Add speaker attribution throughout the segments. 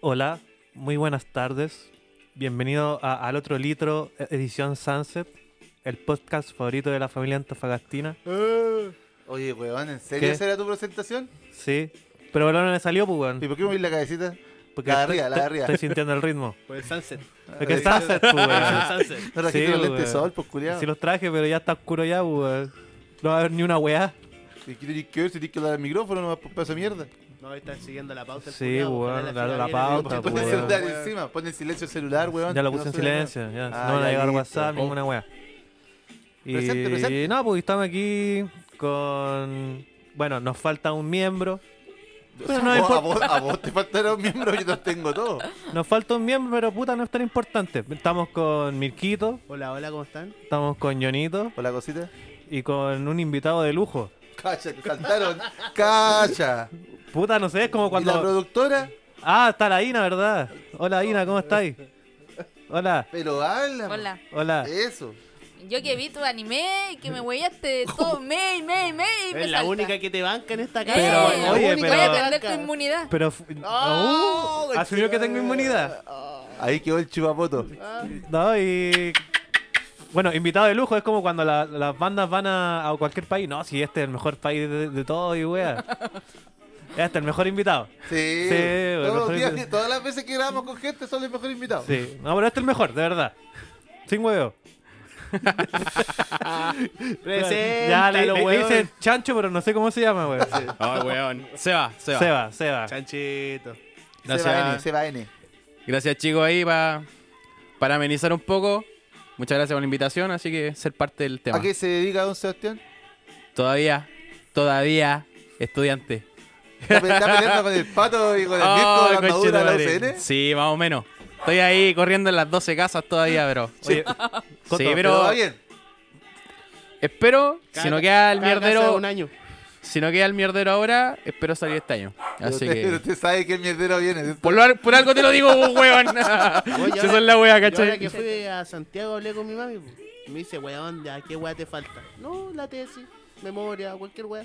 Speaker 1: Hola, muy buenas tardes. Bienvenido a Al Otro Litro, e- edición Sunset, el podcast favorito de la familia antofagastina.
Speaker 2: Eh. Oye, weón, ¿en serio
Speaker 1: ¿Qué?
Speaker 2: esa era tu presentación?
Speaker 1: Sí, pero bueno, no le salió, pues,
Speaker 2: ¿Y
Speaker 1: weón.
Speaker 2: por qué movís la cabecita?
Speaker 1: Porque
Speaker 2: la de
Speaker 1: estoy-
Speaker 2: arriba, la de
Speaker 1: estoy-
Speaker 2: arriba.
Speaker 1: Estoy sintiendo el ritmo.
Speaker 3: Por el sunset.
Speaker 1: Porque es Sunset, pues, weón.
Speaker 3: sunset.
Speaker 2: ¿No trajiste
Speaker 1: sí,
Speaker 2: los lentes de
Speaker 1: weón.
Speaker 2: sol, pues, culiado?
Speaker 1: Sí los traje, pero ya está oscuro ya, pues, weón. No va a haber ni una weá.
Speaker 2: Si quieres que ver, si tienes que hablar al micrófono, no vas para esa mierda.
Speaker 3: No, están siguiendo la pauta. el
Speaker 1: Sí,
Speaker 3: culiao,
Speaker 1: weón,
Speaker 3: ojalá
Speaker 1: la-
Speaker 3: fila
Speaker 1: la
Speaker 3: viene,
Speaker 1: pauta,
Speaker 3: porque
Speaker 2: Pon
Speaker 1: Ah, weón.
Speaker 2: el
Speaker 3: puede ser
Speaker 2: celular
Speaker 3: de weón.
Speaker 2: encima, pon en silencio el celular, weón.
Speaker 1: Ya lo
Speaker 2: que
Speaker 1: puse
Speaker 2: no
Speaker 1: en
Speaker 2: suene nada.
Speaker 1: silencio. Ya.
Speaker 2: Ah,
Speaker 1: no van
Speaker 2: ya
Speaker 1: a llegar
Speaker 2: listo. Oh.
Speaker 1: WhatsApp, ninguna weá. Y
Speaker 2: Presente, presente.
Speaker 1: no, pues estamos aquí con. Bueno, nos falta un miembro. Pero no
Speaker 2: Vos-
Speaker 1: importa.
Speaker 2: a, vos, a vos te faltaron miembros, yo los tengo todos.
Speaker 1: Nos falta un miembro, pero puta, no es tan importante. Estamos con Mirquito,
Speaker 3: Hola, hola, ¿cómo están?
Speaker 1: estamos con Jonito
Speaker 2: Hola, cosita.
Speaker 1: y con un invitado de lujo.
Speaker 2: Cacha, te saltaron. Cacha.
Speaker 1: Puta, no sé, es como
Speaker 2: ¿Y la
Speaker 1: cuando.
Speaker 2: productora?
Speaker 1: Ah, está la Ina, ¿verdad? Hola Ina, ¿cómo estáis? Hola,
Speaker 2: Pero habla.
Speaker 4: Hola.
Speaker 1: hola.
Speaker 2: Eso.
Speaker 4: Yo que vi tu anime y que me huellaste todo mail, mail, mail. y me
Speaker 3: Es la
Speaker 4: salta.
Speaker 3: única que te banca en esta
Speaker 4: Eh,
Speaker 3: casa.
Speaker 1: Pero,
Speaker 3: la
Speaker 1: oye,
Speaker 3: única
Speaker 4: Voy
Speaker 1: pero-
Speaker 4: a
Speaker 3: que te
Speaker 4: perder tu
Speaker 3: banca.
Speaker 4: inmunidad.
Speaker 1: Pero. f-
Speaker 2: No,
Speaker 1: Uh, asumió que tengo inmunidad.
Speaker 2: Ahí quedó el chupapoto.
Speaker 1: No, y. Bueno, invitado de lujo es como cuando la- las bandas van a, a cualquier país. No, si este es el mejor país de, de todo y wea. Este es el mejor invitado. Sí,
Speaker 2: Sí.
Speaker 1: bueno,
Speaker 2: Todos los
Speaker 1: mejor
Speaker 2: días,
Speaker 1: invi-
Speaker 2: todas las veces que grabamos con gente son los mejores invitados.
Speaker 1: Sí, no, pero este es el mejor, de verdad. Sin huevo. Ya le,
Speaker 3: Preséntalo,
Speaker 1: le- le
Speaker 3: weón.
Speaker 1: dicen chancho, pero no sé cómo se llama, weón.
Speaker 5: Ay, Ah, weón. Seba, Seba.
Speaker 1: Seba, Seba.
Speaker 2: Seba
Speaker 3: Chanchito.
Speaker 2: N,
Speaker 5: Gracias,
Speaker 2: Seba N.
Speaker 5: gracias chicos ahí pa- para amenizar un poco. Muchas gracias por la invitación, así que ser parte del tema.
Speaker 2: ¿A qué se dedica don Sebastián?
Speaker 5: Todavía, todavía estudiante.
Speaker 2: ¿Está pe- está peleando con el pato y con el viento de la
Speaker 5: Ay,
Speaker 2: armadura de la
Speaker 5: conchetumare.
Speaker 2: UCN?
Speaker 5: Sí, más o menos. Estoy ahí corriendo en las 12 casas todavía, pero.
Speaker 1: Oye, Coto,
Speaker 5: sí,
Speaker 2: Pero
Speaker 5: pero
Speaker 2: va bien.
Speaker 5: espero, si no queda el
Speaker 3: Cada casa de
Speaker 5: mierdero,
Speaker 3: un año.
Speaker 5: si no queda el mierdero ahora, espero salir este año.
Speaker 2: Pero
Speaker 5: Así
Speaker 2: usted, pero
Speaker 5: que
Speaker 2: usted sabe que el mierdero viene. ¿cierto?
Speaker 5: por, lo- por algo te lo digo, weón.
Speaker 3: Oye,
Speaker 5: Yo
Speaker 3: ahora-
Speaker 5: soy la wea,
Speaker 3: Yo ahora
Speaker 5: ¿cachai?
Speaker 3: que fui a Santiago hablé con mi mami. po. Me dice, weón, ¿ya qué weá te falta? No, la tesis, memoria, cualquier weá.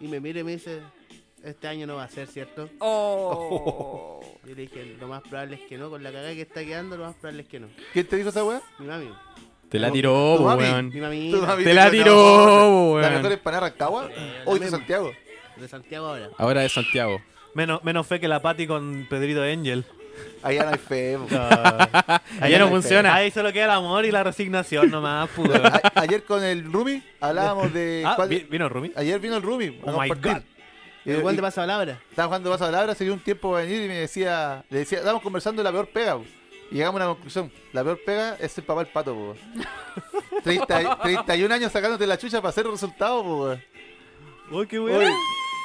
Speaker 3: Y me mira y me dice, este año no va a ser, ¿cierto?
Speaker 4: Oh.
Speaker 3: Yo le dije, lo más probable es que no, con la cagada que está quedando, lo más probable es que no.
Speaker 2: ¿Quién te dijo esa weá?
Speaker 3: Mi mami,
Speaker 5: Te la
Speaker 2: Tu
Speaker 5: tiró,
Speaker 2: mami.
Speaker 5: weón.
Speaker 3: mi mami
Speaker 2: Tu mami
Speaker 5: Te la
Speaker 2: dijo,
Speaker 5: tiró,
Speaker 2: no, La
Speaker 5: weón.
Speaker 2: mejor empanada Rancagua. Hoy de
Speaker 3: misma.
Speaker 2: Santiago.
Speaker 3: de Santiago ahora.
Speaker 2: Eh,
Speaker 5: Ahora de Santiago.
Speaker 1: menos, menos fe que la Pati con Pedrito Angel.
Speaker 2: Allá no hay fe. po.
Speaker 5: Allá no
Speaker 2: Ahí
Speaker 5: funciona.
Speaker 1: Ahí solo queda el amor y la resignación nomás, pues. weón.
Speaker 2: A- Ayer con el Rumi hablábamos de.
Speaker 1: Ah,
Speaker 2: cuál-
Speaker 1: vi- vino Rumi.
Speaker 2: Ayer vino el Rumi.
Speaker 1: Oh
Speaker 2: a
Speaker 1: my
Speaker 2: compartir.
Speaker 1: God.
Speaker 2: Y-
Speaker 3: El weón
Speaker 2: y-
Speaker 3: te pasa palabra.
Speaker 2: Estaba jugando Paso de Palabra, se dio un tiempo para venir y me decía, le decía, estábamos conversando de la peor pega, po. y llegamos a una conclusión, la peor pega es el papá del pato, po. 30 y- 31 años sacándote la chucha para hacer resultados, po. weón.
Speaker 1: Uy, qué
Speaker 2: Uy,
Speaker 1: weón.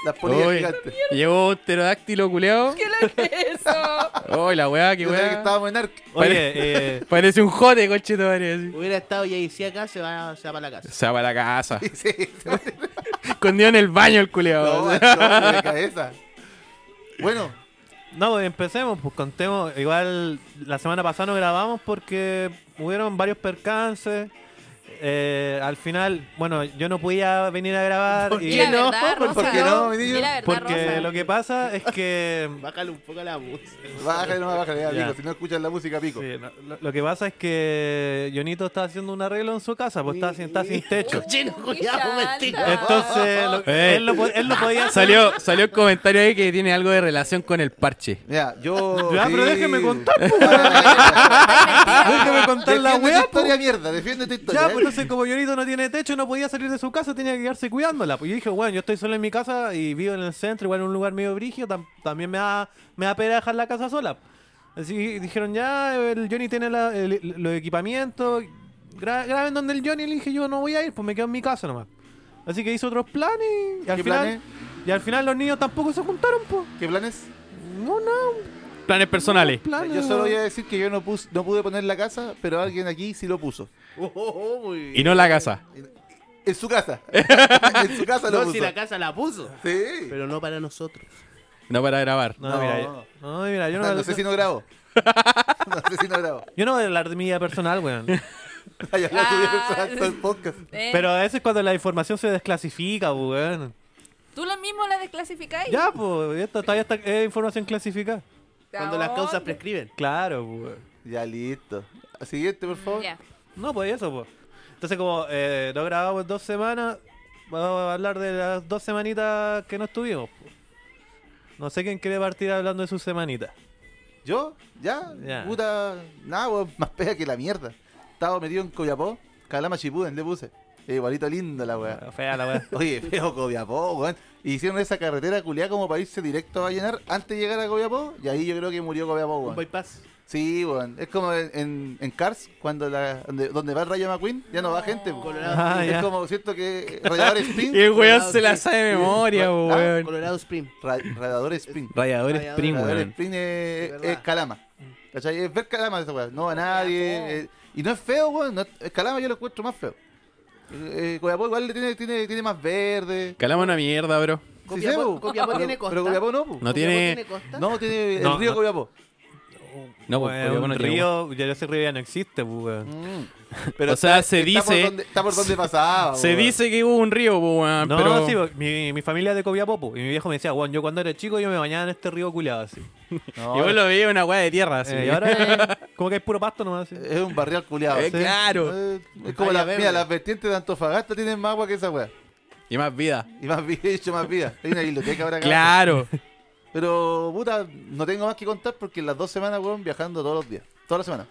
Speaker 2: las polillas
Speaker 5: Uy,
Speaker 2: gigantes.
Speaker 5: Llegó un pterodáctilo culeado.
Speaker 4: ¿Qué es lo que es eso?
Speaker 5: Uy, la weá, qué
Speaker 2: Yo sabía que
Speaker 5: weá.
Speaker 2: estábamos en ARC.
Speaker 1: Oye, eh,
Speaker 5: Parece un jote, coche madre.
Speaker 3: Hubiera estado y ahí sí acá se va, se va para la casa.
Speaker 5: Se va para la casa.
Speaker 2: Sí, sí.
Speaker 5: Escondido en el baño el
Speaker 2: No,
Speaker 5: culeado.
Speaker 2: macho, de cabeza. Bueno,
Speaker 1: no, pues, empecemos, pues contemos. Igual la semana pasada no grabamos porque hubieron varios percances. Eh, al final, bueno, yo no podía venir a grabar.
Speaker 3: ¿Por
Speaker 1: y-
Speaker 4: Y la
Speaker 3: no?
Speaker 4: verdad,
Speaker 2: ¿Por- por
Speaker 4: Rosa,
Speaker 2: qué no, mi niño?
Speaker 4: Y la verdad,
Speaker 1: Porque
Speaker 4: Rosa.
Speaker 1: lo que pasa es que.
Speaker 3: Bájale un poco la música.
Speaker 2: bájale nomás, bájale, ya,
Speaker 1: Ya.
Speaker 2: pico, si no escuchas la música, pico.
Speaker 1: Sí, no, lo, lo que pasa es que Jonito está haciendo un arreglo en su casa, pues está sin, está sin techo.
Speaker 3: Lleno,
Speaker 4: Uy,
Speaker 3: cuidado,
Speaker 4: chanta.
Speaker 3: mentira.
Speaker 1: Entonces, lo-
Speaker 5: Ey.
Speaker 1: él, lo, po- él lo podía hacer.
Speaker 5: Salió, salió el comentario ahí que tiene algo de relación con el parche.
Speaker 2: Mira, yo.
Speaker 1: Ya, pero déjeme contar,
Speaker 2: Déjeme
Speaker 1: Déjeme contar la
Speaker 2: Defiende
Speaker 1: weá,
Speaker 2: tu historia, mierda, defiende tu historia.
Speaker 1: Ya,
Speaker 2: eh.
Speaker 1: pues entonces como Jonito no tiene techo, no podía salir de su casa, tenía que quedarse cuidándola. Pues yo dije, bueno, yo estoy solo en mi casa y vivo en el centro, igual en un lugar medio brígido, tam- también me da, me da pena dejar la casa sola. Así que dijeron, ya, el Johnny tiene la- el- los equipamientos, gra- graben donde el Johnny, le dije, yo no voy a ir, pues me quedo en mi casa nomás. Así que hizo otros planes y al
Speaker 2: ¿Qué
Speaker 1: final...
Speaker 2: planes?
Speaker 1: Y al final los niños tampoco se juntaron, pues.
Speaker 2: ¿Qué planes?
Speaker 1: No, no,
Speaker 5: Planes personales.
Speaker 4: Ah,
Speaker 1: planes.
Speaker 2: Yo solo voy a
Speaker 1: weón.
Speaker 2: decir que yo no pus- no pude poner la casa, pero alguien aquí sí lo puso.
Speaker 3: Oh, oh, oh, uy.
Speaker 5: Y no la casa.
Speaker 2: En su casa. en su casa lo
Speaker 3: No,
Speaker 2: puso.
Speaker 3: si la casa la puso.
Speaker 2: Sí.
Speaker 3: Pero no para nosotros.
Speaker 5: No para grabar.
Speaker 1: No,
Speaker 2: No.
Speaker 1: mira, yo- no, mira, yo
Speaker 2: No,
Speaker 1: no,
Speaker 2: no sé si no grabo. no sé si no grabo.
Speaker 1: yo no voy a hablar de mi vida personal, weón.
Speaker 2: Ay, ya lo
Speaker 4: Ah.
Speaker 2: subí en todo el podcast.
Speaker 4: Eh,
Speaker 1: Pero a veces cuando la información se desclasifica, pues, weón.
Speaker 4: ¿Tú lo mismo la desclasificáis?
Speaker 1: Ya, pues, esta, todavía está, es información clasificada.
Speaker 3: Cuando las
Speaker 4: ¿A
Speaker 3: causas
Speaker 4: dónde?
Speaker 3: prescriben.
Speaker 1: Claro, pues.
Speaker 2: Ya listo. Siguiente, por favor.
Speaker 4: Ya.
Speaker 1: No, pues eso, pues. Entonces, como eh, no grabamos en dos semanas, vamos a hablar de las dos semanitas que no estuvimos. po. No sé quién quiere partir hablando de sus semanitas.
Speaker 2: ¿Yo? ¿Ya?
Speaker 1: Ya.
Speaker 2: Puta, nada, weón, más pega que la mierda. Estaba metido en Coyapó, Calama Chipuden, le puse. Eh, Igualito linda la weá.
Speaker 1: Fea la weá.
Speaker 2: Oye, feo Coyapó, weón. Y Hicieron esa carretera culiada como para irse directo a llenar antes de llegar a Coyapó, y ahí yo creo que murió Coyapó,
Speaker 3: Un
Speaker 2: weón.
Speaker 3: bypass.
Speaker 2: Sí, weón. Es como en, en, en Cars, cuando la, donde, donde va el Rayo McQueen, ya no, va gente, weón.
Speaker 3: Colorado,
Speaker 1: Ah,
Speaker 2: es
Speaker 1: ya.
Speaker 2: como, ¿cierto que Radiador Sprint?
Speaker 5: Y el weón
Speaker 3: Colorado,
Speaker 5: se la
Speaker 3: sí.
Speaker 5: sabe de memoria, po,
Speaker 2: Ah,
Speaker 5: weón.
Speaker 3: Colorado Spring.
Speaker 2: Ra- Radiador Sprint.
Speaker 5: Radiador
Speaker 3: Radiador
Speaker 5: Spring,
Speaker 2: Claro, el
Speaker 5: weón.
Speaker 2: sprint es,
Speaker 3: Es
Speaker 2: es
Speaker 3: verdad.
Speaker 2: calama. ¿Cachai? Es ver calama esa weá. No a
Speaker 4: po.
Speaker 2: nadie. eh, y no es feo, weón. no es- el calama yo lo encuentro más feo. Eh, eh, Copiapó igual le tiene, tiene, tiene más verde.
Speaker 5: Calama una mierda, bro.
Speaker 2: Sí,
Speaker 3: Copiapó-
Speaker 2: sé, po.
Speaker 3: Copiapó
Speaker 2: Pero-
Speaker 3: tiene costa.
Speaker 2: Pero Copiapó no, po.
Speaker 5: No tiene-
Speaker 3: costa?
Speaker 2: No, tiene el
Speaker 1: No,
Speaker 2: río
Speaker 1: no.
Speaker 2: Copiapó.
Speaker 5: No, pues,
Speaker 1: Weón,
Speaker 5: Copiapó
Speaker 1: un
Speaker 5: no tiene
Speaker 1: río, ya ese río ya no existe, pues, weón.
Speaker 2: Mm.
Speaker 5: O sea, se
Speaker 2: Está por
Speaker 5: dice.
Speaker 2: donde- Está por donde pasaba.
Speaker 5: Se
Speaker 2: weón.
Speaker 5: dice que hubo un río, po, weón.
Speaker 1: No,
Speaker 5: pero...
Speaker 1: sí, po, mi, mi familia es de Copiapopo. Y mi viejo me decía, weón, yo cuando era chico yo me bañaba en este río culiado así.
Speaker 2: No,
Speaker 5: Y vos lo veías una weá de tierra, así.
Speaker 1: Eh, y ahora eh, como que hay puro pasto nomás. así.
Speaker 2: Es un barrial culiado.
Speaker 5: Eh,
Speaker 2: sí.
Speaker 5: claro.
Speaker 2: Eh, es como
Speaker 3: Área
Speaker 2: la,
Speaker 3: verde.
Speaker 2: mira, las vertientes de Antofagasta tienen más agua que esa weá.
Speaker 5: Y más vida.
Speaker 2: Y más vida, hecho más vida. Hay una biblioteca ahora acá.
Speaker 5: Claro.
Speaker 2: Pero, puta, no tengo más que contar porque las dos semanas, weón, viajando todos los días. Todas las semanas.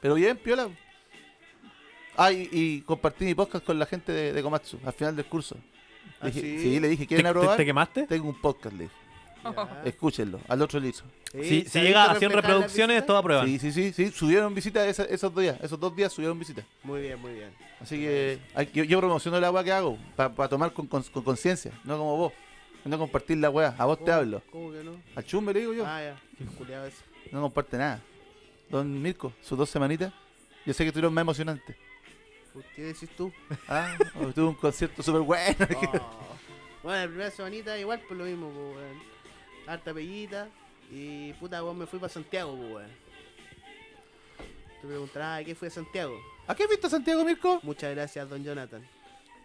Speaker 2: Pero bien, piola. Ah, y, y compartí mi podcast con la gente de, de Komatsu al final del curso.
Speaker 3: ¿Ah,
Speaker 2: Le dije-
Speaker 3: sí?
Speaker 2: sí? le dije,
Speaker 1: ¿Te,
Speaker 2: ¿quieren
Speaker 1: te,
Speaker 2: aprobar?
Speaker 1: te quemaste?
Speaker 2: tengo un podcast, le dije. Escúchenlo. Al otro le hizo.
Speaker 1: Si, si llega a 100 reproducciones, esto va a prueba.
Speaker 2: Sí, sí, sí, sí. Subieron visitas esa- esos dos días. Esos dos días subieron visitas.
Speaker 3: Muy bien, muy bien.
Speaker 2: Así que hay- yo, yo promociono la agua que hago para tomar con con- con conciencia. no como vos. No compartir la weá. A vos te
Speaker 3: ¿Cómo-
Speaker 2: hablo.
Speaker 3: ¿Cómo que no?
Speaker 2: Al chumbe le digo yo.
Speaker 3: Oh. Ah, ya. El culiao ese.
Speaker 2: No comparte nada. Don Mirko, sus dos semanitas. Yo sé que estuvieron más emocionantes.
Speaker 3: ¿Qué decís tú?
Speaker 2: Ah, tuve un concierto súper bueno.
Speaker 3: Oh. Bueno, la primera semanita igual por lo mismo, pues, weón. Harta pellita. Y puta, weón, me fui para Santiago, pues, weón. Te preguntarás, ¿a qué fui a Santiago?
Speaker 2: ¿A qué viste Santiago Mirko?
Speaker 3: Muchas gracias, don Jonathan.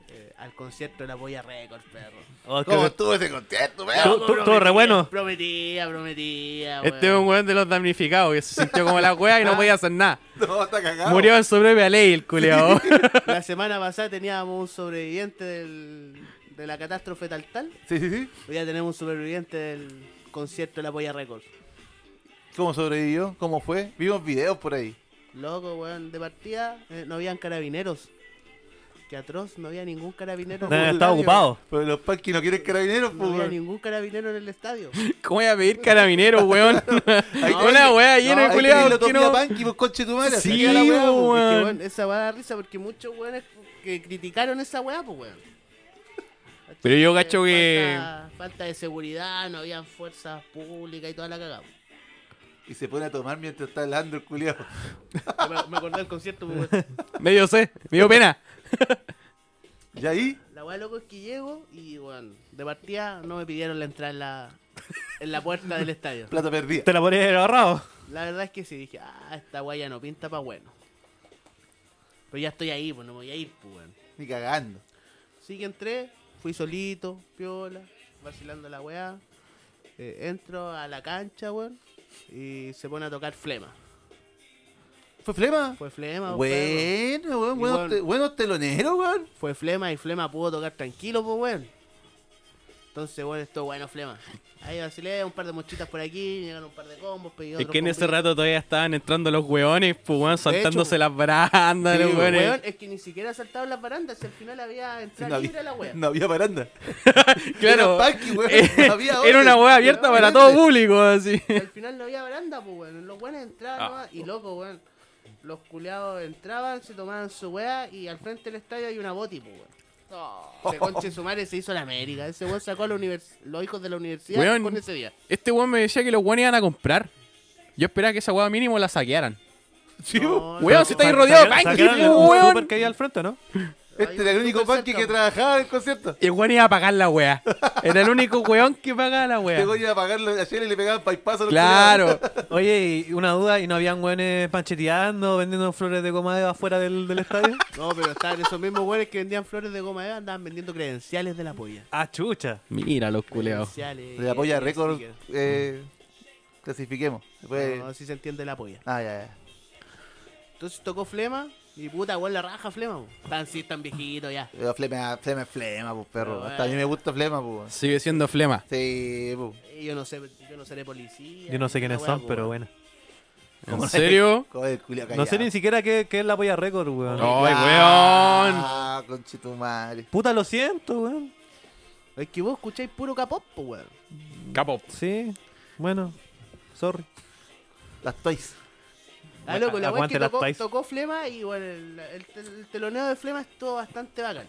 Speaker 3: Eh, al concierto de la polla récord, perro.
Speaker 1: Oh, que-
Speaker 2: ¿Cómo estuvo ese concierto, weón?
Speaker 1: Tú- tú- todo re bueno.
Speaker 3: Prometía, prometía, weón.
Speaker 5: Este es un weón de los damnificados que se sintió como la weá y
Speaker 2: Ah.
Speaker 5: no podía hacer nada.
Speaker 2: No, está cagado.
Speaker 5: Murió en su propia ley el culiao.
Speaker 3: La semana pasada teníamos un sobreviviente del- de la catástrofe tal tal.
Speaker 2: Sí, sí, sí.
Speaker 3: Hoy ya tenemos un superviviente del concierto de la polla récord.
Speaker 2: ¿Cómo sobrevivió? ¿Cómo fue? Vimos videos por ahí.
Speaker 3: Loco, weón, de partida eh, no habían carabineros. Que atroz, no había ningún carabinero.
Speaker 1: No,
Speaker 3: en el
Speaker 1: estaba
Speaker 3: estadio.
Speaker 1: ocupado.
Speaker 2: Pero los parques no quieren carabineros,
Speaker 3: No
Speaker 2: pues,
Speaker 3: había
Speaker 2: weón.
Speaker 3: ningún carabinero en el estadio.
Speaker 5: ¿Cómo voy a pedir carabineros, weón? Una weá llena de
Speaker 2: hay que
Speaker 5: culiao.
Speaker 2: tenerlo todo
Speaker 5: que no-
Speaker 2: vía Panqui, pues, conche tu madre.
Speaker 5: Sí,
Speaker 2: así que la weá, pues.
Speaker 3: Es
Speaker 5: weón.
Speaker 3: que,
Speaker 5: Weón.
Speaker 3: weón, esa weá da risa porque muchos weones que criticaron esa weá, pues weón. Eh,
Speaker 5: Pero yo gacho que-
Speaker 3: Falta, falta de seguridad, no habían fuerzas públicas y toda la cagada.
Speaker 2: Y se pone a tomar mientras está el Andrew, culiao.
Speaker 3: Me, me acordé del concierto, pues, weón.
Speaker 5: Medio sé. Me dio pena.
Speaker 2: Y ahí,
Speaker 3: La weá loco es que llego y weón, de partida no me pidieron la entrada en la, en la puerta del estadio.
Speaker 2: plata perdida.
Speaker 1: Te la podrías haber ahorrado.
Speaker 3: La verdad es que sí, dije, ah, esta weá ya no pinta pa' bueno. Pero ya estoy ahí, pues no me voy a ir, pues weón.
Speaker 2: Ni cagando.
Speaker 3: Así que entré, fui solito, piola, vacilando la weá. Eh, entro a la cancha, weón, y se pone a tocar flema.
Speaker 2: ¿Fue flema?
Speaker 3: Fue flema, pues,
Speaker 2: Bueno,
Speaker 3: perro.
Speaker 2: weón,
Speaker 3: Y
Speaker 2: buenos
Speaker 3: weón-
Speaker 2: te- buenos teloneros, weón.
Speaker 3: Fue flema y flema pudo tocar tranquilo, pues weón. Entonces, bueno, esto bueno, flema. Ahí vacilé, un par de mochitas por aquí, llegaron un par de combos, pedí
Speaker 5: Es
Speaker 3: otro
Speaker 5: que en ese
Speaker 3: combo.
Speaker 5: rato todavía estaban entrando los weones, pues weón, saltándose
Speaker 3: pues.
Speaker 5: las brandas,
Speaker 2: Sí,
Speaker 5: los
Speaker 2: weón.
Speaker 5: weones.
Speaker 3: Weón, es que ni siquiera saltaban las barandas, si al final había entrada
Speaker 2: no,
Speaker 3: libre
Speaker 2: había,
Speaker 3: a la weá.
Speaker 2: no había baranda.
Speaker 5: Claro. eh,
Speaker 2: Era parking, weón. No había
Speaker 5: Era
Speaker 2: orden.
Speaker 5: una weá abierta
Speaker 2: No
Speaker 5: para
Speaker 2: había
Speaker 5: todo
Speaker 2: orden.
Speaker 5: público, así.
Speaker 3: Y al final no había baranda, pues, weón. Los buenos entraban
Speaker 1: Ah.
Speaker 3: nomás, y loco, weón. Los culeados entraban, se tomaban su weá y al frente del estadio hay una boti, pues, weón.
Speaker 4: Oh.
Speaker 3: Ese conche su madre se hizo la América. Ese weón sacó a la univers- los hijos de la universidad
Speaker 5: Weón.
Speaker 3: con ese día.
Speaker 5: Este weón me decía que los weones iban a comprar. Yo esperaba que esa weá mínimo la saquearan.
Speaker 2: Sí,
Speaker 3: No,
Speaker 2: weón.
Speaker 5: Weón, si estáis rodeado de
Speaker 1: Sacaron-
Speaker 5: Banqui,
Speaker 1: sacaron el- un
Speaker 5: weón.
Speaker 1: súper que hay al frente, ¿no?
Speaker 2: Este era el único
Speaker 3: Súper
Speaker 2: parque
Speaker 3: cerca,
Speaker 2: que
Speaker 3: po.
Speaker 2: trabajaba en el concierto.
Speaker 5: Y el weón iba a pagar la weá. Era el único weón que pagaba la weá.
Speaker 2: Llegó ya a pagarlo ayer y le pegaban bypass a los
Speaker 5: Claro.
Speaker 1: Oye, y una duda, ¿y no habían hueones pancheteando, vendiendo flores de goma de afuera del, del estadio?
Speaker 3: No, pero estaban esos mismos weones que vendían flores de goma, eh, andaban vendiendo credenciales de la polla.
Speaker 1: Ah, chucha.
Speaker 5: Mira los culeados.
Speaker 3: Credenciales.
Speaker 2: Le apoya
Speaker 3: eh,
Speaker 2: récord. pues.
Speaker 3: stickers.
Speaker 2: Eh, Clasifiquemos. Después-
Speaker 3: No, si se entiende la polla.
Speaker 2: Ah, ya, ya.
Speaker 3: Entonces tocó Flema y puta, weón, la raja Flema. po. Tan sí, tan viejito ya.
Speaker 2: Pero flema, flema es flema, pues, perro.
Speaker 3: Pero,
Speaker 2: Hasta a mí me gusta flema, pues.
Speaker 5: Sigue siendo flema.
Speaker 2: Sí, pues.
Speaker 3: Y Yo no sé, yo no seré policía.
Speaker 1: Yo no sé quiénes
Speaker 3: esa weá, pues,
Speaker 1: son,
Speaker 3: po,
Speaker 1: pero
Speaker 3: weón.
Speaker 1: bueno.
Speaker 5: ¿En serio?
Speaker 2: Joder, culiao
Speaker 1: No sé
Speaker 2: callado.
Speaker 1: ni siquiera qué, qué es la polla récord, weón.
Speaker 5: No. ¡Ay,
Speaker 2: Ah, conchetumare.
Speaker 1: Puta, lo siento, weón.
Speaker 3: Es que vos escucháis puro capop, po, weón.
Speaker 5: Capo.
Speaker 1: Sí, bueno. Sorry.
Speaker 2: Las toys.
Speaker 3: Ah, loco, la weá es
Speaker 1: Aguante
Speaker 3: que
Speaker 1: las
Speaker 3: tocó,
Speaker 1: Tais.
Speaker 3: tocó Flema y bueno, el, el tel- el teloneo de Flema estuvo bastante bacán.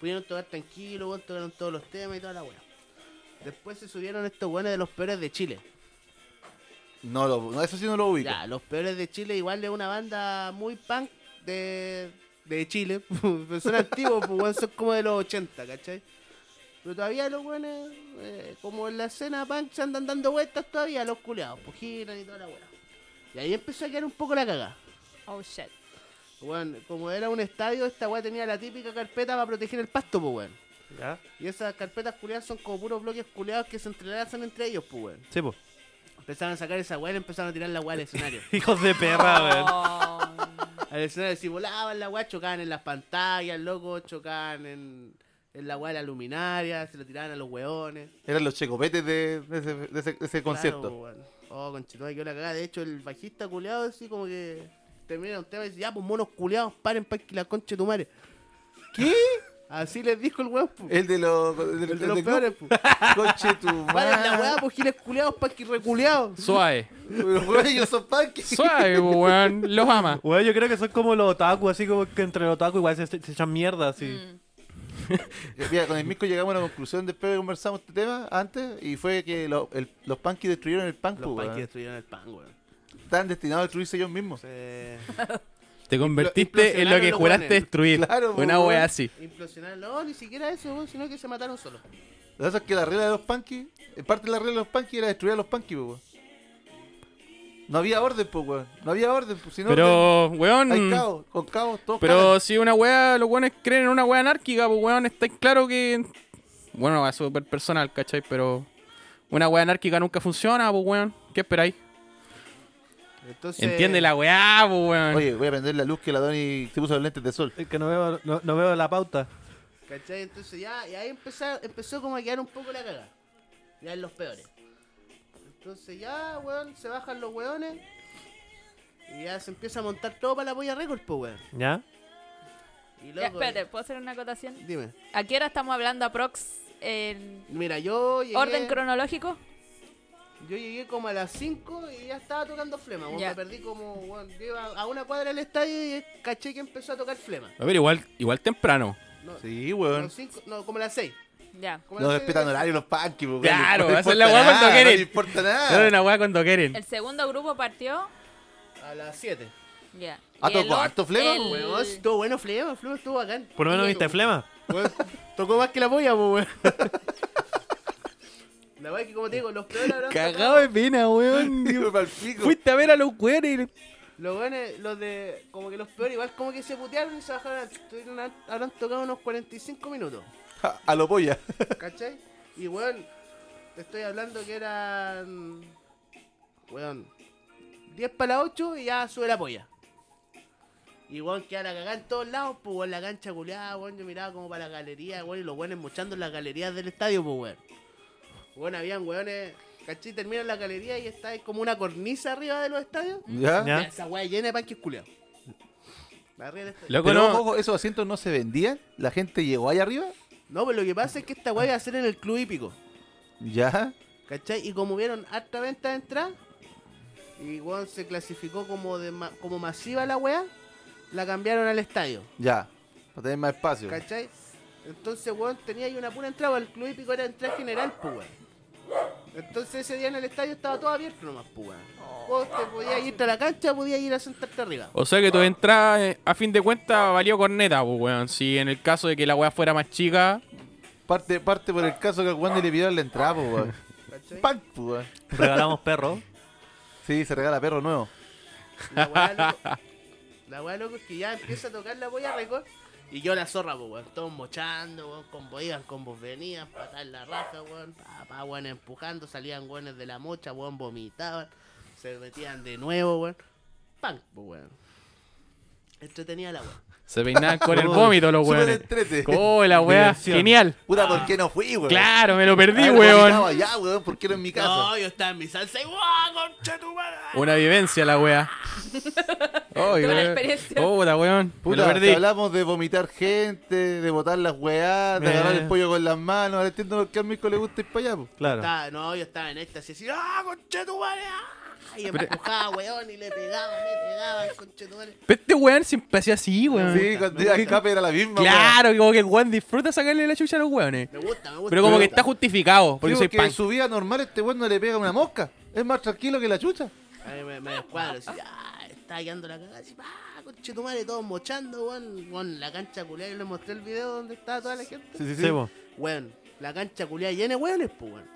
Speaker 3: Pudieron tocar tranquilo, weón, tocaron todos los temas y toda la weá. Después se subieron estos weones de los peores de Chile.
Speaker 2: No, lo, no, eso sí no lo ubico.
Speaker 3: Ya, los peores de Chile igual es una banda muy punk de, de Chile. Pero son antiguos, pues, weón, son como de los 80, ¿cachai? Pero todavía los buenos, como en la escena punk, se andan dando vueltas todavía los culeados, pues giran y toda la weá. Y ahí empezó a quedar un poco la cagada.
Speaker 4: Oh shit.
Speaker 3: Weón, como era un estadio, esta weá tenía la típica carpeta para proteger el pasto, pues weón.
Speaker 1: ¿Ya?
Speaker 3: Y esas carpetas culeadas son como puros bloques culeados que se entrelazan entre ellos, pues weón.
Speaker 1: Sí, pues.
Speaker 3: Empezaron a sacar esa weá y le empezaron a tirar la weá al escenario.
Speaker 1: Hijos de perra, weón.
Speaker 3: Al escenario, si volaban la weá, chocaban en las pantallas, loco, chocaban en, en la weá de la luminaria, se lo tiraban a los weones.
Speaker 2: Eran los checopetes de, de ese, de ese- de ese
Speaker 3: Claro,
Speaker 2: concierto.
Speaker 3: weón. Oh, conchetumare, quedó la cagada. De hecho, el bajista culeado, así como que termina un tema y dice: Ya, pues monos culeados, paren para que la concha de tu madre. ¿Qué? Así les dijo el weón, pues.
Speaker 2: El de los. El,
Speaker 3: El de
Speaker 2: el
Speaker 3: los
Speaker 2: del
Speaker 3: peores,
Speaker 2: club.
Speaker 3: pues. Paren la
Speaker 2: Conchetumare.
Speaker 3: weá, pues giles culeados, para que reculeados.
Speaker 5: Suave.
Speaker 2: Los weones, ellos son punky.
Speaker 5: Suave, po, weón. Los ama.
Speaker 1: Weón, yo creo que son como los otaku, así como que entre los otaku igual se, se echan mierda, así.
Speaker 2: Mira, con el Misco llegamos a la conclusión después de conversamos este tema antes y fue que lo- el- los punky destruyeron el punk,
Speaker 3: Los
Speaker 2: pues,
Speaker 3: punkies
Speaker 2: weón.
Speaker 3: destruyeron el pan, weón.
Speaker 2: Están destinados a destruirse ellos mismos.
Speaker 3: Se
Speaker 5: Te convertiste en lo que
Speaker 3: Implosionaron los
Speaker 5: juraste
Speaker 3: weones.
Speaker 5: destruir.
Speaker 2: Claro, po,
Speaker 5: Una
Speaker 2: weón.
Speaker 5: wea así.
Speaker 3: implosionaron. No, ni siquiera eso, weón, sino que se mataron solos.
Speaker 2: Lo que pasa es que la regla de los punky, en parte de la regla de los punky era destruir a los punky, pues, weón. No había orden, pues, weón. No había orden, pues, si no
Speaker 5: Pero,
Speaker 2: orden, hay
Speaker 5: weón.
Speaker 2: caos, con caos, todo
Speaker 5: Pero si una wea, los weones creen en una wea anárquica, pues weón, está claro que. Bueno, es súper personal, ¿cachai? Pero. Una wea anárquica nunca funciona, pues weón. ¿Qué esperáis?
Speaker 3: Entonces,
Speaker 5: Entiende la weá, pues weón.
Speaker 2: Oye, voy a prender la luz que la Donny se puso los lentes de sol.
Speaker 1: Es que no veo, no, no veo la pauta.
Speaker 3: ¿Cachai? Entonces ya, y ahí empezó, empezó como a quedar un poco la cagada. Ya en los peores. Entonces ya, weón, se bajan los weones. Y ya se empieza a montar todo para la polla récord, po, weón.
Speaker 1: ¿Ya?
Speaker 3: Y
Speaker 4: Ya,
Speaker 3: loco,
Speaker 4: espérate, ¿puedo hacer una acotación?
Speaker 3: Dime.
Speaker 4: ¿A qué hora estamos hablando aprox en
Speaker 3: Mira, yo llegué,
Speaker 4: orden cronológico?
Speaker 3: yo llegué como a las 5 y ya estaba tocando flema. weón.
Speaker 4: Ya.
Speaker 3: Me perdí como, weón, yo iba a una cuadra del estadio y caché que empezó a tocar flema.
Speaker 5: A ver, igual, igual temprano.
Speaker 3: No,
Speaker 2: Sí,
Speaker 3: como
Speaker 2: weón.
Speaker 3: cinco- no, como a las 6.
Speaker 4: Ya.
Speaker 2: No respetan horario los punky, pues, weón.
Speaker 5: Claro,
Speaker 2: No
Speaker 5: hacen
Speaker 2: importa
Speaker 5: la weá cuando
Speaker 2: nada,
Speaker 5: quieren.
Speaker 2: No importa
Speaker 5: Ah. Pero
Speaker 2: nada.
Speaker 5: una wea cuando quieren.
Speaker 4: El segundo grupo partió.
Speaker 3: A las 7.
Speaker 4: Ya.
Speaker 2: Ah,
Speaker 4: Y
Speaker 2: tocó
Speaker 4: el o-
Speaker 2: harto flema,
Speaker 4: el-
Speaker 3: Weón, este estuvo bueno flema, flema estuvo bacán.
Speaker 1: Por lo menos viste flema.
Speaker 3: Weón, tocó más que la polla, po, weón. La verdad es que, como te digo, los peores habrán
Speaker 5: Cagado de pena, weón.
Speaker 2: Digo, pa'l pico.
Speaker 5: Fuiste a ver a los weones.
Speaker 3: tocado- Los weones, los de. Como que los peores, igual como que se putearon y se bajaron. Tuvieron, a- habrán tocado unos 45 minutos.
Speaker 2: A- A lo polla.
Speaker 3: ¿Cachai? Y weón, te estoy hablando que eran. Weón, 10 para las 8 y ya sube la polla. Y weón, que la cagada en todos lados, pues weón, la cancha culeada, weón, yo miraba como para la galería, weón, y los weones mochando en las galerías del estadio, pues weón. Weón, habían weones, ¿cachai? Terminan la galería y está ahí como una cornisa arriba de los estadios.
Speaker 1: Ya.
Speaker 2: ¿Ya?
Speaker 3: Esa weá llena de panques culeados. Arriba del estadio.
Speaker 5: Loco,
Speaker 2: Pero
Speaker 5: no.
Speaker 2: ojo, esos asientos no se vendían. La gente llegó allá arriba.
Speaker 3: No, pues lo que pasa es que esta weá iba a ser en el club hípico.
Speaker 2: Ya.
Speaker 3: ¿Cachai? Y como vieron harta venta de entrada, y weón se clasificó como de ma- como masiva la weá, la cambiaron al estadio.
Speaker 2: Ya. Para tener más espacio.
Speaker 3: ¿Cachai? Entonces, weón, tenía ahí una pura entrada, el club hípico era entrada general, pues weón. Entonces ese día en el estadio estaba todo abierto nomás, pues weón. Vos te podías irte a la cancha, podías ir a sentarte arriba.
Speaker 5: O sea que tu entrada, eh, a fin de cuentas, valió corneta, pues, weón. Si en el caso de que la weá fuera más chica,
Speaker 2: Parte, parte por el caso que al Wandy le pidieron la entrada, pues, weón.
Speaker 3: ¿Cachai?
Speaker 2: Punk, pues, weón.
Speaker 1: Regalamos perro.
Speaker 2: Sí, se regala perro nuevo.
Speaker 3: La weá, loco, la weá, loco, es que ya empieza a tocar la polla récord. Y yo la zorra, pues, weón. Todos mochando, weón. Combos iban, combos venían, patar la raja, weón. Papá, weón, empujando. Salían weones de la mocha, weón, vomitaban. Se metían de nuevo, weón. Punk, pues, weón. Entretenida la weón.
Speaker 5: Se peinaban con el vómito los
Speaker 2: Súper
Speaker 5: weones.
Speaker 2: entrete.
Speaker 5: ¡Oh, la weá!
Speaker 1: Diversión.
Speaker 5: ¡Genial!
Speaker 2: Puta, ¿por qué no fui, weón?
Speaker 5: Ah. ¡Claro, me lo perdí,
Speaker 2: Haber vomitado
Speaker 5: weón!
Speaker 2: allá, weón, ¿por qué no en mi casa?
Speaker 3: No, yo estaba en mi salsa y ¡guau, concha tu madre!
Speaker 5: Una vivencia la weá. Oh,
Speaker 4: Toda la
Speaker 5: weón.
Speaker 4: experiencia.
Speaker 5: Puta, weón. me
Speaker 2: Puta,
Speaker 5: lo
Speaker 2: te
Speaker 5: perdí.
Speaker 2: hablamos de vomitar gente, de botar las weás, de
Speaker 1: Eh.
Speaker 2: agarrar el pollo con las manos. Ahora entiendo por qué al Mirko le gusta ir para allá, po.
Speaker 1: Claro.
Speaker 3: Estaba- no, yo estaba en éxtasis así, ¡ah, concha tu madre! ah", Y empujaba, weón, y le pegaba, le pegaba, concha tu madre.
Speaker 5: Pero este weón siempre hacía así, weón.
Speaker 2: Sí, cuando
Speaker 3: me
Speaker 2: iba a
Speaker 3: gusta.
Speaker 2: escape era la misma, weón.
Speaker 5: Ah, Claro, que como que el weón disfruta sacarle la chucha a los weones.
Speaker 3: Me gusta, me gusta.
Speaker 5: Pero como
Speaker 3: me
Speaker 5: que
Speaker 3: gusta.
Speaker 5: está justificado, porque
Speaker 2: Digo
Speaker 5: soy
Speaker 2: que
Speaker 5: punk.
Speaker 2: en su vida normal este weón no le pega una mosca. Es más tranquilo que la chucha.
Speaker 3: Ahí me, me descuadro, así, ¡ah! Estaba quedando la cagada, así, ¡ah! Concha tu madre, todos mochando, weón. Weón, la cancha culiada, yo les mostré el video donde estaba toda la gente.
Speaker 1: Sí, po.
Speaker 3: Weón, la cancha culiada llena de weones, pues, weón.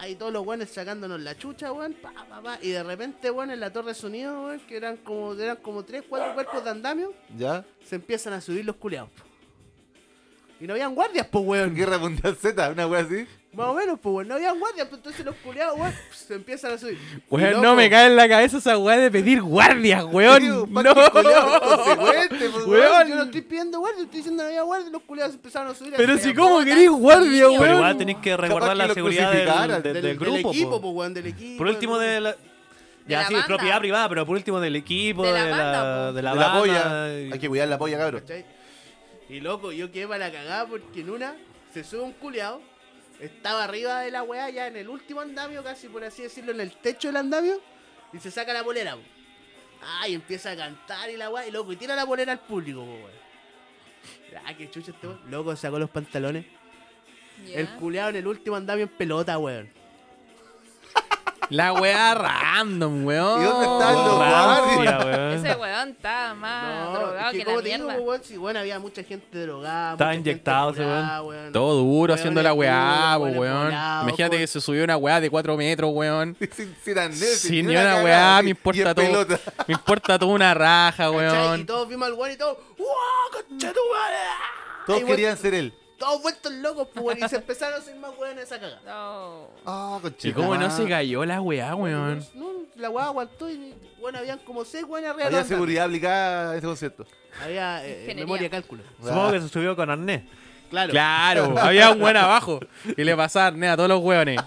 Speaker 3: Ahí todos los weones sacándonos la chucha, weón, pa, pa, pa. Y de repente, weón, en la Torre Sonido, weón, que eran como, eran como tres, cuatro cuerpos de andamio,
Speaker 2: Ya.
Speaker 3: se empiezan a subir los culiados, po. Y no habían guardias, pues, weón.
Speaker 2: Guerra Mundial Z, una wea así.
Speaker 3: Más o menos, pues, weón. No habían guardias, pues, entonces los culiados, weón, se empiezan a subir. Y,
Speaker 5: Weón,
Speaker 3: loco,
Speaker 5: no me cae en la cabeza esa weá de pedir guardias,
Speaker 2: Digo,
Speaker 5: weón.
Speaker 2: pa'
Speaker 5: No.
Speaker 2: que culiao, consecuente, pues,
Speaker 5: Weón.
Speaker 3: Yo no estoy pidiendo guardia, estoy diciendo no había guardia, los culiados empezaron a subir.
Speaker 5: Pero
Speaker 3: así,
Speaker 5: si
Speaker 3: pero
Speaker 5: como querís guardia,
Speaker 4: Pero
Speaker 1: Pero igual
Speaker 5: weón.
Speaker 1: tenés que resguardar
Speaker 2: que
Speaker 1: la
Speaker 2: lo
Speaker 1: seguridad del,
Speaker 2: crucificaran.
Speaker 1: del-
Speaker 3: del,
Speaker 1: del grupo.
Speaker 3: Del equipo,
Speaker 1: po.
Speaker 3: pues, weón, del equipo.
Speaker 1: Por último, de la. Ya,
Speaker 4: la
Speaker 1: sí,
Speaker 4: banda.
Speaker 1: propiedad privada, pero por último del equipo, de
Speaker 4: De
Speaker 1: la,
Speaker 4: la
Speaker 1: de la,
Speaker 4: banda, po.
Speaker 2: La,
Speaker 1: banda,
Speaker 2: polla.
Speaker 1: y-
Speaker 2: Hay que cuidar la polla, cabrón.
Speaker 3: ¿Cachai? Y loco, yo quedé para la cagada porque en una se sube un culiado, estaba arriba de la weá, ya en el último andamio, casi por así decirlo, en el techo del andamio, y se saca la polera. po. Ah, y empieza a cantar y la weá, y loco, y tira la polera al público, po, weón. Ah, qué chucha este weón. Loco, sacó los pantalones.
Speaker 4: Ya.
Speaker 3: El culiado en el último andamio en pelota, weón.
Speaker 5: La weá random, weón.
Speaker 2: ¿Y dónde están los
Speaker 1: Oh, Rancia,
Speaker 2: guardias?
Speaker 1: weón.
Speaker 4: Ese weón está más drogado que, la
Speaker 3: como
Speaker 4: mierda.
Speaker 3: po, weón, si, weón, había mucha gente drogada.
Speaker 1: Estaba
Speaker 3: mucha gente
Speaker 1: inyectado ese
Speaker 3: curada, weón.
Speaker 5: Todo duro
Speaker 3: Weón,
Speaker 5: haciendo la
Speaker 3: culo,
Speaker 5: weá, po,
Speaker 3: weón,
Speaker 5: weón.
Speaker 3: volado,
Speaker 5: Imagínate
Speaker 3: con-
Speaker 5: que se subió una weá de 4 metros, weón.
Speaker 2: Sin, sin arnés,
Speaker 5: Sin ni
Speaker 2: una
Speaker 5: una
Speaker 2: cagada,
Speaker 5: weá,
Speaker 2: y-
Speaker 5: me
Speaker 2: y
Speaker 5: importa
Speaker 2: en
Speaker 5: todo.
Speaker 2: pelota.
Speaker 5: Me importa todo una raja,
Speaker 3: ¿Cachai? Y
Speaker 5: weón.
Speaker 3: todos vimos al weón y todos, ¡Wow, concha tu madre! Ah,
Speaker 2: Todos
Speaker 3: y weón,
Speaker 2: querían ser él.
Speaker 3: Todos vueltos locos, pues, weón, y se empezaron a hacer más weón esa cagada.
Speaker 4: No.
Speaker 2: Ah, conchita
Speaker 5: Y cómo no
Speaker 2: madre.
Speaker 5: se cayó la weá, weón.
Speaker 3: No, la weá aguantó y, bueno, habían como seis weones arriba. de
Speaker 2: Había
Speaker 3: los andamios.
Speaker 2: seguridad aplicada a ese concierto.
Speaker 3: Había eh,
Speaker 4: Ingeniería.
Speaker 3: memoria cálculo.
Speaker 1: Supongo que se subió con arnés.
Speaker 3: Claro.
Speaker 5: Claro, había un weón abajo. Y le pasaba arnés a todos los weones.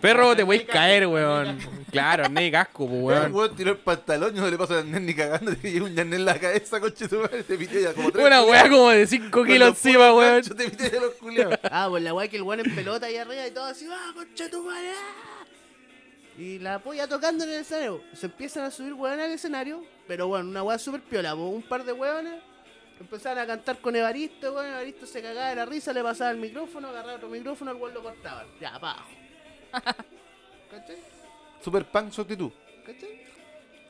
Speaker 5: Perro, te podéis caer, weón. Claro, arnés y casco, po,
Speaker 2: El
Speaker 5: weón.
Speaker 2: weón tiró el pantalón, yo no le paso a Nen ni cagando, te llevo un Nen en la cabeza, conche tu madre, te pité ya como tres.
Speaker 5: Una weá como de 5 kilos encima, weón.
Speaker 2: Yo te pité ya los culiados.
Speaker 3: Ah, pues la weá que el weón en pelota ahí arriba y todo así, ¡Ah, concha tu madre! ah". Y la polla tocando en el escenario. Se empiezan a subir weón al escenario, pero bueno, una weá super piola, po. un par de weones. Empezaron a cantar con Evaristo, weón. Evaristo se cagaba de la risa, le pasaba el micrófono, agarraba otro micrófono, el weón lo cortaban. Ya, pa' abajo. ¿Cachai?
Speaker 2: Super punk su actitud.
Speaker 3: ¿Cachai?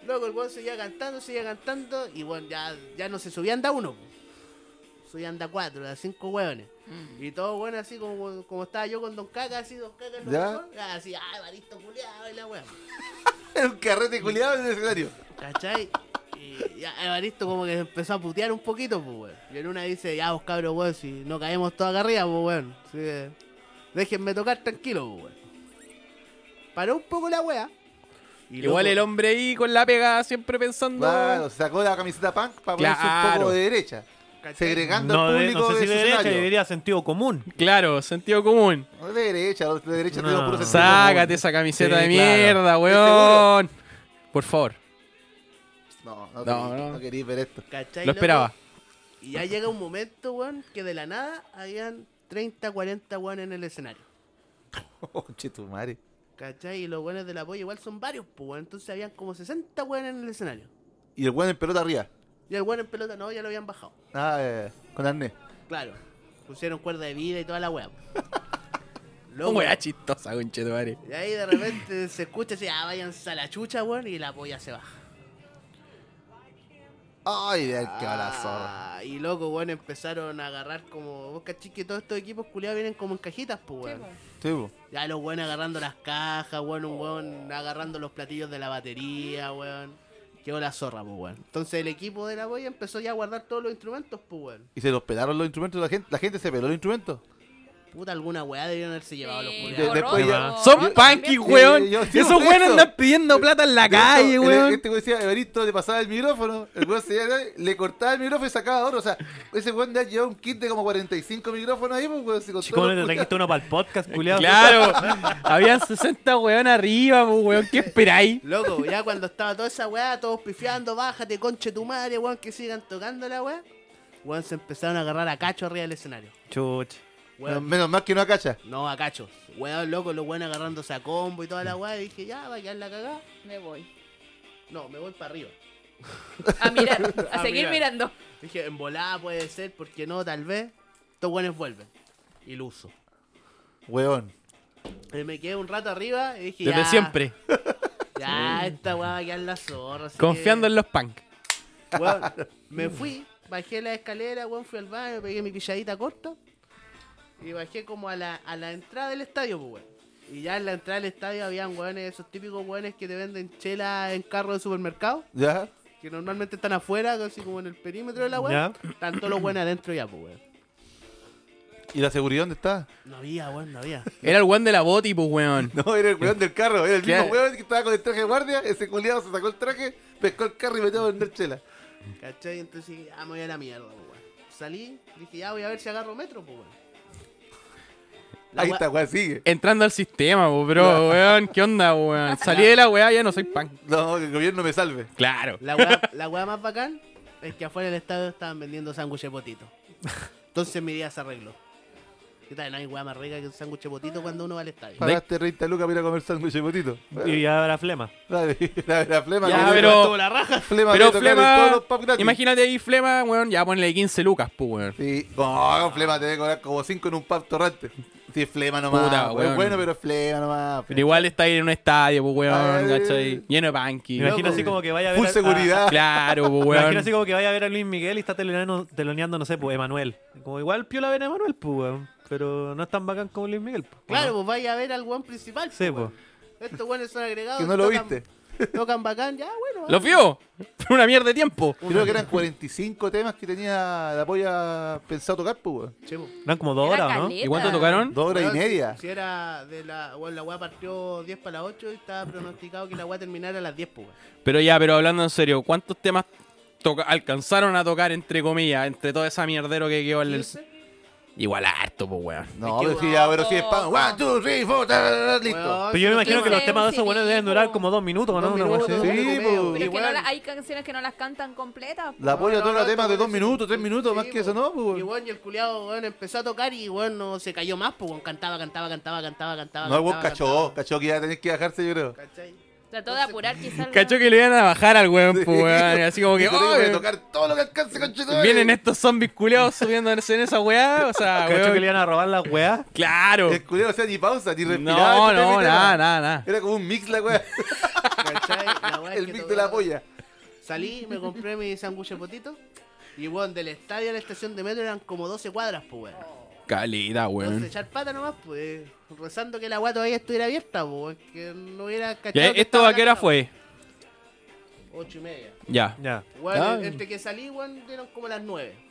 Speaker 3: Luego el weón seguía cantando, seguía cantando, y bueno, ya, ya no se subía anda uno. po. Subía anda cuatro, anda cinco weones.
Speaker 5: Mm.
Speaker 3: Y todo bueno así como, como estaba yo con Don Caca, así Don Caca en los
Speaker 2: Ya.
Speaker 3: mejor, así, ay, barito culiado y la weón.
Speaker 2: Era un carrete culiado en el escenario.
Speaker 3: ¿Cachai? Y ya Evaristo como que se empezó a putear un poquito, pues weón. Y en una dice, ya vos cabros weón, si no caemos todos acá arriba, pues weón. Así que déjenme tocar tranquilo, pues weón. Paró un poco la wea. y
Speaker 5: Igual
Speaker 3: loco-
Speaker 5: el hombre ahí con la pega siempre pensando.
Speaker 2: Claro, sacó la camiseta punk para ponerse un
Speaker 5: Claro.
Speaker 2: poco de derecha.
Speaker 3: ¿cachai?
Speaker 2: Segregando
Speaker 1: No,
Speaker 2: al
Speaker 1: de-
Speaker 2: público
Speaker 1: no sé si
Speaker 2: de,
Speaker 1: de
Speaker 2: su
Speaker 1: derecha,
Speaker 2: escenario.
Speaker 1: debería sentido común.
Speaker 5: Claro, sentido común.
Speaker 2: No, de derecha, los de derecha
Speaker 1: No.
Speaker 2: tenemos puro sentido
Speaker 5: Sácate esa camiseta
Speaker 1: Sí,
Speaker 5: de
Speaker 1: claro.
Speaker 5: mierda, weón. Por favor,
Speaker 2: común. No, no,
Speaker 5: No,
Speaker 2: querí-
Speaker 5: no.
Speaker 2: no querí ver esto.
Speaker 3: ¿Cachai,
Speaker 5: lo
Speaker 3: loco?
Speaker 5: esperaba.
Speaker 3: Y ya llega un momento, weón, que de la nada habían 30, 40 weón en el escenario.
Speaker 2: Conche Oh, tu madre.
Speaker 3: ¿Cachai? Y los weones del apoyo igual son varios, pues weón. Entonces habían como 60 weones en el escenario.
Speaker 2: Y el weón en pelota arriba.
Speaker 3: Y el weón en pelota no, ya lo habían bajado.
Speaker 2: Ah, eh, con arnés.
Speaker 3: Claro. Pusieron cuerda de vida y toda la weá. po.
Speaker 5: Una
Speaker 3: Loco,
Speaker 5: weá chistosa, conchetumare.
Speaker 3: Y ahí de repente se escucha así, ah, váyanse a la chucha, weón, y la polla se baja.
Speaker 2: Ay, vean qué balazo.
Speaker 3: Ah, y loco, weón, empezaron a agarrar como. Vos cachis que todos estos equipos culiados vienen como en cajitas, pues weón.
Speaker 4: Sí, po.
Speaker 2: Sí, po.
Speaker 3: Ya los weones agarrando las cajas, weón, un weón agarrando los platillos de la batería, weón. Quedó la zorra, pues, weón. Entonces el equipo de la boya empezó ya a guardar todos los instrumentos, pues, weón.
Speaker 2: ¿Y se los pelaron los instrumentos? ¿La gente, la gente se peló los instrumentos?
Speaker 3: Puta, alguna weá debieron haberse llevado los
Speaker 4: Sí,
Speaker 2: De-
Speaker 3: culiados.
Speaker 4: por
Speaker 2: después
Speaker 4: otro,
Speaker 2: ya-
Speaker 4: por
Speaker 5: Son
Speaker 4: otro
Speaker 5: punky,
Speaker 4: también.
Speaker 5: weón.
Speaker 2: Sí, yo- yo
Speaker 5: Esos weones
Speaker 2: eso.
Speaker 5: andan pidiendo plata en la calle,
Speaker 2: El-
Speaker 5: weón.
Speaker 2: Este güey decía, Evaristo le pasaba el micrófono, el weón se iba, le cortaba el micrófono y sacaba oro. O sea, ese weón ya llevaba un kit de como 45 micrófonos ahí, pues weón, si con
Speaker 1: Chico,
Speaker 2: todos
Speaker 1: le
Speaker 2: los
Speaker 1: trajiste
Speaker 2: culiados.
Speaker 1: uno para el podcast, culiado.
Speaker 5: Claro, habían 60 weón arriba, pues, weón. ¿Qué esperáis?
Speaker 3: Loco, ya cuando estaba toda esa weá, todos pifiando, bájate, conche tu madre, weón, que sigan tocando la weá. Weón, se empezaron a agarrar a cacho arriba del escenario.
Speaker 1: Chucha.
Speaker 2: Menos-
Speaker 3: Weón,
Speaker 2: Menos mal que no acacha.
Speaker 3: no, a cacho. Weón, loco, los weón agarrándose a combo y toda la weá. Y dije, ya, va a quedar la cagada.
Speaker 4: Me voy.
Speaker 3: No, me voy para arriba.
Speaker 4: A mirar, a
Speaker 3: A
Speaker 4: seguir
Speaker 3: mirar.
Speaker 4: mirando.
Speaker 3: Dije, en volada puede ser, porque no, tal vez. Estos weones vuelven. Iluso.
Speaker 2: Weón.
Speaker 3: Y me quedé un rato arriba y dije,
Speaker 5: Desde
Speaker 3: ya,
Speaker 5: siempre,
Speaker 3: Ya, esta weá va a quedar la zorra. así
Speaker 5: confiando
Speaker 3: que-
Speaker 5: en los punk.
Speaker 3: Weón, me fui, bajé la escalera, weón, fui al baño, pegué mi pilladita corta. Y bajé como a la, a la entrada del estadio, pues, weón. Y ya en la entrada del estadio habían weones, esos típicos weones que te venden chela en carro de supermercado,
Speaker 2: ¿Ya?
Speaker 3: que normalmente están afuera, así como en el perímetro de la weá. Están todos los weones adentro ya, pues, weón.
Speaker 2: ¿Y la seguridad dónde está?
Speaker 3: No había, weón, no había.
Speaker 5: Era el weón de la boti, pues, weón.
Speaker 2: No, era el weón del carro, era el
Speaker 5: ¿Qué?
Speaker 2: mismo weón que estaba con el traje de guardia, ese culiado se sacó el traje, pescó el carro y metió a vender chela.
Speaker 3: ¿Cachai? Entonces dije, ah, me voy a la mierda, pues, weón. Salí, dije, ya voy a ver si agarro metro, pues, weón. La
Speaker 2: Ahí
Speaker 3: weá-
Speaker 2: está, weón, sigue.
Speaker 5: Entrando al sistema, pues, bro, weón. ¿Qué onda, weón? Salí de la weá, ya no soy punk.
Speaker 2: No, que el gobierno me salve.
Speaker 5: Claro.
Speaker 3: La weá, la weá más bacán es que afuera del estadio estaban vendiendo sándwiches potito. Entonces mi día se arregló. ¿Qué tal? No hay weá más rica que un sándwich de potito cuando uno va al estadio.
Speaker 2: Pagaste 30 lucas para ir a comer sándwich de potito.
Speaker 1: Y ya habrá flema.
Speaker 2: La, la, la flema.
Speaker 5: Ya,
Speaker 2: que-
Speaker 5: pero,
Speaker 3: la raja.
Speaker 2: flema
Speaker 5: pero
Speaker 2: que tocar en todos
Speaker 5: Flema,
Speaker 2: los pubs gratis.
Speaker 5: imagínate ahí Flema, weón, ya ponle 15 lucas, pues, weón.
Speaker 2: Sí, no, con flema te debe cobrar como 5 en un pub torrante. Sí, es flema nomás.
Speaker 5: Puta,
Speaker 2: pues,
Speaker 5: weón.
Speaker 2: Es bueno, pero es flema nomás.
Speaker 5: Pero igual está ahí en un estadio, pues, weón,
Speaker 2: Ay.
Speaker 5: ¿cachai? Lleno de punky.
Speaker 1: Me imagino
Speaker 2: Loco.
Speaker 1: así como que vaya a ver.
Speaker 2: Full
Speaker 1: a-
Speaker 2: seguridad.
Speaker 5: Claro, pues,
Speaker 1: a- me imagino así
Speaker 5: weón.
Speaker 1: como que vaya a ver a Luis Miguel y está teloneando, teloneando, no sé, pues Emanuel. Como igual piola ver a Emanuel, pues, weón. Pero no es tan bacán como Luis Miguel, pues.
Speaker 3: Claro, pues vaya a ver al weón principal.
Speaker 1: Sí,
Speaker 3: pues,
Speaker 1: pues.
Speaker 3: weón. Estos weones son agregados.
Speaker 2: Que no lo
Speaker 3: tocan-
Speaker 2: viste.
Speaker 3: Tocan bacán, ya, bueno.
Speaker 5: ¿Los vio? Fue una mierda de tiempo.
Speaker 2: Creo que eran 45 temas que tenía la polla pensado tocar, pues, weón.
Speaker 1: Eran como dos
Speaker 4: Era
Speaker 1: horas, ¿no?
Speaker 4: caleta.
Speaker 5: ¿Y cuánto
Speaker 3: ¿Mm?
Speaker 5: tocaron?
Speaker 2: Dos horas y media.
Speaker 3: Si, era de la. Bueno, la weá partió 10 para las 8 y estaba pronosticado que la weá terminara a las 10, pues, weón.
Speaker 5: Pero ya, pero hablando en serio, ¿cuántos temas toca- alcanzaron a tocar, entre comillas, entre toda esa mierdero que quedó en el...
Speaker 3: 15.
Speaker 5: Igual harto, pues, weón.
Speaker 2: No,
Speaker 3: Es que
Speaker 2: pero sí,
Speaker 4: guau,
Speaker 2: ya, pero sí es
Speaker 4: po,
Speaker 2: pan.
Speaker 4: po.
Speaker 2: One, two, three, four, ta, ta, ta, ta, listo.
Speaker 1: Pero yo
Speaker 3: Weón,
Speaker 1: me
Speaker 3: si
Speaker 1: imagino
Speaker 3: los
Speaker 1: que los
Speaker 3: temas-
Speaker 1: temas de esos
Speaker 4: Sí,
Speaker 1: buenos deben durar como dos minutos, ¿no?
Speaker 3: Dos
Speaker 1: Una weá así.
Speaker 2: Sí,
Speaker 3: minutos, dos minutos y
Speaker 2: po.
Speaker 3: medio,
Speaker 4: Pero es que no
Speaker 3: igual.
Speaker 4: la- hay canciones que no las cantan completas. po.
Speaker 2: La polla
Speaker 3: No, no,
Speaker 2: toca
Speaker 3: no,
Speaker 2: temas de
Speaker 3: esto
Speaker 2: dos
Speaker 3: es-
Speaker 2: minutos, tres minutos,
Speaker 3: sí,
Speaker 2: más que
Speaker 3: po.
Speaker 2: eso no, pues,
Speaker 3: Y
Speaker 2: weón.
Speaker 3: bueno, y el culiado, weón, empezó a tocar y bueno, no se cayó más, pues, weón, cantaba, cantaba, cantaba, cantaba, cantaba.
Speaker 5: Ah,
Speaker 2: No, el weón
Speaker 3: cantaba,
Speaker 2: cachó,
Speaker 3: cantaba.
Speaker 2: cachó que iba a tener que bajarse, yo creo.
Speaker 3: ¿Cachai?
Speaker 4: Trató de apurar quizás. la-
Speaker 5: Cacho que le iban a bajar al weón, pues, weón. Así como que,
Speaker 2: Yo tengo que
Speaker 5: "Ay,
Speaker 2: tocar todo lo que alcance, conchetumare.
Speaker 5: vienen estos zombies culeados subiéndose en esa weá. O sea,
Speaker 1: Cacho que le
Speaker 5: weón.
Speaker 1: iban a robar las weas.
Speaker 5: Claro.
Speaker 2: El culero no hacía ni pausa, ni respiraba.
Speaker 5: No,
Speaker 2: entre
Speaker 5: no,
Speaker 2: tema y tema.
Speaker 5: nada, nada, nada.
Speaker 2: Era como un mix la weá.
Speaker 3: ¿Cachai? La weá es
Speaker 2: El
Speaker 3: que
Speaker 2: mix de
Speaker 3: tocaba.
Speaker 2: la polla.
Speaker 3: Salí, me compré mi sándwich de potito. Y bueno, del estadio a la estación de metro eran como 12 cuadras, pues, weón.
Speaker 5: Calidad,
Speaker 3: Entonces,
Speaker 5: weón.
Speaker 3: echar pata nomás, pues. Rezando que la weá todavía estuviera abierta, pues, weón, que no hubiera cachado.
Speaker 5: Ya,
Speaker 3: que
Speaker 5: ¿Esto
Speaker 3: estaba
Speaker 5: a qué hora
Speaker 3: cantando.
Speaker 5: fue?
Speaker 3: Ocho y media.
Speaker 5: Ya.
Speaker 1: Ya.
Speaker 3: Weón,
Speaker 5: Ya.
Speaker 3: entre que salí, weón, dieron como las 9.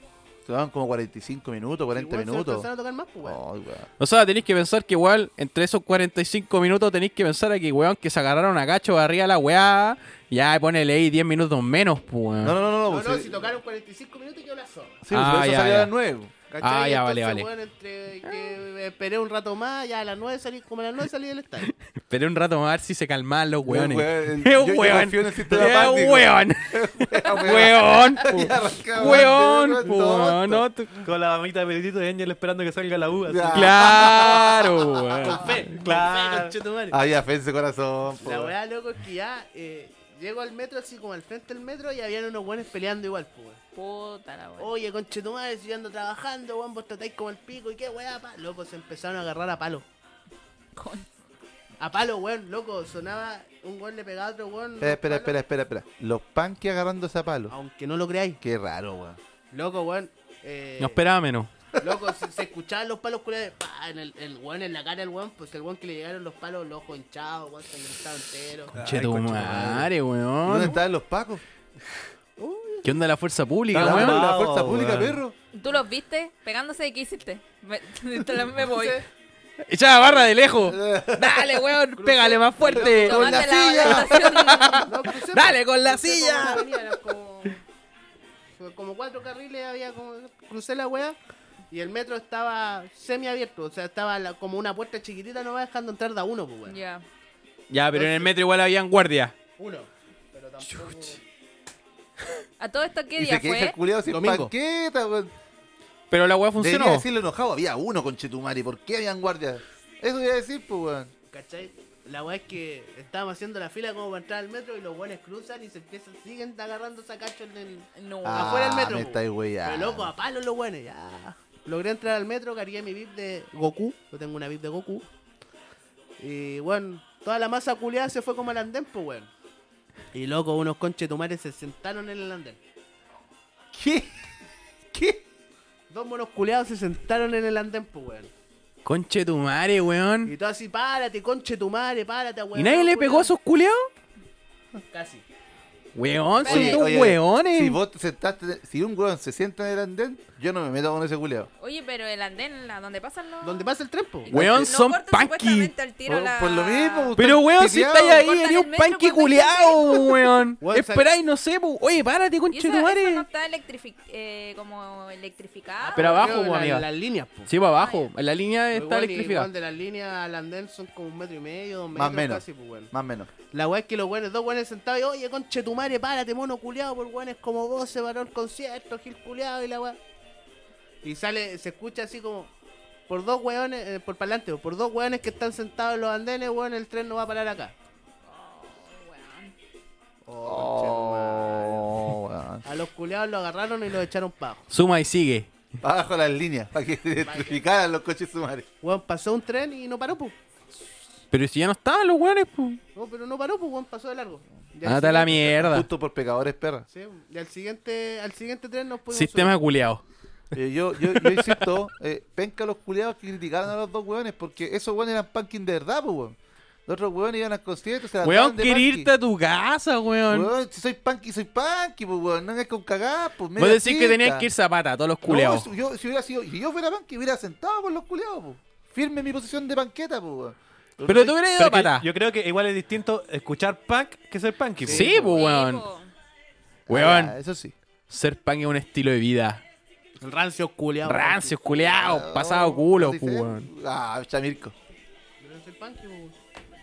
Speaker 2: Tocaban como 45 minutos, 40
Speaker 3: Se
Speaker 2: minutos.
Speaker 3: empezaron a tocar más, pues, weón.
Speaker 2: Ay, weón.
Speaker 5: O sea, tenéis que pensar que igual, entre esos 45 minutos, tenéis que pensar a que, weón, que se agarraron a cacho arriba de la weá. Ya ponele ahí 10 minutos menos, pues, weón.
Speaker 2: No, no, no, no.
Speaker 3: No,
Speaker 2: pues,
Speaker 3: no,
Speaker 2: sí.
Speaker 3: si tocaron 45 minutos quedó la zorra.
Speaker 2: Sí, pues,
Speaker 5: Ah,
Speaker 2: por eso
Speaker 5: ya,
Speaker 2: salía
Speaker 5: ya.
Speaker 2: a las 9.
Speaker 5: Ah, ya,
Speaker 3: Entonces,
Speaker 5: vale, vale.
Speaker 3: weón, entre que esperé un rato más, ya a las 9 salí, como a las 9 salí del estadio.
Speaker 5: Esperé un rato más a ver si se calmaban los weones.
Speaker 2: weón,
Speaker 5: ¡Qué
Speaker 2: yo- yo
Speaker 5: weón!
Speaker 2: confío en el
Speaker 5: ¡Qué
Speaker 2: sistema pántico.
Speaker 5: weón! ¡Weón! po.
Speaker 2: Ya arrancaba,
Speaker 5: ¡Weón!
Speaker 2: weón,
Speaker 5: po,
Speaker 2: tonto.
Speaker 5: no te-
Speaker 1: Con la mamita de Pedrito y Ángel esperando que salga la uva. así.
Speaker 2: Ya.
Speaker 5: ¡Claro, weón!
Speaker 1: Claro.
Speaker 3: Conchetumare.
Speaker 5: Ah,
Speaker 2: Había fe en ese corazón. po.
Speaker 3: La weá, loco, es que ya eh, llego al metro, así como al frente del metro, y habían unos buenos peleando igual, pues, weón.
Speaker 4: Puta la wea.
Speaker 3: Oye, conchetumare, si yo ando trabajando, weón, vos tratáis como el pico, y qué weá, pa. Loco, se empezaron a agarrar a palo.
Speaker 4: Con-
Speaker 3: A palo, weón, loco, sonaba un weón le pegaba a otro weón.
Speaker 2: Espera,
Speaker 3: los
Speaker 2: espera,
Speaker 3: palos.
Speaker 2: espera, espera, espera. Los punky agarrándose a palo.
Speaker 3: Aunque no lo creáis.
Speaker 2: Qué raro, weón.
Speaker 3: Loco, weón. Eh,
Speaker 5: No esperaba menos.
Speaker 3: Loco, se, se escuchaban los palos culiados. pa, En el, el weón en la cara del weón, pues el weón que le llegaron los palos, los ojos hinchados, weón, sangrentado entero.
Speaker 5: Che, tu madre,
Speaker 2: ¿Dónde
Speaker 5: weón.
Speaker 2: estaban los pacos?
Speaker 5: ¿Qué onda la fuerza pública,
Speaker 2: ¿Estaban
Speaker 5: weón?
Speaker 2: en la
Speaker 1: Bravo,
Speaker 2: fuerza pública,
Speaker 1: weón.
Speaker 2: perro?
Speaker 4: ¿Tú los viste pegándose? ¿Qué hiciste? Me, te la- me voy.
Speaker 5: Echa la barra de lejos.
Speaker 2: Eh,
Speaker 5: Dale, weón, pégale más fuerte.
Speaker 4: Tomaste
Speaker 2: la silla.
Speaker 4: orientación.
Speaker 3: No, crucé,
Speaker 5: Dale, con la
Speaker 3: crucé
Speaker 5: silla.
Speaker 3: como una avenida, era como- fue como cuatro carriles había como. Crucé la weá y el metro estaba semiabierto. O sea, estaba la- como una puerta chiquitita, no va dejando entrar da uno, pues weón.
Speaker 4: Ya.
Speaker 5: Ya, pero en el metro igual habían guardias.
Speaker 3: Uno. Pero tampoco.
Speaker 4: ¿A todo esto qué
Speaker 2: Y
Speaker 4: día
Speaker 2: se queja el
Speaker 4: fue?
Speaker 2: culiado sin
Speaker 3: Domingo.
Speaker 2: panqueta, weón.
Speaker 5: Pero la weá
Speaker 2: Debería
Speaker 5: funcionó.
Speaker 2: decirlo enojado, había uno con Chetumari, ¿por qué habían guardias? Eso iba a decir, pues, weón.
Speaker 3: ¿Cachai? La weá es que estábamos haciendo la fila como para entrar al metro y los weones cruzan y se empiezan, siguen agarrando sacacho en el.
Speaker 4: No.
Speaker 2: Ah,
Speaker 3: afuera del metro.
Speaker 2: me
Speaker 3: po.
Speaker 2: estáis weyando.
Speaker 3: Pero loco, a palos los buenos, ya. Logré entrar al metro, cargué mi VIP de Goku. Yo tengo una VIP de Goku. Y bueno, toda la masa culiada se fue como al andén, pues weón. Y loco, unos conchetumares se sentaron en el andén.
Speaker 2: ¿Qué? ¿Qué?
Speaker 3: Dos monos culiados se sentaron en el andén, pues weón.
Speaker 5: Conche tu madre, weón.
Speaker 3: Y todo así, párate, conchetumare, párate, weón.
Speaker 5: ¿Y nadie le pegó a esos culiados?
Speaker 3: Casi.
Speaker 5: Weón, son
Speaker 4: Oye,
Speaker 5: dos
Speaker 2: oye,
Speaker 5: weones.
Speaker 2: Si vos te sentaste, si un weón se sienta en el andén, yo no me meto con ese culiado.
Speaker 4: Oye, pero el andén, la- donde pasan los.
Speaker 3: ¿Dónde pasa el tren, po?
Speaker 5: Weón,
Speaker 4: No
Speaker 5: son
Speaker 4: cortan
Speaker 5: punky.
Speaker 4: supuestamente al tiro
Speaker 2: Por,
Speaker 4: la-
Speaker 2: Oh, por lo mismo,
Speaker 5: Pero weón, si estáis ahí,
Speaker 4: Cortan
Speaker 5: eres
Speaker 4: el
Speaker 5: un
Speaker 4: metro
Speaker 5: panque
Speaker 4: cuando
Speaker 5: culiao, weón.
Speaker 3: Weón,
Speaker 5: Esperáis, no sé, po. Oye, párate,
Speaker 4: ¿Y
Speaker 5: conche
Speaker 4: eso,
Speaker 5: tu
Speaker 4: eso no
Speaker 5: madre.
Speaker 4: está electrifi- eh, como electrificado?
Speaker 5: Pero abajo,
Speaker 3: Creo que
Speaker 5: po,
Speaker 3: la-
Speaker 5: amiga.
Speaker 3: Las líneas, po.
Speaker 5: Sí, para abajo. En la línea
Speaker 3: Pero,
Speaker 5: está
Speaker 3: weón, y,
Speaker 5: electrificada.
Speaker 3: weón, de las líneas al andén son como un metro y medio, dos metros
Speaker 2: Más menos.
Speaker 3: casi, pues weón.
Speaker 2: Más o menos.
Speaker 3: La weá es que los weones, dos weones sentados y oye, conche tu madre, párate, mono culiado, por weones como vos se paró el concierto, Gil culiado y la weá. Y sale, se escucha así como, por dos weones, eh, por parlante, por dos weones que están sentados en los andenes, weón, el tren no va a parar acá.
Speaker 2: Oh, weón.
Speaker 3: A los culiados los agarraron y los echaron pa' abajo.
Speaker 5: Suma y sigue.
Speaker 2: Abajo las líneas, para que se electrificaran los coches sumares.
Speaker 3: Weón, pasó un tren y no paró, pues.
Speaker 5: Pero si ya no estaban los weones, po.
Speaker 3: No, pero no paró, pues, weón, pasó de largo. Y al
Speaker 5: Anda Ah, la
Speaker 3: siguiente-
Speaker 5: mierda.
Speaker 2: Justo por pecadores, perra.
Speaker 3: Sí, y al siguiente, al siguiente tren nos pudimos
Speaker 5: Sistema culiao.
Speaker 2: Eh, yo, yo, yo insisto, eh, penca los culiados que criticaron a los dos weones, porque esos weones eran punkin de verdad, pues, weón. Los otros weones iban al concierto, se la
Speaker 5: Weón,
Speaker 2: daban de
Speaker 5: quiere irte
Speaker 2: punky.
Speaker 5: a tu casa, weón.
Speaker 2: Weón, si soy punky, soy punky, pues, weón. No es con cagar, pues.
Speaker 5: Vos decís que tenías que ir zapata, todos los culeados.
Speaker 2: No, yo, si, hubiera sido, si yo fuera punky, hubiera sentado por los culiados, pues. Firme mi posición de banqueta, pues, weón.
Speaker 5: pero tú hubieras ido
Speaker 1: Pero
Speaker 5: a
Speaker 1: que-
Speaker 5: pata.
Speaker 1: yo creo que igual es distinto escuchar punk que ser punky. po.
Speaker 5: Sí,
Speaker 4: Sí,
Speaker 5: pues,
Speaker 4: Ah,
Speaker 5: weón.
Speaker 4: po.
Speaker 5: Weón,
Speaker 2: Ah, eso sí.
Speaker 5: ser punk es un estilo de vida.
Speaker 3: El rancio culiado.
Speaker 5: Rancios, culeados,
Speaker 2: Ah,
Speaker 5: pasado
Speaker 2: no,
Speaker 5: culo,
Speaker 2: así
Speaker 5: pues,
Speaker 2: sea.
Speaker 5: weón.
Speaker 2: Ah, Chamirco.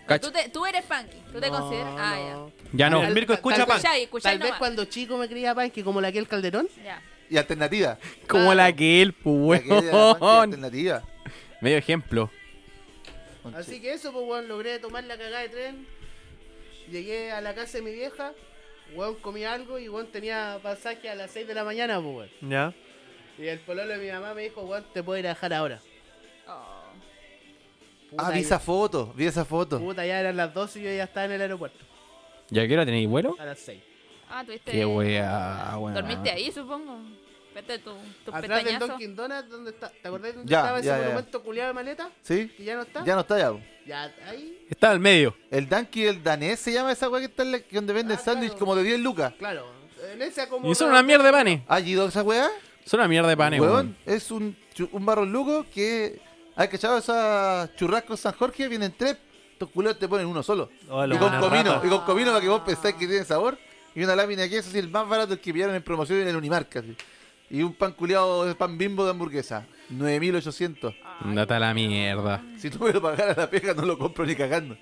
Speaker 5: Cacha,
Speaker 4: ¿Tú, te- tú eres punky. ¿Tú te consideras? Ah, ya.
Speaker 5: ya no.
Speaker 1: El Mirko escucha
Speaker 3: pues, Tal vez-
Speaker 1: punk.
Speaker 4: Escucháis, escucháis
Speaker 3: Tal vez
Speaker 4: Pues nomás.
Speaker 3: cuando chico me creía punk como la que el Calderón.
Speaker 4: Ya.
Speaker 2: Y alternativa.
Speaker 5: Como la que él, pues,
Speaker 2: Aquella era la punky
Speaker 5: weón.
Speaker 2: alternativa.
Speaker 5: Medio ejemplo.
Speaker 3: Así que eso, pues, weón, logré tomar la cagada de tren. Llegué a la casa de mi vieja. Weón, comí algo y weón tenía pasaje a las 6 de la mañana, pues, weón.
Speaker 1: Ya.
Speaker 3: Y el pololo de mi mamá me dijo, weón, te puedo ir a dejar ahora.
Speaker 4: Oh.
Speaker 2: Ah,
Speaker 3: Puta,
Speaker 2: vi esa foto, vi esa foto.
Speaker 3: ya, puta, ya eran las 12 y yo ya estaba en el aeropuerto.
Speaker 5: ¿Ya que hora tenéis vuelo?
Speaker 3: A las 6.
Speaker 4: Ah, tuviste.
Speaker 5: Qué weá, weón.
Speaker 4: Dormiste ahí, supongo. Vete tu, tu
Speaker 3: Atrás del
Speaker 4: pestañazo.
Speaker 3: Dunkin' Donuts, ¿dónde está? ¿te acordás dónde
Speaker 2: Ya,
Speaker 3: estaba ese
Speaker 2: ya, ya.
Speaker 3: monumento culiado de maleta?
Speaker 2: ¿Sí?
Speaker 3: Que ya no está.
Speaker 2: Ya no está ya. po.
Speaker 3: Ya, ahí,
Speaker 5: Estaba al medio.
Speaker 2: El Danky, el danés se llama esa weá que está en la- que donde venden
Speaker 3: Ah,
Speaker 2: sándwich
Speaker 3: claro.
Speaker 2: como de 10 lucas.
Speaker 3: claro. En esa como.
Speaker 5: Y son una mierda de panes.
Speaker 2: ¿Has ido a esa weá?
Speaker 5: Son una mierda de panes,
Speaker 2: Weón,
Speaker 5: weón.
Speaker 2: es un, chu- un barro luco que. ¿Has cachado esas churrascos San Jorge? Vienen tres. Estos culeros te ponen uno solo.
Speaker 1: Oh, lo
Speaker 2: y con
Speaker 1: buena
Speaker 2: comino.
Speaker 1: rata.
Speaker 2: Y con comino para que vos pensáis que tiene sabor. Y una lámina de queso, así el más barato que pillaron en promoción en el Unimarca. así. Y un pan culiado, pan bimbo de hamburguesa. 9800.
Speaker 5: Data la mierda.
Speaker 2: Si tú me lo pagaras la pega, no lo compro ni cagando.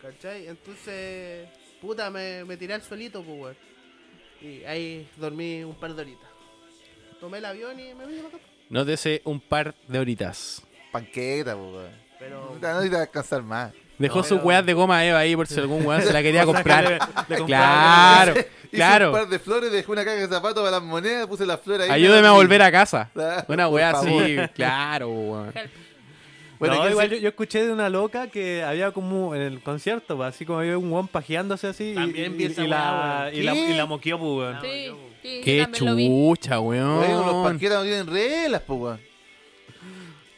Speaker 3: ¿Cachai? Entonces, puta, me, me tiré al suelito, pues, weón. Y ahí dormí un par de horitas. Tomé el avión y me vine para acá.
Speaker 5: Nótese un par de horitas.
Speaker 2: Panqueta, po, weón.
Speaker 3: Pero,
Speaker 2: No te vas a alcanzar más.
Speaker 5: Dejó
Speaker 3: No,
Speaker 5: sus
Speaker 3: pero-
Speaker 5: weas de goma Eva ahí por si algún weón se la quería comprar.
Speaker 1: le compraba
Speaker 5: claro,
Speaker 2: Hice un
Speaker 5: claro.
Speaker 2: par de flores, dejé una caja de zapatos para las monedas, puse las flores ahí.
Speaker 5: Ayúdeme a volver a casa.
Speaker 2: Claro,
Speaker 5: Una
Speaker 2: por
Speaker 5: wea
Speaker 2: favor.
Speaker 5: así, claro, weón.
Speaker 4: Help.
Speaker 2: Bueno,
Speaker 1: No,
Speaker 2: ¿qué
Speaker 1: igual
Speaker 2: decir?
Speaker 1: yo, yo escuché de una loca que había como en el concierto, pues, así como había un guan pajeándose así. y-
Speaker 3: También vi
Speaker 1: y,
Speaker 3: esa
Speaker 1: y la,
Speaker 3: weá,
Speaker 1: y, la,
Speaker 2: ¿Qué?
Speaker 1: y la moqueó, pues, weón.
Speaker 4: Sí, sí,
Speaker 5: Qué
Speaker 4: también lo vi.
Speaker 5: chucha,
Speaker 2: Weón, los
Speaker 5: weón.
Speaker 2: parquetas no tienen reglas, pues, weón.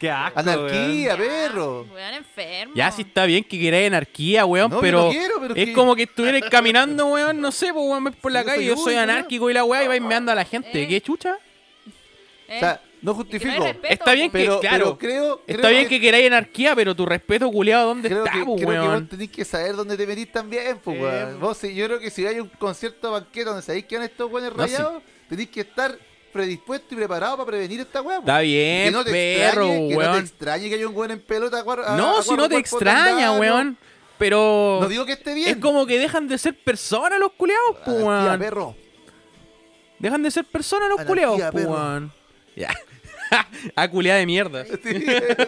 Speaker 1: Qué asco. weón.
Speaker 2: Anarquía,
Speaker 4: Ya,
Speaker 2: perro.
Speaker 4: Ah, Weón enfermo.
Speaker 5: Ya sí está bien que queráis anarquía, weón,
Speaker 2: No, yo
Speaker 5: pero,
Speaker 2: no quiero, pero
Speaker 5: es
Speaker 2: que-
Speaker 5: como que estuvierais caminando, weón, no sé, pues, weón, vais por la
Speaker 2: Yo
Speaker 5: calle,
Speaker 2: soy
Speaker 5: yo soy
Speaker 2: único,
Speaker 5: anárquico y la weá y vais meando a la gente.
Speaker 4: Eh.
Speaker 5: ¿Qué chucha?
Speaker 4: Eh,
Speaker 2: O sea, no
Speaker 4: es que no hay
Speaker 2: justifico.
Speaker 4: respeto,
Speaker 5: Está bien
Speaker 4: po.
Speaker 5: que-
Speaker 2: pero,
Speaker 5: claro.
Speaker 2: pero creo,
Speaker 5: Está
Speaker 2: creo
Speaker 5: bien que queráis anarquía, pero tu respeto culiado, ¿dónde
Speaker 2: creo
Speaker 5: está,
Speaker 2: que,
Speaker 5: po,
Speaker 2: creo que
Speaker 5: weón?
Speaker 2: vos tenés que saber dónde te metís también, pues,
Speaker 3: Sí,
Speaker 2: weón.
Speaker 3: po.
Speaker 2: Vos, si- yo creo que si hay un concierto banquete donde sabéis que van estos weones
Speaker 5: No, sí.
Speaker 2: rayados, tenés que estar predispuesto y preparado para prevenir esta weá. po.
Speaker 5: Está bien,
Speaker 2: Que no te
Speaker 5: perro,
Speaker 2: extrañe, que no te ah,
Speaker 5: weón.
Speaker 2: extrañe que haya un weón en pelota. a cuar- a-
Speaker 5: No,
Speaker 2: a
Speaker 5: si
Speaker 2: cuatro
Speaker 5: no te
Speaker 2: cuerpos de
Speaker 5: extraña,
Speaker 2: andar,
Speaker 5: weón. Pero
Speaker 2: No, No digo que esté bien.
Speaker 5: es como que dejan de ser personas los culiados, po,
Speaker 2: Anarquía,
Speaker 5: weón.
Speaker 2: perro.
Speaker 5: Dejan de ser personas los
Speaker 2: Anarquía,
Speaker 5: culiados, po,
Speaker 2: perro.
Speaker 5: weón. Ya. ah, culiada de mierda.
Speaker 2: Sí,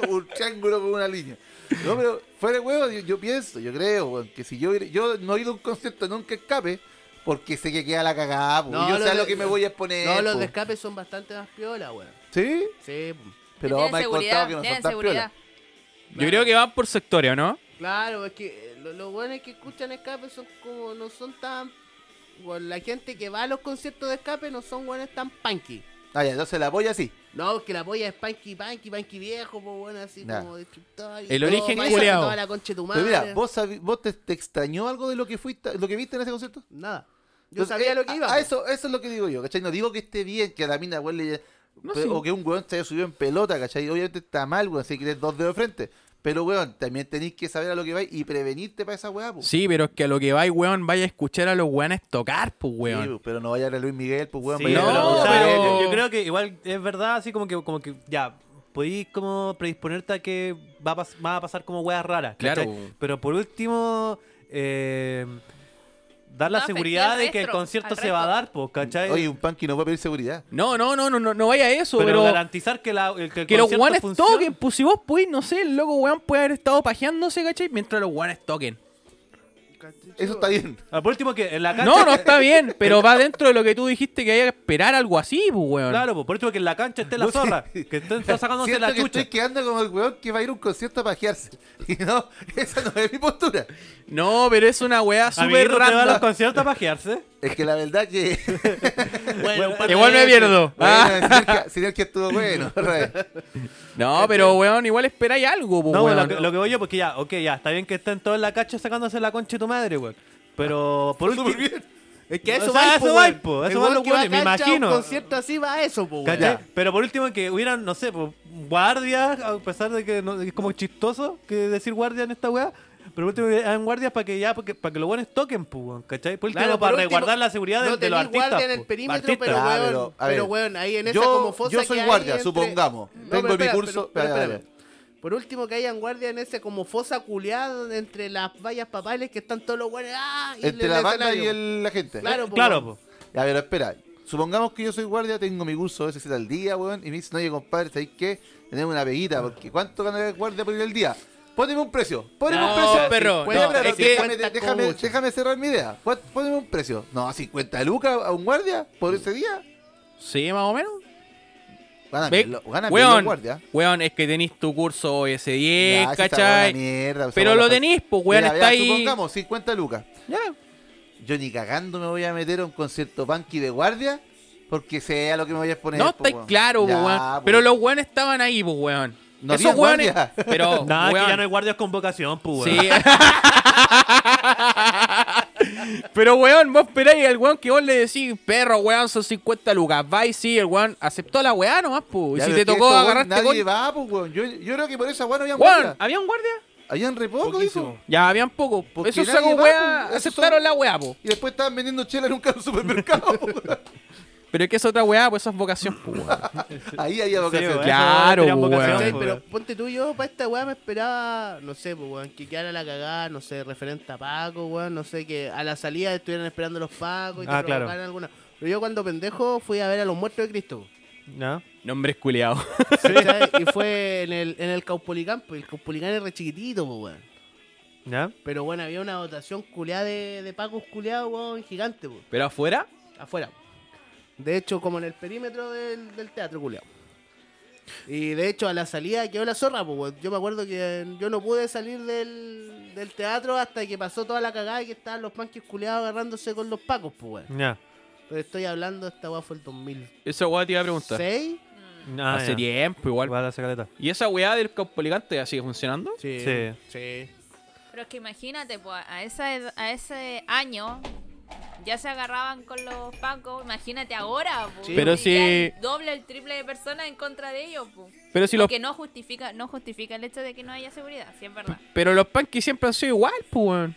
Speaker 2: un triángulo con una línea. No, pero fuera de huevo, yo, yo pienso, yo creo, weón, que si yo, yo no he ido a un concierto nunca escape, porque sé que queda la cagada, po,
Speaker 3: No,
Speaker 2: y yo
Speaker 3: los
Speaker 2: sé a
Speaker 3: de-
Speaker 2: lo que me voy a exponer.
Speaker 3: No, los
Speaker 2: po.
Speaker 3: de escape son bastante más piola, weón.
Speaker 2: pues. Sí, pues.
Speaker 3: Sí, po.
Speaker 2: pero
Speaker 4: Tienen
Speaker 2: me han
Speaker 4: seguridad,
Speaker 2: contado que no son
Speaker 4: tienen
Speaker 2: tan piolas.
Speaker 4: seguridad.
Speaker 5: Yo creo que van por sectorio, ¿no?
Speaker 3: claro, es que eh, lo- los weones que escuchan escape son como, no son tan. weón, la gente que va a los conciertos de escape no son weones tan punky.
Speaker 2: Ah, ya, entonces la polla sí.
Speaker 3: No, que la polla es punky, punky, punky viejo, pues bueno, así
Speaker 2: Nah.
Speaker 3: como destructor. y
Speaker 5: El
Speaker 3: todo,
Speaker 5: origen
Speaker 3: váyase
Speaker 5: culeado.
Speaker 3: toda la concha de tu
Speaker 2: Pero
Speaker 3: madre.
Speaker 2: mira, ¿vos, sabi- vos te, te extrañó algo de lo que fuiste, lo que viste en ese concierto?
Speaker 3: Nada. Yo
Speaker 2: Entonces,
Speaker 3: sabía
Speaker 2: eh,
Speaker 3: lo que iba. pues.
Speaker 2: A, a
Speaker 3: po.
Speaker 2: eso, eso es lo que digo yo, ¿cachai? No digo que esté bien, que a la mina, weón, le- pe-
Speaker 5: sí.
Speaker 2: o que un weón se haya subido en pelota, ¿cachai? Obviamente está mal, weón, si querés dos dedos de frente. Pero, weón, también tenéis que saber a lo que vais y prevenirte para esa weá, pues.
Speaker 5: Sí, pero es que a lo que vais, weón, vaya a escuchar a los weones tocar, pues,
Speaker 2: Sí,
Speaker 5: weón.
Speaker 2: pues, pero no vaya a ver a Luis Miguel, pues, weón.
Speaker 1: Sí,
Speaker 2: vaya a ver a
Speaker 5: no,
Speaker 1: o
Speaker 2: Luis
Speaker 1: sea,
Speaker 5: pero-
Speaker 2: Miguel.
Speaker 1: yo, yo creo que igual es verdad, así como que, como que ya, podéis como predisponerte a que va a, pas- va a pasar como weas raras.
Speaker 5: Claro.
Speaker 1: ¿cachai? Pero por último, eh, dar la
Speaker 4: No,
Speaker 1: seguridad
Speaker 4: afectar al
Speaker 1: de que el
Speaker 4: resto,
Speaker 1: concierto
Speaker 4: al
Speaker 1: se va a
Speaker 4: resto.
Speaker 1: dar, pues, ¿cachai?
Speaker 2: Oye, un punky no puede pedir seguridad.
Speaker 5: No, no, no, no, no, no vaya a eso,
Speaker 1: pero,
Speaker 5: pero,
Speaker 1: garantizar que, la, el, que el
Speaker 5: que los
Speaker 1: concierto
Speaker 5: weones
Speaker 1: funcione.
Speaker 5: toquen, pues si vos pues, no sé, el loco weón puede haber estado pajeándose, ¿cachai? Mientras los weones toquen.
Speaker 2: Eso está bien.
Speaker 1: Ah, Por último, que en la cancha.
Speaker 5: No, no está bien, pero va dentro de lo que tú dijiste que hay que esperar algo así, pues, weón.
Speaker 1: Claro, pues, por último, que en la cancha esté la
Speaker 2: No sé.
Speaker 1: zorra. Que estén todos sacándose
Speaker 2: Siento
Speaker 1: la
Speaker 2: que
Speaker 1: chucha.
Speaker 2: estoy quedando como el weón que va a ir a un concierto a pajearse. Y no, esa no es mi postura.
Speaker 5: No, pero es una weá súper
Speaker 1: Amiguito, ¿usted va a los
Speaker 5: random.
Speaker 1: conciertos a pajearse?
Speaker 2: Es que la verdad que...
Speaker 3: Bueno, eh, un par de
Speaker 5: Igual me
Speaker 3: veces.
Speaker 5: pierdo. Ah,
Speaker 2: Bueno, señor que- señor que estuvo bueno. Rey.
Speaker 5: No, pero weón, igual esperáis algo, pues,
Speaker 1: No,
Speaker 5: weón.
Speaker 1: lo, que- lo que voy yo, porque ya, ok, ya, está bien que estén todos en la cancha sacándose la concha de tu madre, weón. Pero por último.
Speaker 3: Es que
Speaker 1: O
Speaker 3: a eso
Speaker 1: sea,
Speaker 3: va,
Speaker 1: a eso va, po, a
Speaker 3: po. El
Speaker 1: eso van
Speaker 3: weón
Speaker 1: los
Speaker 3: que va
Speaker 1: weones, me
Speaker 3: a cancha a
Speaker 1: imagino.
Speaker 3: Un concierto así va a eso, po, weón.
Speaker 1: ¿cachai?
Speaker 2: Ya.
Speaker 1: Pero por último, que hubieran, no sé, pues, guardias, a pesar de que no- es como chistoso que decir guardia en esta weá. Pero por último, que hagan guardias para que ya, porque, para que los buenos toquen, pues, weón, ¿cachai? Por último,
Speaker 3: Claro,
Speaker 1: para
Speaker 3: por último,
Speaker 1: resguardar la seguridad de,
Speaker 3: no
Speaker 1: de los
Speaker 3: tenés
Speaker 1: artistas.
Speaker 3: guardia en el
Speaker 1: pues,
Speaker 3: perímetro,
Speaker 1: artistas.
Speaker 3: pero
Speaker 2: Ah,
Speaker 3: weón,
Speaker 2: pero,
Speaker 3: pero,
Speaker 2: a ver,
Speaker 3: weón, ahí en esa
Speaker 2: yo,
Speaker 3: como fosa
Speaker 2: yo
Speaker 3: que
Speaker 2: soy
Speaker 3: hay
Speaker 2: guardia,
Speaker 3: entre-
Speaker 2: supongamos.
Speaker 3: No,
Speaker 2: Tengo
Speaker 3: pero
Speaker 2: mi
Speaker 3: espera,
Speaker 2: curso.
Speaker 3: pero- pero
Speaker 2: espera,
Speaker 3: espérame. Ah, Por último, que hayan guardia en ese como fosa culeada entre las vallas papales que están todos los weones. ¡ah! y
Speaker 2: Entre
Speaker 3: el
Speaker 2: la banda y
Speaker 3: escenario.
Speaker 2: el- la gente.
Speaker 3: Claro, po,
Speaker 1: Claro,
Speaker 3: weón.
Speaker 1: pues.
Speaker 2: A ver, espera. Supongamos que yo soy guardia, tengo mi curso ese al día, weón, y me dicen, oye, compadre, ¿sabéis qué? Tenemos una peguita, porque ¿cuánto gana el guardia por ir al día? Poneme un precio, poneme
Speaker 5: No,
Speaker 2: un precio.
Speaker 5: perro,
Speaker 2: Oye,
Speaker 5: no,
Speaker 2: espera,
Speaker 5: es que-
Speaker 2: déjame, déjame,
Speaker 3: Cuenta
Speaker 2: déjame cerrar mi idea. ¿Cuánto- Poneme un precio. No, 50 lucas a un guardia por ese día.
Speaker 5: Sí, más o menos.
Speaker 2: Gáname,
Speaker 5: Ve,
Speaker 2: lo- gáname los
Speaker 5: weón,
Speaker 2: guardia.
Speaker 5: weón, es que tenéis tu curso
Speaker 2: Ya,
Speaker 5: OS10,
Speaker 2: si esa
Speaker 5: Eh, ¿cachai?
Speaker 2: buena mierda, esa
Speaker 5: Pero
Speaker 2: buena
Speaker 5: lo
Speaker 2: fa-
Speaker 5: tenís, pues, weón,
Speaker 2: Mira,
Speaker 5: está
Speaker 2: ya,
Speaker 5: ahí.
Speaker 2: Supongamos, 50 lucas. Yo ni cagando me voy a meter a un concierto punky de guardia porque sea lo que me voy a exponer.
Speaker 5: No,
Speaker 2: po,
Speaker 5: estáis
Speaker 2: weón.
Speaker 5: claro, pues,
Speaker 2: Ya,
Speaker 5: weón.
Speaker 2: po.
Speaker 5: Pero los weones estaban ahí, pues, weón.
Speaker 2: No
Speaker 5: Esos
Speaker 2: había
Speaker 5: weones.
Speaker 2: guardia.
Speaker 5: Pero,
Speaker 1: Nada,
Speaker 5: weón,
Speaker 1: que ya no hay guardias con vocación, pues, weón.
Speaker 5: Sí. Pero, weón, vos esperáis al weón que vos le decís, perro, weón, son 50 lucas. Va y sí, el weón aceptó la weá nomás, pues.
Speaker 2: Ya,
Speaker 5: Y si
Speaker 2: pero
Speaker 5: te
Speaker 2: es que
Speaker 5: tocó
Speaker 2: esto, weón,
Speaker 5: agarrarte
Speaker 2: Nadie
Speaker 5: con...
Speaker 2: va, pues, weón. Yo, yo creo que por esa weón habían
Speaker 5: Weón,
Speaker 2: guardia.
Speaker 5: ¿había un guardia?
Speaker 2: Habían re poco,
Speaker 1: Poquísimo.
Speaker 2: dijo.
Speaker 5: Ya, habían poco.
Speaker 2: Porque
Speaker 5: Esos
Speaker 2: nadie
Speaker 5: sacos
Speaker 2: va,
Speaker 5: weá
Speaker 2: pues, esos
Speaker 5: aceptaron
Speaker 2: son-
Speaker 5: la weá, po.
Speaker 2: Y después estaban vendiendo chela en un carro supermercado. po, weón.
Speaker 5: Pero es que es otra weá, pues eso es vocación, po, weón.
Speaker 2: Ahí había vocación.
Speaker 1: weón,
Speaker 5: Claro,
Speaker 1: tenían
Speaker 5: weón.
Speaker 1: vocación,
Speaker 3: ¿Cachai?
Speaker 1: pues,
Speaker 3: Pero
Speaker 1: weón.
Speaker 3: ponte tú, yo para esta weá me esperaba, no sé, pues, weón, que quedara la cagada, no sé, referente a Paco, weón, no sé, que a la salida estuvieran esperando los Pacos y te
Speaker 1: Ah, claro.
Speaker 3: provocaran alguna. Pero yo cuando pendejo fui a ver a los muertos de Cristo.
Speaker 1: ¿No?
Speaker 5: Nombres culiados.
Speaker 3: ¿cachai? y fue en el, en el Caupolicán, pues el Caupolicán es re chiquitito, pues, weón.
Speaker 1: ¿Ya?
Speaker 3: Pero bueno, había una votación culeada de, de Pacos culeados, weón, gigante, pues,
Speaker 5: Pero afuera,
Speaker 3: afuera. De hecho, como en el perímetro del, del teatro culeado. Y de hecho, a la salida quedó la zorra, pues, weón. Yo me acuerdo que yo no pude salir del, del teatro hasta que pasó toda la cagada y que estaban los panques culeados agarrándose con los pacos, pues, weón.
Speaker 1: Ya.
Speaker 3: Pero estoy hablando, esta weá fue el 2006.
Speaker 5: Esa weá te iba a preguntar.
Speaker 1: Ah,
Speaker 5: Hace
Speaker 1: ya.
Speaker 5: tiempo igual.
Speaker 1: Igual hace caleta.
Speaker 5: ¿Y esa weá del caupoligante sigue funcionando?
Speaker 3: Sí.
Speaker 1: Sí.
Speaker 3: Sí.
Speaker 4: Pero es que imagínate, pues, a, esa ed- a ese año ya se agarraban con los pacos. Imagínate ahora, pues.
Speaker 3: Sí.
Speaker 5: Pero
Speaker 4: hoy día
Speaker 5: si-
Speaker 4: hay Doble el triple de personas en contra de ellos, pues.
Speaker 5: Pero si
Speaker 4: Lo
Speaker 5: los,
Speaker 4: que no justifica, no justifica el hecho de que no haya seguridad, si es verdad.
Speaker 5: pero los punkies siempre han sido igual, pues, weón.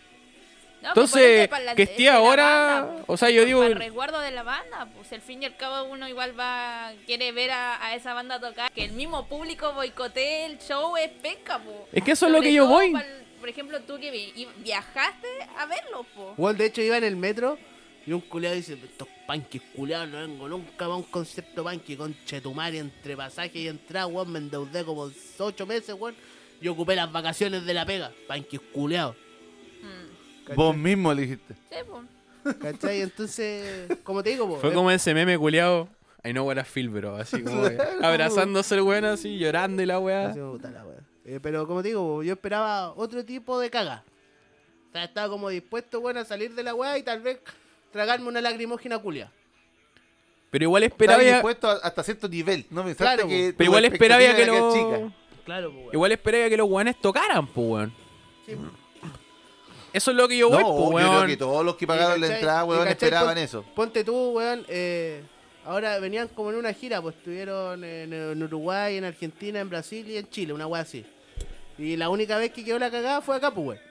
Speaker 4: No, pues, por
Speaker 5: Entonces,
Speaker 4: ende, para la-
Speaker 5: que
Speaker 4: de
Speaker 5: esté
Speaker 4: la
Speaker 5: ahora.
Speaker 4: banda, pues,
Speaker 5: o sea, yo digo.
Speaker 4: para el resguardo de la banda, pues al fin y al cabo uno igual va quiere ver a, a esa banda tocar, que el mismo público boicotee el show es pesca, po.
Speaker 5: Es que eso es lo
Speaker 4: Sobre
Speaker 5: que yo
Speaker 4: todo
Speaker 5: voy.
Speaker 4: pa'l- por ejemplo, tú que vi- y viajaste a verlo, po.
Speaker 3: Weón, de hecho, iba en el metro y un culeado dice: Estos panques culeados no vengo nunca a un concepto panque con chetumari entre pasaje y entrada, weón. Me endeudé como 8 meses, weón. Y ocupé las vacaciones de la pega. Panques culeados.
Speaker 2: Vos mismo le dijiste.
Speaker 4: Sí, po.
Speaker 3: ¿Cachai? Entonces, como te digo, po,
Speaker 5: Fue
Speaker 3: eh,
Speaker 5: como ese meme culiado. I know what I feel, bro. Así como que abrazándose el weón así, llorando y la weá.
Speaker 3: así como, puta la wea. Eh, pero como te digo, po, yo esperaba otro tipo de caga. O sea, estaba como dispuesto, weón, a salir de la weá y tal vez tragarme una lagrimógena culia.
Speaker 5: Pero igual
Speaker 2: Estaba
Speaker 5: esperaba.
Speaker 2: dispuesto a- hasta cierto nivel. No pensaste
Speaker 3: Claro,
Speaker 2: que.
Speaker 5: Pero igual
Speaker 2: tu
Speaker 5: esperaba
Speaker 2: expectativa
Speaker 5: que
Speaker 2: era
Speaker 5: los.
Speaker 2: chica.
Speaker 3: Claro, po, weón.
Speaker 5: Pues. Igual esperaba que los weones tocaran, pues weón.
Speaker 3: Sí, po.
Speaker 5: Eso es lo que yo
Speaker 2: No,
Speaker 5: voy,
Speaker 2: yo
Speaker 5: po,
Speaker 2: creo
Speaker 5: pues, weón.
Speaker 2: que todos los que pagaron la
Speaker 3: ¿Cachai?
Speaker 2: entrada,
Speaker 3: ¿Y
Speaker 2: weón,
Speaker 3: cachai?
Speaker 2: esperaban
Speaker 3: Ponte-
Speaker 2: eso.
Speaker 3: Ponte tú, weón. eh, ahora venían como en una gira, pues estuvieron en, en Uruguay, en Argentina, en Brasil y en Chile, una weá así. Y la única vez que quedó la cagada fue acá, pues, weón.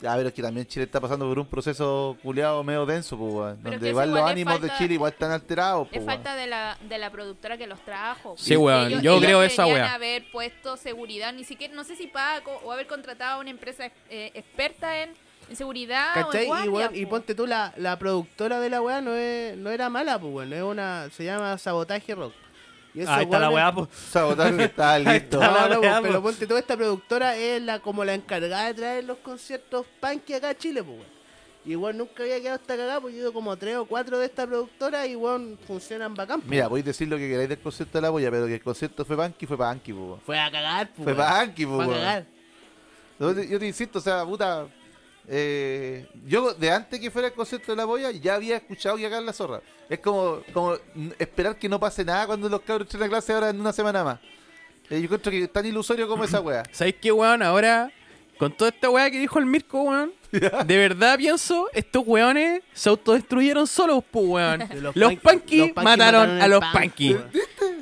Speaker 2: Ya, pero es que también Chile está pasando por un proceso culeado medio denso, pues, weón,
Speaker 4: Pero que
Speaker 2: Donde
Speaker 4: eso
Speaker 2: igual los
Speaker 4: igual es
Speaker 2: ánimos de
Speaker 4: falta-
Speaker 2: Chile igual están alterados,
Speaker 4: Es
Speaker 2: pues, weón.
Speaker 4: falta de la, de la productora que los trajo. po.
Speaker 5: Oh, Sí, weón,
Speaker 4: Ellos-
Speaker 5: yo
Speaker 4: ellos
Speaker 5: creo esa
Speaker 4: deberían
Speaker 5: weá.
Speaker 4: haber puesto seguridad, ni siquiera, no sé si Paco o haber contratado a una empresa eh, experta en, en seguridad
Speaker 3: ¿Cachai?
Speaker 4: Ah, o en
Speaker 3: Y,
Speaker 4: guardia, pues.
Speaker 3: weón, y
Speaker 4: po.
Speaker 3: ponte tú, la, la productora de la weá no, es, no era mala, pues, weón. Es una, se llama Sabotaje Rock. Y esos
Speaker 1: Ah, Ahí está la
Speaker 3: weones-
Speaker 1: weá, po.
Speaker 2: Sabotaje está listo.
Speaker 3: No, no,
Speaker 1: la
Speaker 3: no,
Speaker 1: weá,
Speaker 3: po, pero
Speaker 1: po.
Speaker 3: ponte tú, esta productora es la como la encargada de traer los conciertos punk acá a Chile, pues, weón. Y weón, nunca había quedado esta cagada, pues yo he ido como a tres o cuatro de esta productora y weón, funcionan bacán. pues. po.
Speaker 2: Mira, podéis decir lo que queráis del concierto de la polla, pero que el concierto fue banqui, fue banqui, pues, weón.
Speaker 3: Fue a cagar, pues.
Speaker 2: Fue
Speaker 3: weón.
Speaker 2: banqui, pues,
Speaker 3: Fue a
Speaker 2: weón.
Speaker 3: cagar.
Speaker 2: Yo te, yo te insisto, o sea, puta. eh, yo de antes que fuera el concierto de la polla ya había escuchado que acá la zorra. Es como, como n- esperar que no pase nada cuando los cabros entren a clase ahora en una semana más. Eh, yo creo que es tan ilusorio como esa wea.
Speaker 5: ¿Sabéis qué, weón? Ahora, con toda esta weá que dijo el Mirko, weón, de verdad pienso, estos weones se autodestruyeron solos, pues, weón.
Speaker 3: De
Speaker 5: Los,
Speaker 3: punky-
Speaker 5: punkies
Speaker 3: punky
Speaker 5: mataron, a
Speaker 3: el
Speaker 5: los
Speaker 3: punk,
Speaker 5: punkies.
Speaker 3: weón.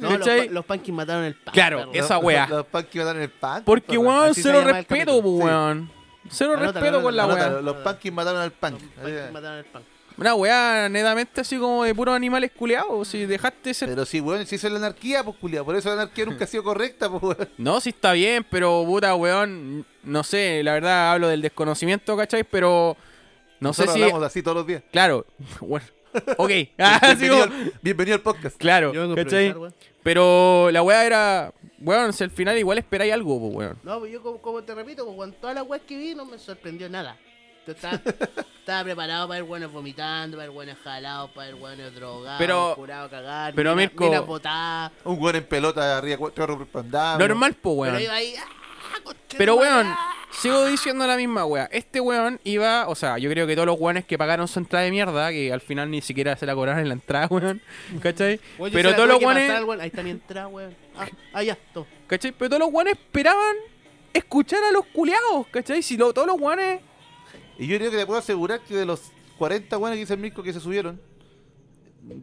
Speaker 3: No, los,
Speaker 5: ¿Cachai?
Speaker 3: pa- los punkies mataron el punk.
Speaker 5: Claro,
Speaker 3: perro.
Speaker 5: es- Esa wea.
Speaker 2: Los, punk que mataron el punk.
Speaker 5: Porque,
Speaker 2: perro.
Speaker 5: weón,
Speaker 3: así se
Speaker 5: cero
Speaker 3: llama el
Speaker 5: respeto,
Speaker 3: capítulo.
Speaker 5: pues,
Speaker 2: Sí.
Speaker 5: weón. Cero
Speaker 3: Anótalo,
Speaker 5: respeto con la
Speaker 3: anótalo,
Speaker 5: weá.
Speaker 2: Anótalo, Los punkies mataron al punk.
Speaker 3: Los punkies mataron el punk.
Speaker 5: Una weá netamente así como de puros animales culeados. Si dejaste ese.
Speaker 2: Pero sí, weón, si eso es la anarquía, pues, culiao. Por eso la anarquía nunca ha sido correcta, pues, weón.
Speaker 5: No, sí está bien, pero puta, weón. No sé, la verdad hablo del desconocimiento, ¿cachai? Pero. No sé
Speaker 2: Nosotros
Speaker 5: si.
Speaker 2: hablamos así todos los días.
Speaker 5: Claro. Bueno. Ok. Ah, sí,
Speaker 2: bienvenido,
Speaker 5: como-
Speaker 2: al, bienvenido al podcast.
Speaker 5: Claro.
Speaker 3: Yo vengo a
Speaker 5: ¿cachai?
Speaker 3: improvisar, weón.
Speaker 5: Pero la weá era. Weón, si al final igual esperáis algo, pues, weón.
Speaker 3: No, pues yo como, como te repito, pues, con todas las weas que vi no me sorprendió nada. Yo estaba, estaba preparado para el bueno vomitando, para el bueno jalado, para el bueno drogado,
Speaker 5: Pero-
Speaker 3: curado a cagar,
Speaker 5: pero,
Speaker 3: mina-
Speaker 5: Mirko-
Speaker 3: mina botada,
Speaker 2: Un weón en pelota arriba, cuatro perros por
Speaker 3: Ah,
Speaker 2: andar.
Speaker 5: Normal, pues,
Speaker 3: pero
Speaker 5: weón.
Speaker 3: iba ahí, ¡ah, conchetumare!
Speaker 5: Pero, weón,
Speaker 3: ah".
Speaker 5: sigo diciendo la misma weá. Este weón iba, o sea, yo creo que todos los weones que pagaron su entrada de mierda, que al final ni siquiera se la cobraron en la entrada, weón. ¿Cachai?
Speaker 3: Weón, yo se
Speaker 5: Pero
Speaker 3: la
Speaker 5: todos
Speaker 3: tuve
Speaker 5: los
Speaker 3: que
Speaker 5: weones,
Speaker 3: pasar, weón. Ahí está mi entrada, weón. Ah, ah, ya, todo.
Speaker 5: ¿cachai? Pero todos los weones esperaban escuchar a los culiados, ¿cachai? Si lo- todos los weones.
Speaker 2: Y yo creo que te puedo asegurar que de los 40 weones que dice el Mirko que se subieron,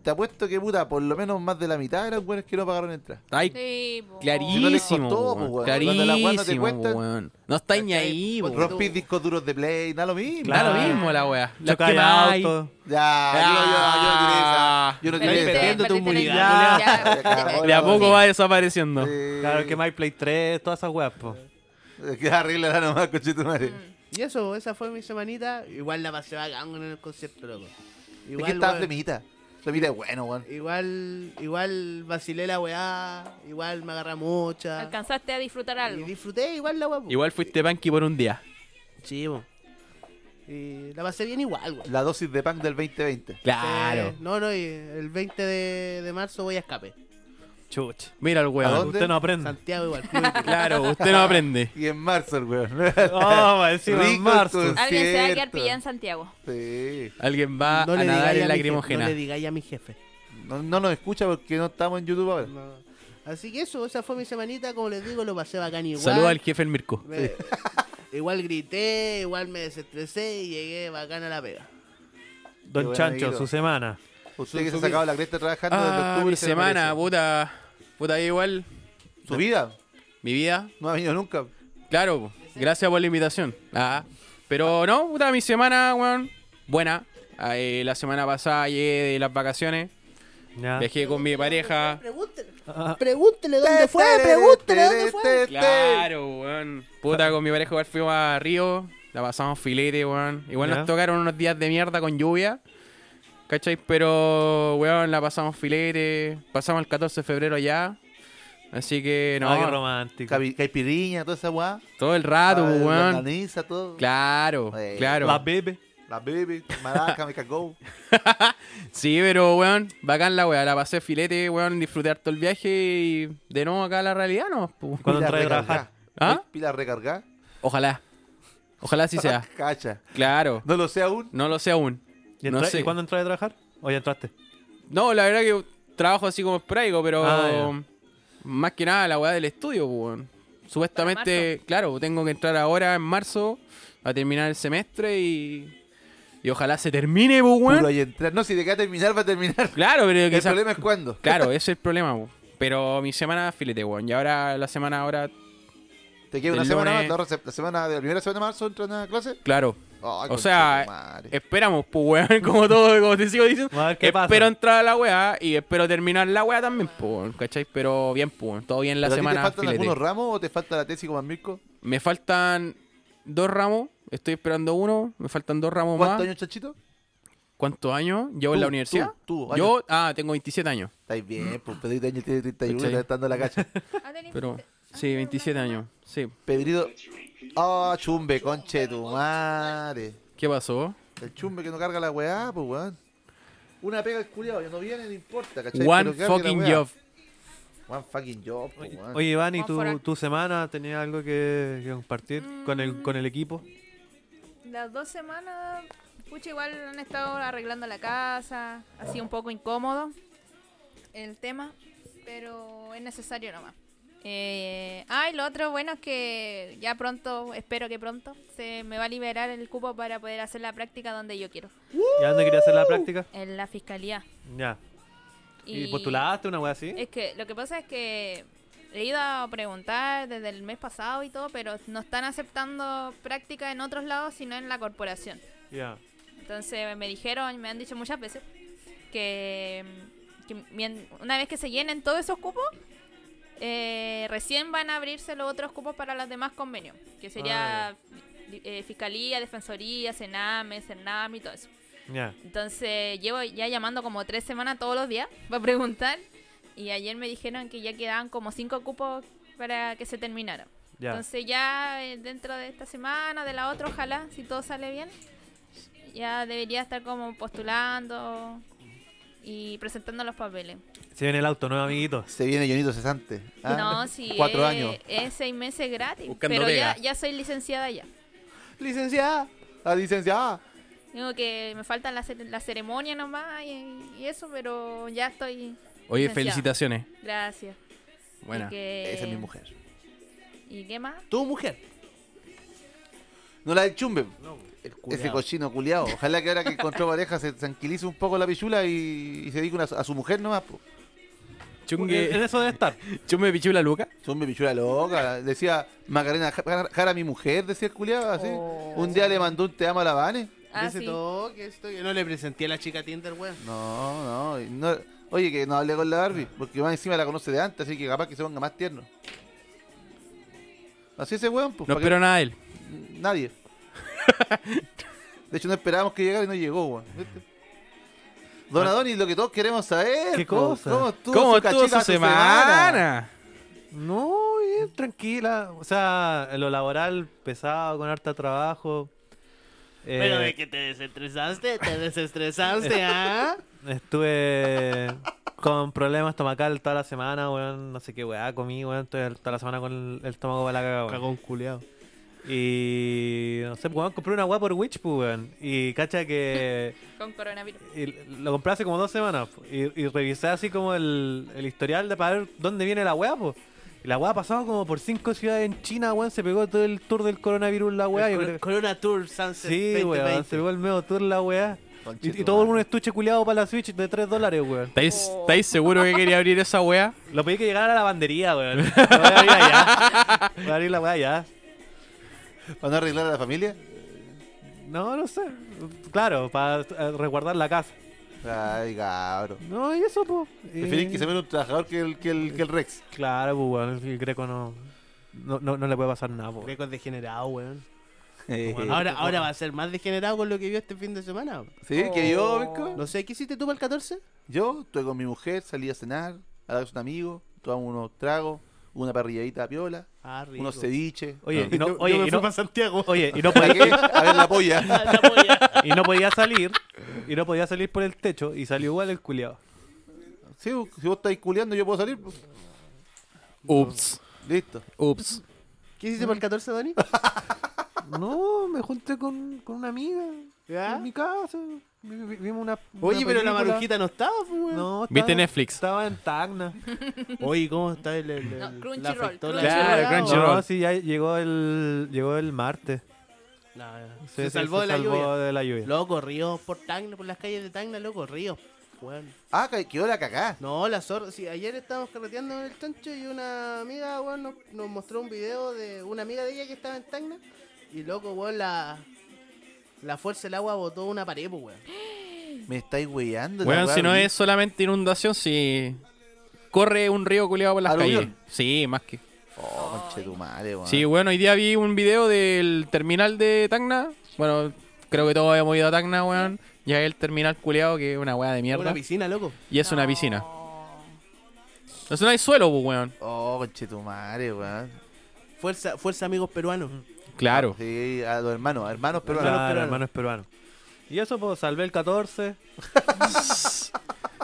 Speaker 2: te apuesto que puta, por lo menos más de la mitad eran weones que no pagaron entrada.
Speaker 5: Ay,
Speaker 4: Sí, po.
Speaker 2: Si no les
Speaker 5: clarísimo,
Speaker 2: costó, pues,
Speaker 5: weón,
Speaker 2: weón. Cuando las
Speaker 5: clarísimo,
Speaker 2: weas no te cuestan,
Speaker 5: weón. No estáis ni
Speaker 3: ¿cachai?
Speaker 5: ahí,
Speaker 3: Pues
Speaker 5: weón.
Speaker 3: rompe-
Speaker 2: Rompí discos duros de Play, da lo mismo.
Speaker 5: Da lo
Speaker 1: Claro.
Speaker 5: mismo la weá. Las
Speaker 1: Chocáis
Speaker 5: quemáis.
Speaker 1: auto.
Speaker 2: Ya,
Speaker 5: Ah.
Speaker 2: yo no tiré esa. Yo no
Speaker 4: Perdiste-
Speaker 2: tiré esa.
Speaker 3: perdiendo tu
Speaker 4: perdiste la
Speaker 1: humildad.
Speaker 4: inmunidad.
Speaker 2: Ya, cagó
Speaker 5: De a
Speaker 2: Hola,
Speaker 5: poco
Speaker 2: weón.
Speaker 5: va desapareciendo.
Speaker 2: Sí.
Speaker 1: Claro, que My Play 3, todas esas weas, po.
Speaker 2: Que arreglará nomás,
Speaker 5: Mm.
Speaker 2: conchetumare.
Speaker 3: Y eso, esa fue mi semanita. Igual la pasé bacán en el concierto, loco.
Speaker 2: Es
Speaker 3: Igual,
Speaker 2: que estaba
Speaker 3: weón,
Speaker 2: Flemita. Flemita es bueno, weón.
Speaker 3: igual, igual vacilé la weá, igual me agarra mucha.
Speaker 4: Alcanzaste a disfrutar
Speaker 3: Y
Speaker 4: algo.
Speaker 3: disfruté igual la weá. po.
Speaker 5: Igual fuiste punky por un día.
Speaker 3: Sí, po. Y la pasé bien igual, güey.
Speaker 2: La dosis de punk del 2020.
Speaker 5: Claro.
Speaker 3: Eh, no, no, y el 20 de, de marzo voy a escape.
Speaker 1: Chuch.
Speaker 5: Mira el
Speaker 2: ¿A
Speaker 5: weón.
Speaker 1: Ah,
Speaker 2: dónde?
Speaker 1: Usted no aprende.
Speaker 3: Santiago igual. Club de-
Speaker 5: Claro, usted no aprende.
Speaker 2: Y en marzo el weón.
Speaker 1: Oh, va encima en
Speaker 2: Rico
Speaker 1: marzo.
Speaker 2: con-
Speaker 4: Alguien se va a quedar
Speaker 2: Cierto.
Speaker 4: pillado en Santiago.
Speaker 2: Sí.
Speaker 5: Alguien va a
Speaker 3: digáis
Speaker 5: nadar en
Speaker 3: mi jefe, no
Speaker 5: lacrimógena.
Speaker 3: le digáis a mi jefe.
Speaker 2: No, no nos escucha porque no estamos en YouTube ahora.
Speaker 3: No. Así que eso, esa fue mi semanita. Como les digo, lo pasé bacán igual.
Speaker 5: Saluda al jefe el Mirko.
Speaker 3: Me- Igual grité, igual me desestresé y llegué bacán a la pega.
Speaker 5: Ah,
Speaker 1: Don
Speaker 2: Qué
Speaker 1: Chancho,
Speaker 2: bueno,
Speaker 1: su semana.
Speaker 2: Usted que se ha sacado la cresta trabajando desde
Speaker 5: Ah,
Speaker 2: octubre.
Speaker 5: mi
Speaker 2: se lo
Speaker 5: semana,
Speaker 2: merece.
Speaker 5: puta. Puta, igual.
Speaker 2: Su vida.
Speaker 5: Mi vida.
Speaker 2: No ha venido nunca.
Speaker 5: Claro, po. gracias por la invitación. Ah, pero no, puta, mi semana, weón. Buena. Ah, eh, la semana pasada llegué de las vacaciones.
Speaker 1: Ya.
Speaker 5: Viajé con mi pareja.
Speaker 3: Pregúntele.
Speaker 1: Ah,
Speaker 3: Pregúntele dónde fue, pregúntele dónde fue.
Speaker 5: Claro, weón. Puta, con mi pareja igual fuimos a Río. La pasamos filete, weón. Igual
Speaker 1: Ya.
Speaker 5: nos tocaron unos días de mierda con lluvia. ¿Cachai? Pero, weón, la pasamos filete. Pasamos el 14 de febrero allá. Así que, no.
Speaker 1: ah, qué romántico.
Speaker 2: Capi- Caipiriña, toda esa weá.
Speaker 5: todo el rato, pues,
Speaker 2: Ah,
Speaker 5: weón.
Speaker 2: La organiza, todo.
Speaker 5: Claro,
Speaker 2: Bueno.
Speaker 5: claro.
Speaker 1: Eh, La bebe.
Speaker 2: La baby, maraca, me cagó.
Speaker 5: Sí, pero, weón, bacán la weá. La pasé filete, weón, disfruté harto el viaje y de nuevo acá a la realidad, ¿no? Pu.
Speaker 1: Cuando
Speaker 2: Pila
Speaker 1: entré a trabajar.
Speaker 2: recargá.
Speaker 5: ¿Ah?
Speaker 2: Pila recargá.
Speaker 5: Ojalá. Ojalá sí sea.
Speaker 2: Cacha.
Speaker 5: Claro.
Speaker 2: No lo sé aún.
Speaker 5: No lo sé aún.
Speaker 1: ¿Y,
Speaker 5: No
Speaker 1: entra-
Speaker 5: sé.
Speaker 1: ¿y cuándo entraste a trabajar? ¿O ya entraste?
Speaker 5: No, la verdad que trabajo así como esporádico, pero
Speaker 1: Ah,
Speaker 5: más que nada la weá del estudio, pues, weón. Supuestamente, claro, tengo que entrar ahora en marzo a terminar el semestre y. Y ojalá se termine, pues,
Speaker 2: Puro
Speaker 5: weón.
Speaker 2: ahí entrar. No, si de acá a terminar, va a terminar.
Speaker 5: Claro, pero
Speaker 2: El
Speaker 5: quizás.
Speaker 2: problema es cuándo.
Speaker 5: Claro, ese es el problema, po. Pero mi semana filete, weón. Y ahora la semana ahora,
Speaker 2: Te queda una
Speaker 5: El
Speaker 2: semana
Speaker 5: lunes-
Speaker 2: más. la rece- La semana de la primera semana de marzo entras a clase.
Speaker 5: claro.
Speaker 2: Ay,
Speaker 5: O sea, eh,
Speaker 2: conchetumare.
Speaker 5: Esperamos, pues, weón, como todo, como te sigo diciendo.
Speaker 1: A ver qué
Speaker 5: espero
Speaker 1: pasa.
Speaker 5: entrar a la weá y espero terminar la weá también, pues, weón, ¿cachai? Pero bien, pues, weón, todo bien la
Speaker 2: ¿Pero a ti
Speaker 5: semana
Speaker 2: ¿Te faltan
Speaker 5: filete.
Speaker 2: algunos ramos o te falta la tesis como a Mirko?
Speaker 5: Me faltan dos ramos, estoy esperando uno, me faltan dos ramos
Speaker 2: ¿Cuántos
Speaker 5: más.
Speaker 2: años, chanchito?
Speaker 5: ¿Cuántos años
Speaker 2: Tú,
Speaker 5: llevo en la universidad?
Speaker 2: tú, tú,
Speaker 5: Yo, ah, tengo 27 años,
Speaker 2: Estáis
Speaker 5: Mm.
Speaker 2: bien, pues Pedrito año tiene 31 y
Speaker 5: ¿Cachai?
Speaker 2: le está dando la cacha.
Speaker 5: pero sí, 27 años, sí.
Speaker 2: Pedrito. Ah, chumbe, conche tu madre.
Speaker 5: ¿Qué pasó?
Speaker 2: El chumbe que no carga la weá, pues weón. Una pega el culiado, ya no viene, no importa, ¿cachai?
Speaker 5: One
Speaker 2: Pero que cargue la
Speaker 5: fucking
Speaker 2: weá.
Speaker 5: job.
Speaker 2: One fucking job, pues weón.
Speaker 1: Oye, Iván, ¿y
Speaker 4: Vamos por
Speaker 1: tu,
Speaker 4: acá. Mm.
Speaker 1: tu semana tenía algo que, que compartir con, el, con el equipo?
Speaker 4: Las dos semanas, pucha, igual han estado arreglando la casa, ha sido un poco incómodo el tema, pero es necesario nomás. Eh, ah, y lo otro bueno es que ya pronto, espero que pronto, se me va a liberar el cupo para poder hacer la práctica donde yo quiero,
Speaker 1: ¿Ya dónde quería hacer
Speaker 4: Uh.
Speaker 1: la práctica?
Speaker 4: en la fiscalía.
Speaker 1: Ya. ¿Y, postulaste una wea así?
Speaker 4: Es que lo que pasa es que he ido a preguntar desde el mes pasado y todo, pero no están aceptando práctica en otros lados, sino en la corporación.
Speaker 1: Ya.
Speaker 4: Entonces me dijeron, me han dicho muchas veces, que, que mien- una vez que se llenen todos esos cupos, eh, recién van a abrirse los otros cupos para los demás convenios, que sería di- eh, Fiscalía, Defensoría, Sename, Cernam y todo eso.
Speaker 1: Ya.
Speaker 4: Entonces llevo ya llamando como tres semanas todos los días para preguntar y ayer me dijeron que ya quedaban como cinco cupos para que se terminaran.
Speaker 1: Ya.
Speaker 4: Entonces ya eh, dentro de esta semana, de la otra, ojalá, si todo sale bien, ya debería estar como postulando y presentando los papeles.
Speaker 1: Se viene el auto, ¿no, amiguitos?
Speaker 2: Se viene Jonito Cesante. ¿ah?
Speaker 4: No, eh, si
Speaker 2: Cuatro
Speaker 4: es,
Speaker 2: años.
Speaker 4: es seis meses gratis,
Speaker 5: Buscando
Speaker 4: pero ya,
Speaker 5: pega.
Speaker 4: ya soy licenciada ya.
Speaker 2: Licenciada. La licenciada.
Speaker 4: Digo que me faltan la, cer- la ceremonia nomás y, y eso, pero ya estoy...
Speaker 5: Oye,
Speaker 4: licenciada.
Speaker 5: felicitaciones.
Speaker 4: Gracias.
Speaker 5: Buena.
Speaker 4: Y que-
Speaker 2: Esa es mi mujer.
Speaker 4: ¿Y qué más?
Speaker 3: Tu mujer.
Speaker 2: No la del chumbe.
Speaker 3: El
Speaker 2: Ese cochino culiado. Ojalá que ahora que encontró pareja se tranquilice un poco la pichula y, y se dedique una- a su mujer nomás. po.
Speaker 5: Chungue,
Speaker 1: En eso debe estar.
Speaker 5: chumbe pichula Luca.
Speaker 2: Chumbe, pichula loca. Decía Macarena Jara, Jara, mi mujer, decía el culiado así. Un día le mandó un te amo a la Vane.
Speaker 4: Ah,
Speaker 3: Ese
Speaker 4: sí.
Speaker 3: toque, esto, yo no le presenté a la chica Tinder, weón.
Speaker 5: Eh.
Speaker 2: No, no, y no. Oye, que no hable con la Barbie, porque más encima la conoce de antes, así que capaz que se ponga más tierno. Así ese weón, pues.
Speaker 5: No
Speaker 2: pa'
Speaker 5: espero nada de él.
Speaker 2: que... Nadie. De hecho, no esperábamos que llegara y no llegó, weón. ¿viste? Don Adonis, lo que todos queremos saber.
Speaker 1: ¿Qué
Speaker 2: po,
Speaker 1: cosa?
Speaker 2: ¿Cómo estuvo
Speaker 5: ¿Cómo
Speaker 2: su,
Speaker 5: estuvo
Speaker 2: cachica
Speaker 5: su semana?
Speaker 1: No, bien, tranquila. O sea, en lo laboral pesado, con harto trabajo. Eh,
Speaker 3: Pero de que te desestresaste, te desestresaste, ¿ah?
Speaker 1: Estuve con problema estomacal toda la semana, weón. No sé qué weá comí, weón. Estoy al- toda la semana con el, el estómago para la cagada, weón.
Speaker 3: Cagón culeado.
Speaker 1: Y no sé, weón, compré una weá por Witch, pues, weón. Y cacha que
Speaker 4: Con coronavirus.
Speaker 1: y lo compré hace como dos semanas. po, Y, y revisé así como el, el historial de para ver dónde viene la weá, pues. Y la weá ha pasado como por cinco ciudades en China, weón. Se pegó todo el tour del coronavirus la weá. yo creo.
Speaker 3: Corona Tour Sunset
Speaker 1: Sí, weón. Se pegó el medio tour la weá. Y, y
Speaker 2: Conchetumare.
Speaker 1: todo un estuche culiado para la Switch de 3 dólares, weón.
Speaker 5: ¿Estáis, estáis seguros que quería abrir esa wea?
Speaker 1: Lo pedí que llegara a la lavandería, weón. Lo voy a abrir allá. Voy a abrir la weá allá.
Speaker 2: ¿Van a arreglar a la familia?
Speaker 1: No, no sé. Claro, para eh, resguardar la casa.
Speaker 2: Ay, cabrón.
Speaker 1: No, y eso, pues.
Speaker 2: Preferís que se vea un trabajador que el, que el, que el Rex.
Speaker 1: Claro, pues, weón. El Greco no. No, no, no le puede pasar nada, pues.
Speaker 3: Récord degenerado, weón.
Speaker 1: Bueno,
Speaker 3: Ahora, ahora va a ser más degenerado con lo que vio este fin de semana. weón.
Speaker 2: Sí, que yo, Mirko,
Speaker 3: No sé, ¿qué hiciste tú para el 14?
Speaker 2: Yo estuve con mi mujer, salí a cenar, a la casa de un amigo, tomamos unos tragos, una parrilladita a piola,
Speaker 3: Ah, rico.
Speaker 2: unos ceviches.
Speaker 1: Oye, y no,
Speaker 3: Yo- yo
Speaker 1: oye,
Speaker 3: me
Speaker 1: y
Speaker 3: fui
Speaker 1: no,
Speaker 3: pa' Santiago.
Speaker 1: oye, y no
Speaker 2: ¿Para
Speaker 1: podía,
Speaker 2: qué? A ver la polla.
Speaker 3: La polla.
Speaker 1: y no podía salir. Y no podía salir por el techo. Y salió igual el culiado.
Speaker 2: Sí, si vos estáis culeando, yo puedo salir. pues.
Speaker 5: Ups,
Speaker 2: Listo.
Speaker 5: ups.
Speaker 3: ¿Qué hiciste para el 14, Dani?
Speaker 1: No, me junté con, con una amiga.
Speaker 3: ¿Ya?
Speaker 1: En mi casa. Vi- vi- Vimos una.
Speaker 3: Oye,
Speaker 1: una
Speaker 3: pero la
Speaker 1: película.
Speaker 3: marujita no estaba, pues, weón.
Speaker 1: No, estaba-
Speaker 5: ¿Viste Netflix?
Speaker 1: Estaba en Tacna.
Speaker 3: Oye, ¿cómo está el. el, el
Speaker 4: No,
Speaker 3: la
Speaker 4: Crunchyroll,
Speaker 3: afectó la- Ah,
Speaker 4: Crunchyroll.
Speaker 5: Claro, Crunchyroll.
Speaker 1: No, sí, ya llegó el, llegó el martes.
Speaker 3: No, no.
Speaker 1: Sí,
Speaker 3: se,
Speaker 1: sí,
Speaker 3: salvó de la
Speaker 1: salvó
Speaker 3: lluvia.
Speaker 1: de la lluvia.
Speaker 3: Loco, río por Tacna, por las calles de Tacna, loco, río. Weón.
Speaker 2: Ah, ca- quedó la cagá.
Speaker 3: No, la zorra. Sí, ayer estábamos carreteando en el chancho y una amiga, weón, nos, nos mostró un video de una amiga de ella que estaba en Tacna. Y loco, weón, la, la fuerza del agua botó una pared, pues, weón.
Speaker 2: Me estáis weyando. la
Speaker 5: Bueno,
Speaker 2: weá
Speaker 5: si no
Speaker 2: horrible.
Speaker 5: es solamente inundación, si corre un río culiado por las calles.
Speaker 2: ¿Aluvión?
Speaker 5: Sí, más que.
Speaker 2: Oh, conchetumare, weón.
Speaker 5: Sí, bueno, hoy día vi un video del terminal de Tacna. Bueno, creo que todos habíamos ido a Tacna, weón. Ya es el terminal culiado que es una weá de mierda.
Speaker 3: Una piscina, loco.
Speaker 5: Y es una piscina. No no hay suelo, pues, weón.
Speaker 2: Oh, conchetumare, weón.
Speaker 3: Fuerza, fuerza amigos peruanos.
Speaker 5: Claro.
Speaker 2: Sí, a los hermanos, hermanos
Speaker 1: Claro,
Speaker 2: peruanos.
Speaker 1: hermano, es peruano. Y eso, pues, salvé el 14.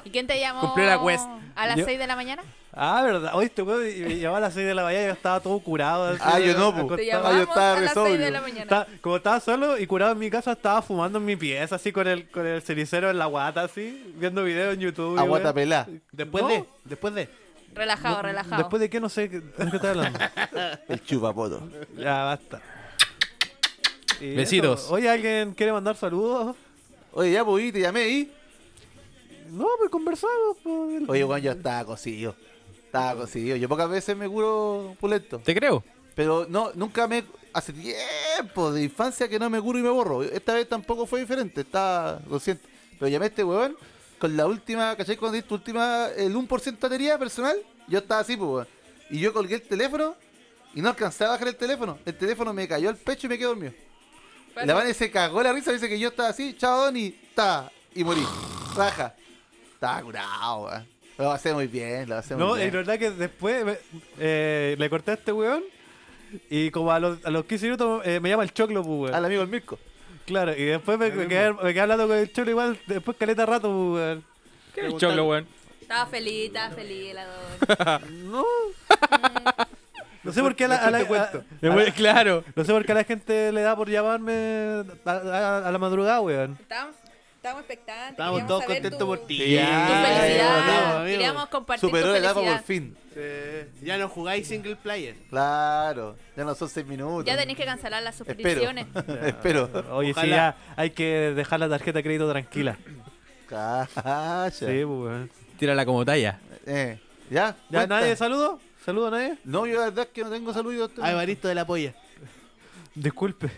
Speaker 4: ¿Y quién te llamó?
Speaker 5: Cumplió la quest.
Speaker 4: ¿A las
Speaker 1: Yo-
Speaker 4: 6 de la mañana?
Speaker 1: Ah, verdad. Oye, este weón y- y llamaba a las 6 de la mañana y yo estaba todo curado. así,
Speaker 2: Ah, yo no,
Speaker 1: acostado.
Speaker 2: pues.
Speaker 4: Te
Speaker 2: yo
Speaker 4: llamamos
Speaker 2: estaba
Speaker 4: a las 6 de
Speaker 2: resobrio.
Speaker 4: la mañana.
Speaker 1: Estaba- como estaba solo y curado en mi casa, estaba fumando en mi pieza, así con el, con el cenicero en la guata, así, viendo videos en YouTube. y
Speaker 2: Aguata
Speaker 1: weón.
Speaker 2: pelá.
Speaker 3: Después
Speaker 1: No.
Speaker 3: de, después de.
Speaker 4: Relajado,
Speaker 1: No,
Speaker 4: relajado.
Speaker 1: Después de qué, no sé qué- de qué estoy hablando.
Speaker 2: El chupapoto.
Speaker 1: ya, basta. Y
Speaker 5: Besitos.
Speaker 1: eso. Oye, ¿alguien quiere mandar saludos?
Speaker 2: Oye, ya, pues, y te llamé y.
Speaker 1: No, pues conversamos. pues.
Speaker 2: Oye, weón, yo estaba cocido. Estaba cocido. Yo pocas veces me curo pulento.
Speaker 5: Te creo.
Speaker 2: Pero no, nunca me. Hace tiempo de infancia que no me curo y me borro. Esta vez tampoco fue diferente, está consciente. Pero llamé a este weón con la última, ¿cachai? Cuando diste tu última, el 1% de batería personal, yo estaba así, pues weón. Y yo colgué el teléfono y no alcanzaba a bajar el teléfono. El teléfono me cayó al pecho y me quedé dormido.
Speaker 4: Pasa.
Speaker 2: La Vane se cagó la risa, dice que yo estaba así, chao Donny, ta, y morí. Raja. Estaba curado, weón. Lo hace muy bien, lo hace
Speaker 1: No, y
Speaker 2: muy
Speaker 1: la
Speaker 2: bien.
Speaker 1: verdad que después me- eh, le corté a este weón y como a los, a los 15 minutos eh, me llama el choclo, pues, weón.
Speaker 2: Al amigo el Mirko.
Speaker 1: Claro, y después me, me quedé, me quedé hablando con el choclo igual, después caleta rato, pues, weón.
Speaker 5: ¿Qué el choclo, weón?
Speaker 4: Estaba feliz, estaba feliz la don.
Speaker 1: No. no sé por qué a la, a la- a- a-
Speaker 2: Ah.
Speaker 5: Claro.
Speaker 1: no sé por qué a la gente le da por llamarme a, a- a la madrugada, weón.
Speaker 4: Estábamos, estábamos expectantes.
Speaker 3: Estábamos
Speaker 4: queríamos
Speaker 3: todos
Speaker 4: saber
Speaker 3: contentos
Speaker 4: tu-
Speaker 3: por ti.
Speaker 2: Sí,
Speaker 4: Tu
Speaker 2: Ah,
Speaker 3: estábamos,
Speaker 4: felicidad.
Speaker 3: amigo.
Speaker 4: Queríamos compartir
Speaker 2: Superó
Speaker 4: tu
Speaker 2: la etapa por
Speaker 4: felicidad.
Speaker 2: fin.
Speaker 3: Sí. Eh, Ya no jugáis single player.
Speaker 2: Claro, ya no son seis minutos.
Speaker 4: Ya tenéis que cancelar las
Speaker 2: Espero.
Speaker 4: suscripciones.
Speaker 2: Espero.
Speaker 1: Oye, sí,
Speaker 3: Ojalá.
Speaker 1: ya hay que dejar la tarjeta de crédito tranquila.
Speaker 2: Cacha.
Speaker 1: Sí, pues, weón.
Speaker 5: Tírala como talla.
Speaker 2: Eh, ya.
Speaker 1: ¿Ya
Speaker 2: cuenta.
Speaker 1: nadie saludo? ¿Saludo a nadie?
Speaker 2: No, yo la verdad es que no tengo saludos.
Speaker 3: A Ah, Evaristo de la polla.
Speaker 1: Disculpe.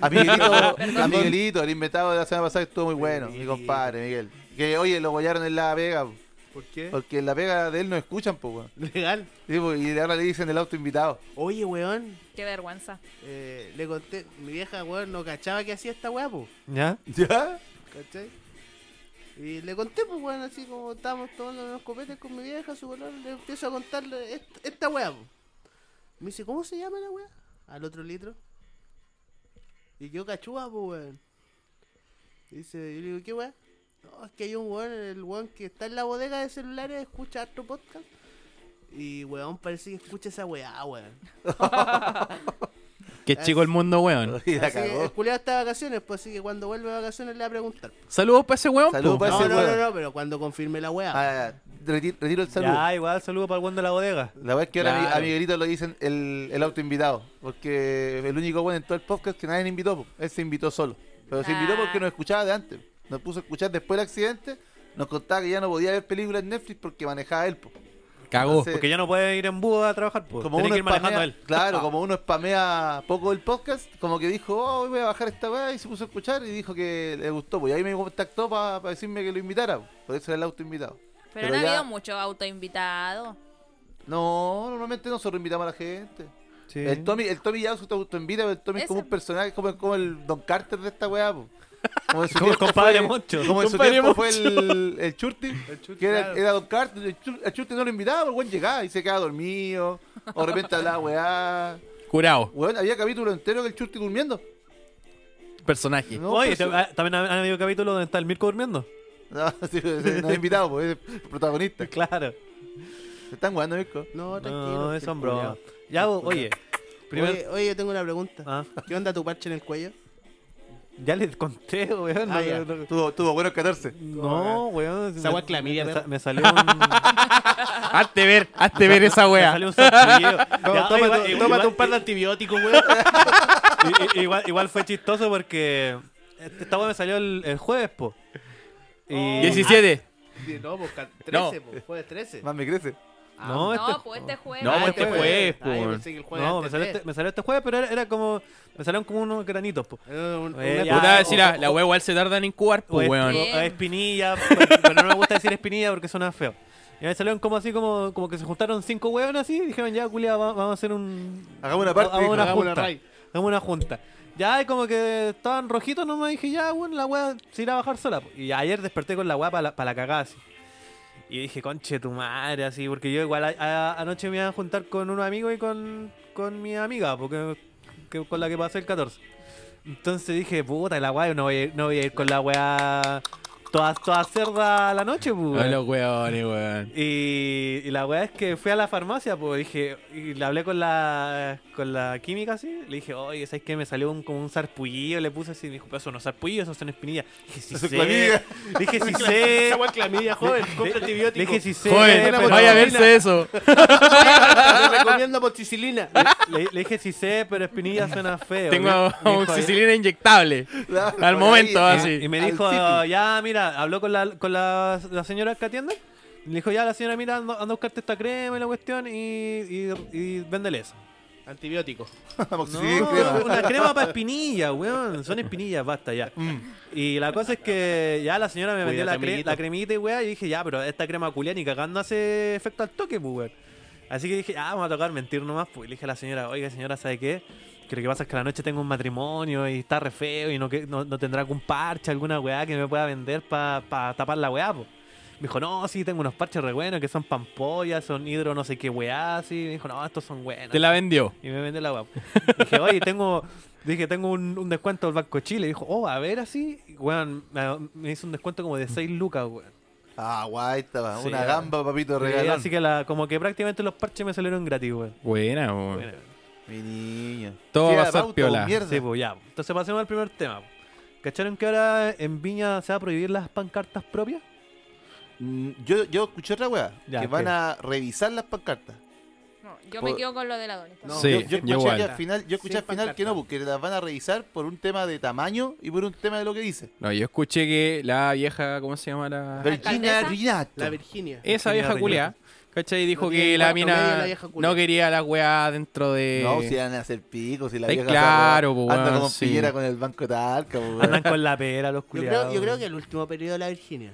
Speaker 2: A Miguelito, a Miguelito, el invitado de la semana pasada estuvo muy bueno, mi compadre Miguel. Que oye, lo gollaron en La Vega,
Speaker 3: ¿Por qué?
Speaker 2: porque en La Vega de él no escuchan, pues, weón.
Speaker 3: Legal.
Speaker 2: Sí, pues, y ahora le dicen el auto invitado.
Speaker 3: Oye, weón.
Speaker 4: Qué vergüenza.
Speaker 3: eh, le conté, mi vieja, weón, no cachaba que hacía esta weá, pues. po.
Speaker 1: ¿Ya?
Speaker 2: ¿Ya?
Speaker 3: ¿Cachai? Y le conté, pues, weón, así como estábamos tomando unos copetes con mi vieja, su color, le empiezo a contarle esta, esta weá, po. Me dice, ¿cómo se llama la weá? Al otro litro. Y quedó cachúa, pues, weón. Dice, yo le digo, ¿qué weá? No, es que hay un weón, el weón que está en la bodega de celulares, escucha harto podcast. Y weón, parece que escucha esa weá, weón.
Speaker 5: Qué chico el mundo, weón.
Speaker 2: Y la
Speaker 3: Así que el
Speaker 2: cagó.
Speaker 3: culiado está de vacaciones, pues así que cuando vuelve de vacaciones le va a preguntar.
Speaker 5: Saludos para ese weón.
Speaker 2: Saludos
Speaker 5: po.
Speaker 2: pa'
Speaker 3: No,
Speaker 2: ese
Speaker 3: no, no,
Speaker 2: weón.
Speaker 3: no, pero cuando confirme la weá.
Speaker 2: Ah, reti- retiro el saludo.
Speaker 1: Ya, igual, saludo para el buen de la bodega.
Speaker 2: La verdad es que ahora a mi- a
Speaker 5: Claro.
Speaker 2: Miguelito le dicen el, el auto invitado. Porque el único bueno en todo el podcast que nadie le invitó. po. Él se invitó solo. Pero se invitó
Speaker 4: Ah.
Speaker 2: porque nos escuchaba de antes. Nos puso a escuchar después del accidente. Nos contaba que ya no podía ver películas en Netflix porque manejaba él. po.
Speaker 5: Cagó.
Speaker 2: Sí.
Speaker 1: Porque ya no puede ir en búho a trabajar, pues. Tiene Pues, que ir manejando
Speaker 2: spamea-
Speaker 1: él. Ah,
Speaker 2: Claro, como uno spamea poco el podcast, como que dijo, oh, hoy voy a bajar esta weá y se puso a escuchar y dijo que le gustó. Pues y ahí me contactó para decirme que lo invitara. po. Por eso era el auto invitado.
Speaker 4: Pero, no ha
Speaker 2: ya-
Speaker 4: habido mucho autoinvitado.
Speaker 2: No, normalmente nosotros invitamos a la gente.
Speaker 1: Sí.
Speaker 2: El Tommy, el Tommy ya su autoinvita, pero el Tommy es como
Speaker 4: Ese.
Speaker 2: un personaje, como, como el Don Carter de esta weá, po. Como en su
Speaker 1: Como el
Speaker 2: tiempo
Speaker 1: compadre
Speaker 2: fue-
Speaker 1: Moncho.
Speaker 2: Como en su
Speaker 5: Compadre
Speaker 2: tiempo fue
Speaker 5: Moncho.
Speaker 2: el, el Churti,
Speaker 3: Churti,
Speaker 2: que era,
Speaker 3: claro.
Speaker 2: era Don Carter. El Chur- el Churti no lo invitaba, pero el weón llegaba y se quedaba dormido. O de repente hablaba weá.
Speaker 5: Curado.
Speaker 2: Weón, había capítulo entero que el Churti durmiendo.
Speaker 5: Personaje.
Speaker 2: No, pues,
Speaker 1: Oye,
Speaker 2: pero-
Speaker 1: te- ah, también han han habido capítulos donde está el Mirko durmiendo.
Speaker 2: No, sí, ese no es invitado, pues, es protagonista.
Speaker 1: Claro.
Speaker 2: Se están jugando, Mirko.
Speaker 3: No, tranquilo.
Speaker 1: No,
Speaker 3: que
Speaker 1: eso es broma.
Speaker 3: culiao.
Speaker 1: Ya, bo- oye. Primero.
Speaker 3: Oye, oye, tengo una pregunta.
Speaker 1: Ah,
Speaker 3: ¿Qué onda tu parche en el cuello?
Speaker 1: ya les conté, weón. no,
Speaker 3: Ah, ya.
Speaker 1: no-
Speaker 2: Tuvo, tuvo buenos 14.
Speaker 1: No, weón.
Speaker 3: Esa
Speaker 1: me-
Speaker 3: weá es clamidia,
Speaker 1: me,
Speaker 3: perro.
Speaker 1: me salió un.
Speaker 5: Hazte ver, hazte ver esa
Speaker 1: me
Speaker 5: wea.
Speaker 1: salió un sarpullido. Ya,
Speaker 2: tómate-
Speaker 1: igual- igual-
Speaker 2: tómate
Speaker 3: par de antibióticos, weón.
Speaker 1: I- i- igual, igual fue chistoso porque este, esta weá me salió el, el jueves, po. Y...
Speaker 3: Oh.
Speaker 5: 17.
Speaker 3: no, pues ca- 13,
Speaker 5: No.
Speaker 3: pues, jueves 13.
Speaker 2: Más me crece.
Speaker 3: Ah,
Speaker 1: No, este-
Speaker 4: No, pues este juego.
Speaker 5: No, pues este
Speaker 3: jueves.
Speaker 5: jueves,
Speaker 3: Ah, yo
Speaker 5: pues.
Speaker 3: pensé que el jueves
Speaker 1: No, me
Speaker 3: antes
Speaker 1: salió,
Speaker 3: de.
Speaker 1: este, me salió este jueves, pero era, era como. Me salieron como unos granitos, po.
Speaker 3: Era un-
Speaker 1: Eh,
Speaker 3: una-
Speaker 1: ya,
Speaker 5: Puta,
Speaker 1: o-
Speaker 5: si la, la wea igual se tarda en incubar,
Speaker 1: O,
Speaker 5: pues
Speaker 1: es-
Speaker 5: weón.
Speaker 1: o-
Speaker 4: Sí.
Speaker 1: o espinilla, eh, pero, pero no me gusta decir espinilla porque suena feo. Y me salieron como así, como, como que se juntaron cinco hueones así y dijeron, ya, culia, va- vamos a hacer un.
Speaker 2: Hagamos una party,
Speaker 1: Hagamos una
Speaker 3: hagamos una
Speaker 1: junta.
Speaker 3: raid.
Speaker 1: hagamos una junta. Ya, y como que estaban rojitos, no me dije, ya, weón, la weá se irá a bajar sola. po. Y ayer desperté con la weá para la, pa' la cagada así. Y dije, conche tu madre, así, porque yo igual a- a- anoche me iba a juntar con unos amigos y con, con mi amiga, porque que- con la que pasé el 14. Entonces dije, puta, la weá, no voy, a ir- no voy a ir con la weá toda, toda cerda a la noche, pues.
Speaker 5: Ay, los weones, weón.
Speaker 1: Y, y la weá es que fui a la farmacia, pues dije, y le hablé con la, con la química así, le dije, oye, ¿sabes qué? Me salió un, como un sarpullido, le puse así, me dijo, pero eso no es sarpullido, eso son espinillas. Dije, sí
Speaker 2: Eso es
Speaker 1: sé.
Speaker 2: clamidia.
Speaker 1: Dije, sí sé.
Speaker 3: Esa weá es clamidia, joven.
Speaker 1: Le
Speaker 3: Compra antibióticos.
Speaker 1: dije, sí sé.
Speaker 5: Joven,
Speaker 1: pero-
Speaker 5: vaya a verse eso.
Speaker 3: Te recomiendo amoxicilina.
Speaker 1: Le, le dije, sí sé, pero espinilla suena feo.
Speaker 5: Tengo
Speaker 1: Me dijo,
Speaker 5: amoxicilina inyectable.
Speaker 2: Claro,
Speaker 5: Al
Speaker 2: por
Speaker 5: momento,
Speaker 2: ahí,
Speaker 5: así.
Speaker 1: Y me
Speaker 2: Al
Speaker 1: dijo,
Speaker 2: City.
Speaker 1: ya, mira, habló con la, con la, la señora que atiende. Le dijo, ya, la señora, mira, anda, anda a buscarte esta crema y la cuestión y, y, y véndele eso.
Speaker 3: Antibióticos.
Speaker 1: No,
Speaker 2: Amoxicilina y crema.
Speaker 1: una crema para espinillas, weón. Son espinillas, basta ya. Y la cosa es que ya la señora me vendió la,
Speaker 3: Cuídate,
Speaker 1: cre-
Speaker 3: amiguito.
Speaker 1: la cremita y weón. Y dije, ya, pero esta crema culia ni cagando hace efecto al toque, pues, weón. Así que dije, ah, vamos a tocar mentir nomás. Pues Y le dije a la señora, oiga, señora, ¿sabe qué? Que lo que pasa es que a la noche tengo un matrimonio y está re feo y no, que, no, no tendrá algún parche, alguna weá que me pueda vender para tapar la weá, pues. Me dijo, no, sí, tengo unos parches re buenos que son pampollas, son hidro no sé qué weá, sí. Me dijo, no, estos son buenos.
Speaker 5: Te la vendió.
Speaker 1: Y me vende la guapa. dije, oye, tengo, dije, tengo un, un descuento del Banco de Chile. Dijo, oh, a ver así. Y, Weón, me, me hizo un descuento como de 6 lucas, weón.
Speaker 2: Ah, guay, estaba.
Speaker 1: Sí,
Speaker 2: una
Speaker 1: ya.
Speaker 2: gamba, papito,
Speaker 1: Y
Speaker 2: regalón.
Speaker 1: así que la, como que prácticamente los parches me salieron gratis, weón.
Speaker 5: Buena, weón.
Speaker 1: Bueno,
Speaker 2: Mi niño.
Speaker 5: Todo
Speaker 2: Sí,
Speaker 5: va a
Speaker 2: era
Speaker 5: pasar
Speaker 2: Bauta,
Speaker 5: piola.
Speaker 2: un mierda.
Speaker 1: sí, pues ya. Entonces pasemos al primer tema. pues. ¿Cacharon que ahora en Viña se va a prohibir las pancartas propias?
Speaker 2: Mm, yo, yo escuché otra weá.
Speaker 1: Ya,
Speaker 2: que
Speaker 1: ¿qué?
Speaker 2: van a revisar las pancartas.
Speaker 4: No, yo me
Speaker 2: Por-
Speaker 4: quedo con lo de la Donis.
Speaker 3: No,
Speaker 5: Sí,
Speaker 2: yo, yo escuché
Speaker 5: igual.
Speaker 2: que al final, yo escuché
Speaker 3: Sin
Speaker 2: al final que
Speaker 3: pancarta.
Speaker 2: no, porque las van a revisar por un tema de tamaño y por un tema de lo que dice.
Speaker 5: No, yo escuché que la vieja, ¿cómo se llama la?
Speaker 2: Virginia
Speaker 4: alcaldesa?
Speaker 2: Rinato.
Speaker 3: La Virginia.
Speaker 5: Esa
Speaker 1: Virginia
Speaker 5: vieja
Speaker 1: Reynoso.
Speaker 5: culia, ¿cachai? Dijo
Speaker 3: No tiene
Speaker 5: que la
Speaker 3: cuarto medio
Speaker 5: mina
Speaker 3: la vieja culia.
Speaker 5: no quería la weá dentro de.
Speaker 2: No, si van a hacer picos y la
Speaker 5: Eh. Ay,
Speaker 2: vieja
Speaker 5: claro,
Speaker 2: anda,
Speaker 5: po,
Speaker 2: anda
Speaker 5: weón,
Speaker 2: como
Speaker 5: sí.
Speaker 2: pillera con el banco de Talca, po, weón.
Speaker 1: Andan con la pera los
Speaker 3: Yo
Speaker 1: culiados.
Speaker 3: creo, yo creo que el último periodo de la Virginia.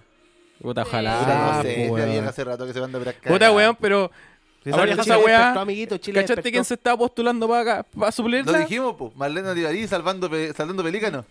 Speaker 5: Puta,
Speaker 2: Puta,
Speaker 5: ojalá.
Speaker 2: no sé,
Speaker 5: po,
Speaker 2: esta
Speaker 5: weón.
Speaker 2: vieja hace rato que se van a ver acá.
Speaker 5: Puta, weón, pero.
Speaker 1: Sí,
Speaker 5: Ahora
Speaker 1: esa
Speaker 5: esa
Speaker 1: vieja-
Speaker 5: weá-
Speaker 3: despertó, amiguito, Chile
Speaker 5: ¿Cachaste
Speaker 3: despertó.
Speaker 5: quién se estaba postulando para
Speaker 2: Lo
Speaker 5: suplirla?
Speaker 2: dijimos, po. Marlena Tibarí salvando, pe- salvando pelícanos.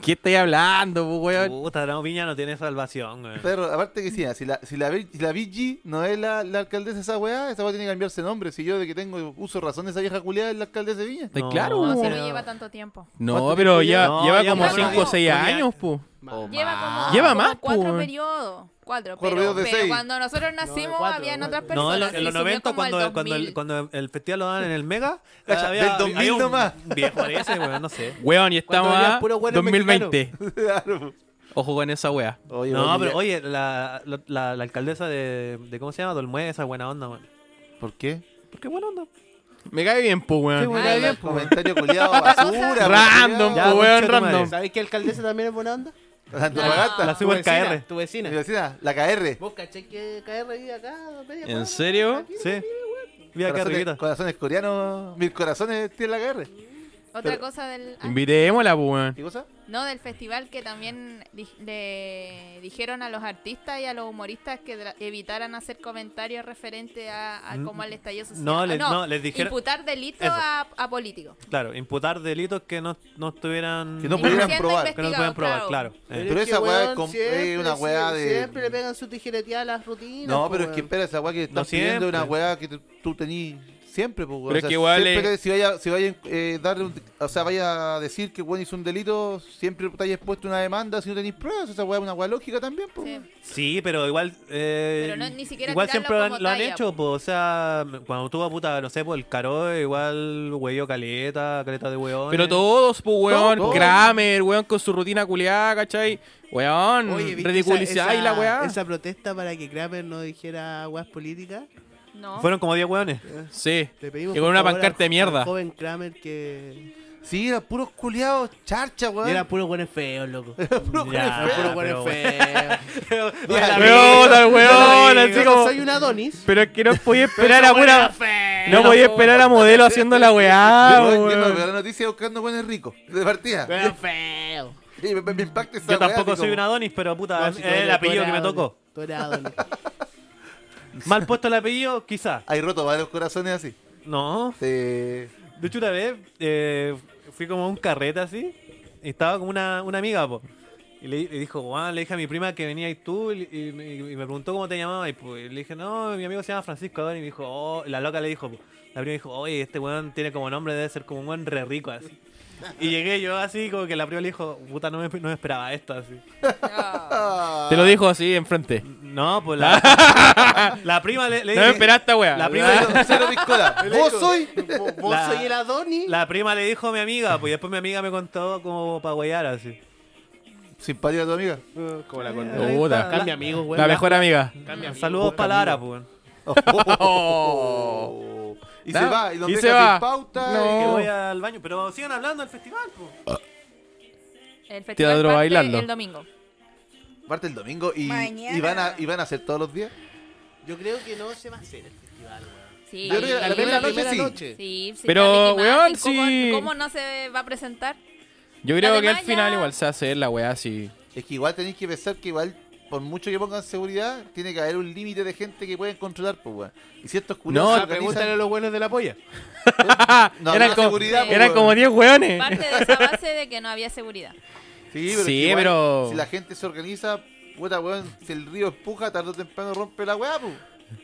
Speaker 5: ¿Qué estáis hablando, po, weón?
Speaker 1: Puta, no, Viña no tiene salvación, weón.
Speaker 2: Pero aparte que sí, si la, si la, Vir- si la Virgi no es la, la alcaldesa de esa weá, esa weá tiene que cambiarse nombre. Si yo de que tengo uso razón esa vieja culiada es la alcaldesa de Viña.
Speaker 5: ¿Estáis
Speaker 1: No,
Speaker 5: claro,
Speaker 4: No,
Speaker 5: po?
Speaker 4: si
Speaker 1: pero-
Speaker 4: no lleva tanto tiempo.
Speaker 5: No,
Speaker 2: ¿Cuánto
Speaker 5: pero
Speaker 2: tiempo
Speaker 5: ya
Speaker 1: lleva? No,
Speaker 5: lleva
Speaker 1: ya
Speaker 5: como
Speaker 1: lleva
Speaker 5: 5 o
Speaker 1: como-
Speaker 5: 6
Speaker 1: como ya-
Speaker 5: años, po.
Speaker 2: O
Speaker 4: Lleva como,
Speaker 2: más.
Speaker 5: Lleva
Speaker 4: como
Speaker 5: más,
Speaker 4: cuatro
Speaker 5: pues.
Speaker 4: periodos. Cuatro,
Speaker 2: Cuatro
Speaker 4: pero,
Speaker 2: periodos de
Speaker 4: pero
Speaker 2: seis.
Speaker 4: cuando nosotros nacimos
Speaker 3: cuatro,
Speaker 4: habían
Speaker 3: no,
Speaker 4: otras
Speaker 3: no,
Speaker 4: personas.
Speaker 1: No, en, lo- en
Speaker 4: y
Speaker 1: los
Speaker 4: subió
Speaker 1: 90
Speaker 4: como
Speaker 1: cuando,
Speaker 4: al
Speaker 1: cuando, el,
Speaker 4: 2000.
Speaker 1: cuando el- el festival lo daban en el Mega.
Speaker 2: Cacha,
Speaker 1: había-
Speaker 2: del
Speaker 1: había
Speaker 2: 2000
Speaker 1: un
Speaker 2: nomás.
Speaker 1: Viejo parece, weón, no sé.
Speaker 5: Weón, y
Speaker 1: Cuando
Speaker 5: estamos
Speaker 1: había
Speaker 5: a
Speaker 1: puro bueno
Speaker 5: 2020.
Speaker 2: Claro.
Speaker 5: Ojo con esa wea.
Speaker 2: Oye,
Speaker 1: no,
Speaker 2: oye,
Speaker 1: pero
Speaker 2: ya-
Speaker 1: oye, la, la, la- la alcaldesa de, de. ¿Cómo se llama? Dolmue, esa buena onda, weón.
Speaker 2: ¿Por qué?
Speaker 1: ¿Por qué buena onda?
Speaker 5: Me cae bien, po,
Speaker 1: Sí,
Speaker 5: weón.
Speaker 1: weón,
Speaker 4: Ay,
Speaker 1: bien, pues.
Speaker 2: Comentario culiado, basura.
Speaker 5: Random,
Speaker 1: Ya, concha
Speaker 5: po, weón,
Speaker 1: tu madre.
Speaker 5: random.
Speaker 3: ¿Sabéis que alcaldesa también es buena onda?
Speaker 1: Pues
Speaker 4: Ah,
Speaker 2: Antofagasta.
Speaker 1: La
Speaker 3: Tu
Speaker 1: super
Speaker 3: vecina,
Speaker 1: KR.
Speaker 3: Tu
Speaker 2: Mi
Speaker 3: vecina.
Speaker 2: vecina, la KR.
Speaker 3: ¿Vos caché que KR vive acá? media
Speaker 5: ¿En
Speaker 3: cuadra,
Speaker 5: serio?
Speaker 3: aquí,
Speaker 1: Sí.
Speaker 3: aquí,
Speaker 1: Vía acá
Speaker 2: Corazones-
Speaker 1: arribita.
Speaker 2: Corazones coreanos. Mil corazones tiene la KR.
Speaker 4: Otra
Speaker 2: pero-
Speaker 4: cosa del. ah,
Speaker 5: Invitémosla, po, weón.
Speaker 2: ¿Qué cosa?
Speaker 4: No, del festival que también di- le dijeron a los artistas y a los humoristas que dra- evitaran hacer comentarios referentes a, a
Speaker 1: Mm,
Speaker 4: como al estallido social.
Speaker 1: no,
Speaker 4: Ah,
Speaker 1: le- no, les dijeron-
Speaker 4: Imputar delitos
Speaker 1: Eso.
Speaker 4: a, a políticos.
Speaker 1: Claro, imputar delitos que no, no estuvieran.
Speaker 2: Que no
Speaker 4: Están
Speaker 2: pudieran
Speaker 4: siendo
Speaker 2: probar,
Speaker 1: que no pudieran
Speaker 4: investigados,
Speaker 1: probar, claro.
Speaker 2: Pero
Speaker 1: Eh,
Speaker 3: es
Speaker 2: esa
Speaker 3: que,
Speaker 2: weá es
Speaker 3: weón,
Speaker 2: com- es
Speaker 3: siempre,
Speaker 2: una
Speaker 3: sí,
Speaker 2: weá de-
Speaker 3: Siempre le pegan su tijereteada a las rutinas.
Speaker 2: No,
Speaker 3: po,
Speaker 2: pero es que
Speaker 3: Pues, weón.
Speaker 2: espera, esa weá que estás pidiendo
Speaker 1: siempre.
Speaker 2: es una weá que tú- tú tenías siempre, pues, weón.
Speaker 5: Pero es que igual
Speaker 2: siempre
Speaker 5: es-
Speaker 2: que si vaya, si vaya eh, darle un- o sea, vaya a decir que weón hizo un delito, siempre te hayas puesto una demanda si no tenéis pruebas, esa weá es una weá lógica también, pues.
Speaker 4: Sí.
Speaker 2: weón.
Speaker 1: Sí, pero igual. eh,
Speaker 4: Pero no- ni siquiera
Speaker 1: Igual
Speaker 4: tirarlo
Speaker 1: siempre lo han,
Speaker 4: como
Speaker 1: lo han
Speaker 4: talla,
Speaker 1: hecho, po, o sea, cuando tuvo puta, no sé, por el caro, igual hueyo caleta, caleta de hueón.
Speaker 5: Pero todos, pues, weón.
Speaker 2: Todos.
Speaker 5: Kramer, weón, con su rutina culiada, ¿cachai? Weón,
Speaker 3: Oye, ¿viste esa-
Speaker 5: ridiculizáis la
Speaker 3: esa-
Speaker 5: weá.
Speaker 3: Esa protesta para que Kramer no dijera weas políticas.
Speaker 4: No.
Speaker 1: Fueron como 10 hueones.
Speaker 5: Sí.
Speaker 3: Le pedimos
Speaker 5: Y con
Speaker 3: por
Speaker 5: una
Speaker 3: favor
Speaker 5: pancarta
Speaker 3: al-
Speaker 5: de mierda.
Speaker 3: al joven Kramer que.
Speaker 2: Sí, eran puros culiados, charcha, weón.
Speaker 3: Y era puro buen feo, loco.
Speaker 1: Ya,
Speaker 3: puro buen
Speaker 1: pero-
Speaker 3: feo.
Speaker 2: Ya,
Speaker 5: Weón, tal weón, así
Speaker 3: Yo
Speaker 5: como.
Speaker 3: soy un Adonis.
Speaker 5: Pero es que no podía esperar a pura. No podía esperar a modelo haciendo la weá,
Speaker 2: yo, yo no veo
Speaker 5: weón.
Speaker 2: la noticia buscando buenos ricos de partida.
Speaker 3: Pero feo.
Speaker 2: Y me, me- me impacta esa
Speaker 1: Yo
Speaker 2: weá,
Speaker 1: tampoco
Speaker 2: así
Speaker 1: soy
Speaker 2: como-
Speaker 1: un Adonis, pero puta,
Speaker 3: No, si
Speaker 1: es
Speaker 3: tú eres-
Speaker 1: el
Speaker 3: tú
Speaker 1: apellido
Speaker 3: eres
Speaker 1: que me
Speaker 3: Adonis,
Speaker 1: tocó.
Speaker 3: Tú eres Adonis.
Speaker 1: Mal puesto el apellido, quizás.
Speaker 2: Hay roto varios corazones así.
Speaker 1: No.
Speaker 2: Sí.
Speaker 1: De hecho, una vez eh, fui como a un carrete así. Y estaba con una, una amiga, po. Y le, le dijo, Juan, le dije a mi prima que venía y tú. Y, y- y me preguntó cómo te llamabas. Y, pues, le dije, no, mi amigo se llama Francisco Adón. Y me dijo, oh, la loca le dijo, po. La prima dijo, oye, este weón tiene como nombre, debe ser como un weón re rico así. Y llegué yo así, como que la prima le dijo, puta, no me, no me esperaba esto así.
Speaker 4: No.
Speaker 5: Te lo dijo así enfrente.
Speaker 1: No, pues la, la prima le, le
Speaker 5: No me
Speaker 1: dijo.
Speaker 5: esperaba esta weá.
Speaker 1: La
Speaker 2: Cero,
Speaker 1: prima,
Speaker 2: cero piscola. Vos soy.
Speaker 3: Vos- Vos
Speaker 1: La-
Speaker 3: soy el Adonis.
Speaker 1: la prima le dijo a mi amiga, pues y después mi amiga me contó como para guayar así.
Speaker 2: Simpática tu amiga.
Speaker 3: Como la
Speaker 5: No,
Speaker 1: Ahí
Speaker 5: puta.
Speaker 1: está, la-
Speaker 3: Cambia amigo, weón.
Speaker 5: La mejor amiga.
Speaker 3: Cambia amigo.
Speaker 1: Saludos para Lara, pues.
Speaker 5: Oh.
Speaker 2: Y
Speaker 5: Da-
Speaker 2: se va, y los
Speaker 5: y
Speaker 2: deja
Speaker 5: se va.
Speaker 2: sin pauta.
Speaker 5: No.
Speaker 2: y-
Speaker 1: Que voy al baño, pero sigan hablando del festival, pues.
Speaker 4: El festival
Speaker 5: Teatro
Speaker 4: parte
Speaker 5: bailando.
Speaker 4: el domingo.
Speaker 2: Parte el domingo y,
Speaker 4: Mañana.
Speaker 2: y van a, y van a hacer todos los días.
Speaker 3: Yo creo que no se va a hacer el festival, weón.
Speaker 4: Sí.
Speaker 2: Yo creo que a la
Speaker 4: sí,
Speaker 2: primera
Speaker 4: sí,
Speaker 2: noche sí.
Speaker 4: sí, sí,
Speaker 5: Pero,
Speaker 4: está Ricky
Speaker 5: weón,
Speaker 4: Martin, ¿cómo-
Speaker 5: sí.
Speaker 4: ¿Cómo no se va a presentar?
Speaker 5: Yo creo que al
Speaker 4: Además,
Speaker 5: final
Speaker 4: ya-
Speaker 5: igual se hace la weá así.
Speaker 2: Es que igual tenéis que pensar que igual, por mucho que pongan seguridad, tiene que haber un límite de gente que pueden controlar, pues weón. Y si estos culiados
Speaker 5: No,
Speaker 2: se
Speaker 3: Ah, pregúntale a los buenos de la polla.
Speaker 2: no habrá
Speaker 5: eran, como,
Speaker 2: seguridad, pues,
Speaker 5: eran
Speaker 2: weón.
Speaker 5: como 10 weones.
Speaker 4: Parte de esa base de que no había seguridad.
Speaker 2: Sí, pero, es que
Speaker 5: Sí,
Speaker 2: igual,
Speaker 5: pero-
Speaker 2: si la gente se organiza, puta weón, si el río empuja, tarde o temprano rompe la weá, pues.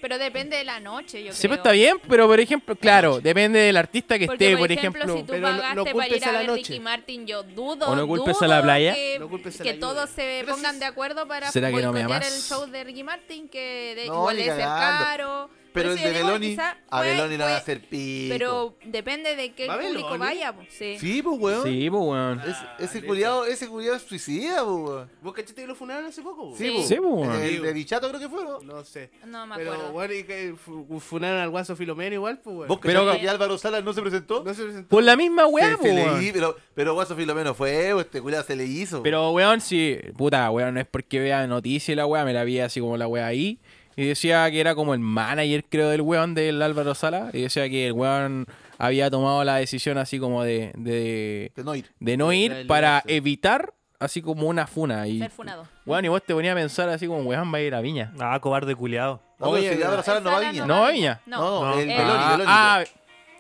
Speaker 4: Pero depende de la noche, yo creo.
Speaker 5: Sí, pues está bien, pero por ejemplo, claro, depende del artista que
Speaker 4: Porque,
Speaker 5: esté,
Speaker 4: por ejemplo, si tú
Speaker 3: Pero no- no
Speaker 4: pagaste para
Speaker 3: culpes
Speaker 4: ir
Speaker 3: a
Speaker 4: a
Speaker 3: la
Speaker 4: ver
Speaker 3: noche.
Speaker 4: Ricky Martin, yo dudo,
Speaker 5: O no culpes
Speaker 4: dudo
Speaker 5: a la playa.
Speaker 4: que,
Speaker 3: No culpes a
Speaker 4: que
Speaker 3: la
Speaker 4: todos
Speaker 3: lluvia.
Speaker 4: se
Speaker 2: Gracias.
Speaker 4: pongan de acuerdo para
Speaker 5: ¿Será que no me
Speaker 4: boicotear
Speaker 5: amas?
Speaker 4: el show de Ricky Martin, que de,
Speaker 2: No,
Speaker 4: igual
Speaker 2: ni
Speaker 4: debe ser
Speaker 2: cagando.
Speaker 4: caro. Por
Speaker 2: Pero
Speaker 4: eso
Speaker 2: el
Speaker 4: yo
Speaker 2: de
Speaker 4: digo que
Speaker 2: Beloni,
Speaker 4: quizá
Speaker 2: a
Speaker 4: fue-
Speaker 2: Beloni la van a
Speaker 4: fue-
Speaker 2: hacer pico.
Speaker 4: Pero depende de qué
Speaker 3: ¿Va
Speaker 4: público
Speaker 3: Beloni?
Speaker 4: vaya, pues, sí.
Speaker 2: Sí, pues weón.
Speaker 5: Sí, pues weón.
Speaker 2: Es- ese
Speaker 3: neta.
Speaker 2: culiado, ese culiado es suicida, pues weón.
Speaker 3: ¿Vos cachaste que lo funaron hace poco, weón?
Speaker 2: Sí,
Speaker 4: Sí.
Speaker 2: pues.
Speaker 5: Sí, pues, weón.
Speaker 2: El de Bichato creo que fue, ¿no?
Speaker 3: No sé.
Speaker 4: No me
Speaker 3: Pero,
Speaker 4: acuerdo.
Speaker 3: bueno, y que fu- funaron al guaso Filomeno igual, pues, weón.
Speaker 2: ¿Vos
Speaker 5: Pero-
Speaker 2: pero que ya Álvaro Salas no se presentó?
Speaker 3: No se presentó.
Speaker 5: Por la misma weá,
Speaker 2: se,
Speaker 5: pues,
Speaker 2: se le
Speaker 5: weón.
Speaker 2: hi- pero, pero Guaso Filomeno fue, pues, este culiado se le hizo.
Speaker 5: Pero, weón, sí. Puta, weón, no es porque vea noticias y la weá, me la vi así como la weá ahí. Y decía que era como el manager, creo, del weón del Álvaro Sala. Y decía que el weón había tomado la decisión así como de, de,
Speaker 2: Que no ir.
Speaker 5: de no ir para evitar así como una funa. Y,
Speaker 4: Ser funado.
Speaker 5: Weón, y vos te ponías a pensar así como, weón, va a ir a Viña.
Speaker 1: Ah, cobarde culiado.
Speaker 2: No,
Speaker 5: Oye, eh,
Speaker 2: pero si Álvaro Salas no va a
Speaker 4: Sala
Speaker 2: Viña.
Speaker 5: no. va a Viña.
Speaker 4: No.
Speaker 2: No,
Speaker 1: No.
Speaker 2: el
Speaker 4: Eh,
Speaker 2: Beloni,
Speaker 5: ah,
Speaker 2: Beloni.
Speaker 5: ah,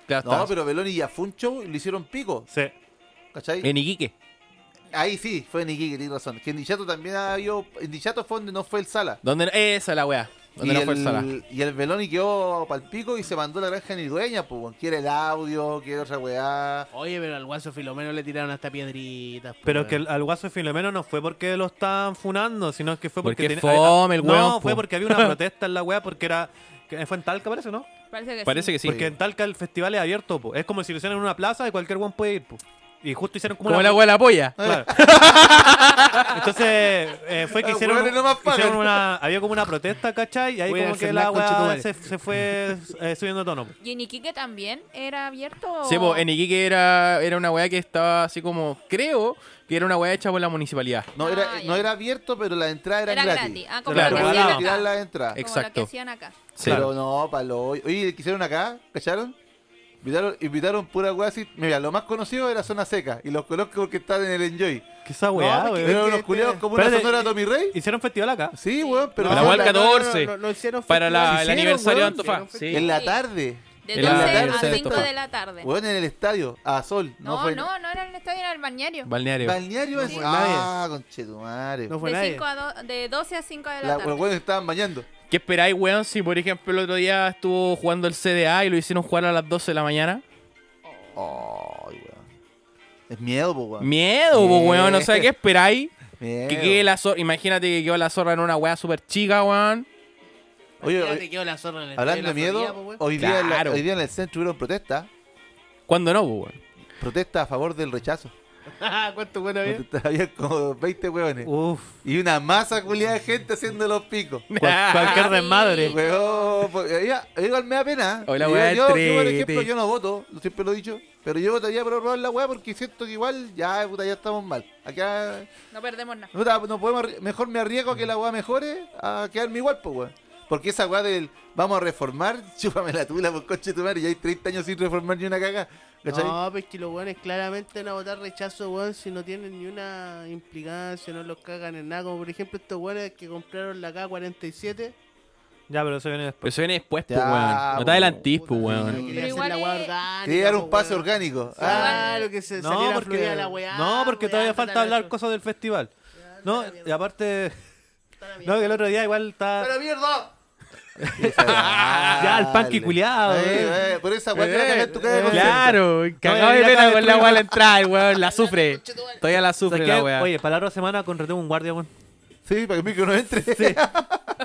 Speaker 5: claro,
Speaker 2: no,
Speaker 5: está.
Speaker 2: pero Beloni ya fue un show y le hicieron pico,
Speaker 1: Sí.
Speaker 2: ¿cachai?
Speaker 5: En Iquique.
Speaker 2: Ahí sí, fue en Iquique, tienes razón. Que en Dichato también ha habido... En Dichato fue donde no fue el Sala.
Speaker 5: Donde, esa es la weá. Donde no fue el Salah.
Speaker 2: y el Beloni quedó pal pico y se mandó a la granja nigüeña, pues, weón. Quiere el audio, quiere otra weá.
Speaker 3: Oye, pero al guaso Filomeno le tiraron hasta piedritas. po,
Speaker 1: Pero
Speaker 3: weón.
Speaker 1: que el- al guaso de Filomeno no fue porque lo estaban funando, sino que fue porque...
Speaker 5: Porque
Speaker 1: tenía-
Speaker 5: fome el weón,
Speaker 1: No,
Speaker 5: po.
Speaker 1: fue porque había una protesta en la wea porque era... que Fue en Talca, parece, ¿no?
Speaker 4: Eh, Parece que
Speaker 5: Parece
Speaker 4: sí.
Speaker 5: que sí.
Speaker 1: Porque en Talca el festival es abierto, po. Es como si lo hicieran en una plaza y cualquier weón puede ir, po. Y justo hicieron como,
Speaker 5: Como
Speaker 1: una...
Speaker 5: la wea de la polla.
Speaker 1: Claro. Entonces, eh, fue que
Speaker 2: Los
Speaker 1: hicieron,
Speaker 2: hueones no más pagan.
Speaker 1: hicieron una... Había como una protesta, ¿cachai? Y ahí
Speaker 3: Voy a
Speaker 1: como que
Speaker 3: hacerla,
Speaker 1: la wea
Speaker 3: conchetumare.
Speaker 1: se, se fue eh, subiendo de tono, po.
Speaker 4: ¿Y en Iquique también era abierto?
Speaker 5: Sí, pues en Iquique era, era una weá que estaba así como, creo que era una weá hecha por la municipalidad.
Speaker 2: No,
Speaker 4: Ah,
Speaker 2: era,
Speaker 4: ya.
Speaker 2: no era abierto, pero las entradas eran
Speaker 4: Era
Speaker 2: gratis.
Speaker 4: gratis. Ah, como
Speaker 5: Claro,
Speaker 4: lo que
Speaker 5: regalaban.
Speaker 2: Regalaban.
Speaker 4: hacían acá.
Speaker 2: tirar las entradas.
Speaker 4: Como lo que
Speaker 5: Exacto.
Speaker 4: hacían acá.
Speaker 5: Sí.
Speaker 2: Pero no, palo. Oye, ¿qué hicieron acá? ¿Cacharon? Invitaron, invitaron pura weá así. Mira, lo más conocido era Zona Seca. Y los conozco porque están en el Enjoy.
Speaker 1: Que esa weá,
Speaker 3: No, porque-
Speaker 1: weón.
Speaker 2: Pero
Speaker 3: que este-
Speaker 2: unos
Speaker 3: te-
Speaker 2: culiados como una
Speaker 1: Espérate,
Speaker 2: sonora Tommy Rey.
Speaker 1: Hicieron festival acá.
Speaker 2: Sí, weón, pero.
Speaker 5: No, la
Speaker 2: fue
Speaker 5: Walca
Speaker 2: en
Speaker 5: no. 14,
Speaker 3: hicieron
Speaker 5: para la-
Speaker 3: festival.
Speaker 5: el
Speaker 2: Hicieron,
Speaker 5: aniversario de
Speaker 2: weón,
Speaker 5: Antofagasta.
Speaker 2: En
Speaker 5: Sí.
Speaker 2: la tarde.
Speaker 4: De
Speaker 5: El
Speaker 4: 12
Speaker 5: aniversario
Speaker 4: a
Speaker 5: de
Speaker 4: 5
Speaker 5: Antofagasta.
Speaker 4: de la tarde.
Speaker 2: Weón, en el estadio. A sol. No,
Speaker 4: No,
Speaker 2: fue.
Speaker 4: no, no era en el estadio, era el balneario.
Speaker 5: Balneario.
Speaker 2: Balneario es.
Speaker 3: fue nadie.
Speaker 2: Ah, conchetumare.
Speaker 3: No fue
Speaker 4: De,
Speaker 3: nadie.
Speaker 4: 5 a do- de 12 a 5 de la,
Speaker 2: La-
Speaker 4: tarde.
Speaker 2: Los weones estaban bañando.
Speaker 5: ¿Qué esperáis, weón, si por ejemplo el otro día estuvo jugando el CDA y lo hicieron jugar a las 12 de la mañana?
Speaker 2: Ay, weón. Es miedo, po, weón.
Speaker 5: Miedo, po, weón. O sea, ¿qué esperáis?
Speaker 2: Miedo.
Speaker 5: Que quede la zorra. Imagínate que quedó la zorra en una weá súper chica, weón.
Speaker 2: Oye,
Speaker 3: Ya
Speaker 2: oye,
Speaker 3: te quedó la zorra en el
Speaker 2: Hablando de
Speaker 3: estadio la
Speaker 2: miedo,
Speaker 3: Florida, po, weón.
Speaker 2: hoy, día en la-
Speaker 5: Claro.
Speaker 2: hoy día en el centro hubieron protestas.
Speaker 5: ¿Cuándo no, po, weón?
Speaker 2: Protestas a favor del rechazo.
Speaker 3: Ah, ¿Cuánto bueno había?
Speaker 2: Protestas- Había como 20 hueones.
Speaker 1: Uf.
Speaker 2: Y una masa culiada de gente haciendo los picos.
Speaker 1: Cual- cualquier
Speaker 4: Sí.
Speaker 1: desmadre.
Speaker 2: Hueón, pues, ya, igual me da pena.
Speaker 5: Hoy la
Speaker 2: Yo-
Speaker 5: hueá es
Speaker 2: yo, yo, por
Speaker 5: triste.
Speaker 2: ejemplo, yo no voto, lo- siempre lo he dicho. Pero yo votaría por robar la hueá porque siento que igual ya, puta, ya estamos mal. Acá,
Speaker 4: No perdemos nada.
Speaker 2: puta, no podemos, arri- mejor me arriesgo a que la hueá mejore a quedarme igual, pues, hueón. Porque esa hueá del vamos a reformar, chúpame la tula, por coche tu madre. Ya hay 30 años sin reformar ni una caga. ¿Cachai?
Speaker 3: No, pues que los weones claramente van a votar rechazo, weón, si no tienen ni una implicancia, no los cagan en nada. Como por ejemplo estos weones que compraron la K47.
Speaker 1: Ya, pero eso viene después.
Speaker 5: Pero se viene después, po,
Speaker 2: Ya, pues,
Speaker 5: weón. No te
Speaker 2: po,
Speaker 5: adelantís, po,
Speaker 3: Puta,
Speaker 5: weón.
Speaker 3: querían hacer
Speaker 4: igual
Speaker 3: la weá
Speaker 4: es-
Speaker 3: orgánica,
Speaker 2: Quería dar un
Speaker 3: po,
Speaker 2: pase
Speaker 3: weón.
Speaker 2: orgánico. Ah,
Speaker 3: Claro, que se
Speaker 1: No,
Speaker 3: saliera
Speaker 1: porque,
Speaker 3: fluida la weá.
Speaker 1: no, porque
Speaker 3: weón,
Speaker 1: todavía
Speaker 3: puta
Speaker 1: falta
Speaker 3: la
Speaker 1: hablar
Speaker 3: chucha,
Speaker 1: cosas del festival. No, y aparte,
Speaker 3: puta la mierda.
Speaker 1: no, que el otro día igual está.
Speaker 3: ¡Pero mierda!
Speaker 1: Ya, el panqui culiado.
Speaker 2: Ah, Eh, eh, por esa weá que la cagaste tú
Speaker 1: eh,
Speaker 2: cada vez.
Speaker 5: Claro, cagado
Speaker 1: No,
Speaker 5: de
Speaker 1: ya
Speaker 5: pena
Speaker 1: acabé,
Speaker 5: con la
Speaker 1: estuve-
Speaker 5: weá la entrada, weón. La sufre. Todavía la
Speaker 1: ¿Sabes
Speaker 5: sufre
Speaker 1: qué?
Speaker 5: la weá.
Speaker 1: Oye, para la otra semana contratemos un guardia, weón.
Speaker 2: Sí, para que el micro no entre.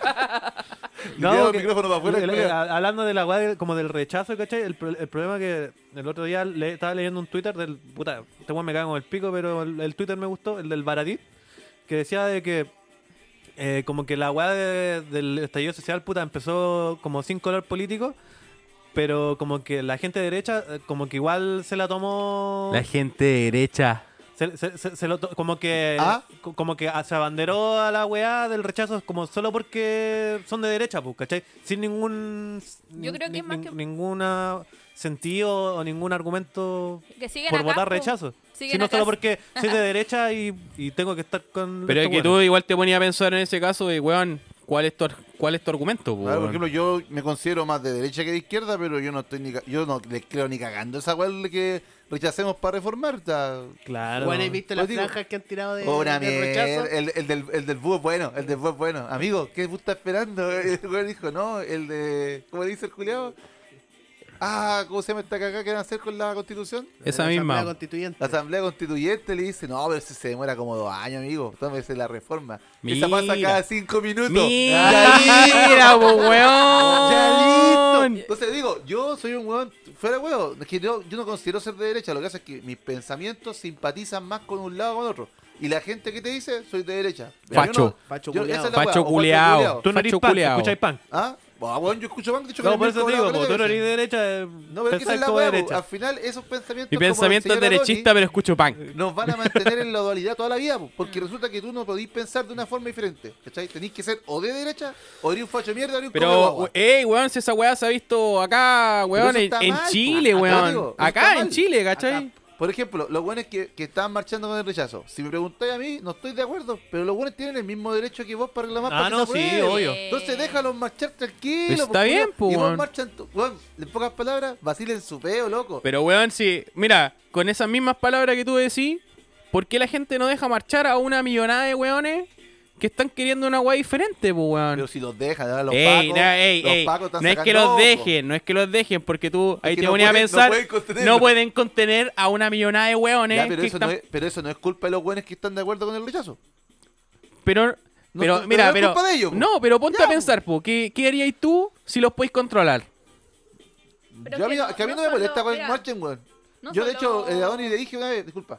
Speaker 2: No,
Speaker 1: No,
Speaker 2: el
Speaker 1: que-
Speaker 2: micrófono para afuera.
Speaker 1: el- el-
Speaker 2: que-
Speaker 1: a- hablando de la weá del- como del rechazo, ¿cachai? El, pro- el problema que el otro día le, estaba leyendo un Twitter del. Puta, este weón me cago en el pico, pero el, el Twitter me gustó, el del Baradit, que decía de que. eh, como que la weá de- del estallido social, puta, empezó como sin color político, pero como que la gente derecha, eh, como que igual se la tomó.
Speaker 5: La gente derecha.
Speaker 1: Se, se- se- se lo to- como que
Speaker 2: ¿Ah?
Speaker 1: co- como que se abanderó a la weá del rechazo como solo porque son de derecha, pues, ¿cachai? Sin ningún
Speaker 4: Yo creo que es más que-
Speaker 1: ninguna sentido o ningún argumento
Speaker 4: Que siguen
Speaker 1: por
Speaker 4: acá,
Speaker 1: votar
Speaker 4: po.
Speaker 1: rechazo.
Speaker 4: Siguen
Speaker 1: Sino
Speaker 4: acá.
Speaker 1: solo porque soy de derecha y, y tengo que estar con
Speaker 5: Pero es
Speaker 1: estos
Speaker 5: que tú
Speaker 1: weones.
Speaker 5: igual te ponías a pensar en ese caso de, weón, ¿cuál es tu, ar- cuál es tu argumento, po,
Speaker 2: Claro, por ejemplo,
Speaker 5: weón?
Speaker 2: yo me considero más de derecha que de izquierda, pero yo no estoy ni ca- yo no le creo ni cagando esa weá de que rechacemos para reformar. está-
Speaker 1: Claro.
Speaker 3: Bueno, ¿y viste las
Speaker 1: Pues
Speaker 2: Yo digo-
Speaker 3: franjas que han tirado de,
Speaker 2: Una
Speaker 3: del
Speaker 2: mierda.
Speaker 3: rechazo?
Speaker 2: El, el del, el del búho es bueno, el del búho es bueno. Amigo, ¿qué bus está esperando? El weón dijo, no, el de. ¿Cómo le dice el culiao? Ah, ¿cómo se llama esta cagada que van a hacer con la constitución?
Speaker 5: Esa
Speaker 3: La Asamblea
Speaker 5: misma.
Speaker 3: Constituyente.
Speaker 2: La asamblea constituyente le dice, no, pero si se demora como dos años, amigo, tómese la reforma. Esa
Speaker 5: Mira.
Speaker 2: pasa cada cinco minutos.
Speaker 5: Mira,
Speaker 2: Ya listo.
Speaker 5: mira, pues, po,
Speaker 2: Ya listo.
Speaker 5: weón.
Speaker 2: Entonces digo, yo soy un huevón fuera de huevo. Es que yo, yo no considero ser de derecha. Lo que pasa es que mis pensamientos simpatizan más con un lado que con otro. Y la gente que te dice, soy de derecha. Pero yo
Speaker 5: Facho.
Speaker 2: no-
Speaker 3: Facho
Speaker 2: yo-
Speaker 3: culiao.
Speaker 2: esa es la hueá,
Speaker 5: Facho
Speaker 2: o facho
Speaker 5: culeado.
Speaker 2: culiao.
Speaker 1: tú no eres
Speaker 5: facho
Speaker 1: pan,
Speaker 5: culiao.
Speaker 1: escucháis pan.
Speaker 2: ¿Ah? Ah, bueno, yo escucho más dicho que
Speaker 1: No,
Speaker 2: el
Speaker 1: por eso
Speaker 2: Mirko
Speaker 1: te digo,
Speaker 2: hablaba
Speaker 1: po, tú
Speaker 2: con
Speaker 1: no
Speaker 2: la
Speaker 1: eres de
Speaker 2: derecha.
Speaker 1: derecha, eh,
Speaker 2: No, pero es que esa
Speaker 1: pensáis
Speaker 2: es la
Speaker 1: como
Speaker 2: hueá, po.
Speaker 1: derecha.
Speaker 2: Al final, esos pensamientos.
Speaker 5: Mi
Speaker 2: como el
Speaker 5: pensamiento es
Speaker 2: señor Adorni,
Speaker 5: derechista, pero escucho pan.
Speaker 2: nos van a mantener en la dualidad toda la vida, po, porque resulta que tú no podís pensar de una forma diferente. ¿Cachai? Tenís que ser o de derecha, o eres un facho de mierda, o eres un
Speaker 5: Pero,
Speaker 2: comeguagua.
Speaker 5: ey, weón, si esa weá se ha visto acá, weón,
Speaker 2: eso
Speaker 5: en,
Speaker 2: está
Speaker 5: en
Speaker 2: mal,
Speaker 5: Chile,
Speaker 2: po. Acá
Speaker 5: weón.
Speaker 2: digo, eso
Speaker 5: acá
Speaker 2: está
Speaker 5: en
Speaker 2: mal.
Speaker 5: Chile, ¿cachai?
Speaker 2: Por ejemplo, los buenos que, que estaban marchando con el rechazo. Si me preguntáis a mí, no estoy de acuerdo, pero los buenos tienen el mismo derecho que vos para reclamar
Speaker 1: Ah,
Speaker 2: para que
Speaker 1: no,
Speaker 2: se apruebe.
Speaker 1: sí, obvio.
Speaker 2: Entonces déjalos marchar tranquilos.
Speaker 5: Está bien, po,
Speaker 2: Y vos
Speaker 5: weón.
Speaker 2: marchan, tu- weón, en pocas palabras, vacilen su peo, loco.
Speaker 5: Pero, weón, si, mira, con esas mismas palabras que tú decís, ¿por qué la gente no deja marchar a una millonada de weones que están queriendo una weá diferente, pues, weón.
Speaker 2: Pero si los dejan, ahora los
Speaker 5: Ey,
Speaker 2: pacos.
Speaker 5: no, ey,
Speaker 2: los
Speaker 5: ey,
Speaker 2: pacos están
Speaker 5: no es que
Speaker 2: sacando-
Speaker 5: los dejen, no es que los dejen, porque tú ahí
Speaker 2: que
Speaker 5: te
Speaker 2: no
Speaker 5: pones a
Speaker 2: pueden- no
Speaker 5: pensar,
Speaker 2: pueden contenerlo.
Speaker 5: no pueden contener a una millonada de hueones.
Speaker 2: Ya, pero,
Speaker 5: que
Speaker 2: eso
Speaker 5: están-
Speaker 2: no es, pero eso no es culpa de los buenos que están de acuerdo con el rechazo.
Speaker 5: pero,
Speaker 2: no-
Speaker 5: pero,
Speaker 2: no-
Speaker 5: mira,
Speaker 2: no es
Speaker 5: pero,
Speaker 2: culpa de ellos, po.
Speaker 5: no, pero ponte
Speaker 2: Ya,
Speaker 5: a
Speaker 2: po.
Speaker 5: pensar, po, ¿qué, qué harías tú si los puedes controlar?
Speaker 4: Pero
Speaker 2: yo a
Speaker 4: que
Speaker 2: mí no,
Speaker 4: no-
Speaker 2: que a mí no,
Speaker 4: no
Speaker 2: me
Speaker 4: solo-
Speaker 2: molesta con
Speaker 4: mira,
Speaker 2: marchen, weón.
Speaker 4: no
Speaker 2: yo, de
Speaker 4: solo-
Speaker 2: hecho, eh, a Donny le dije una vez, disculpa.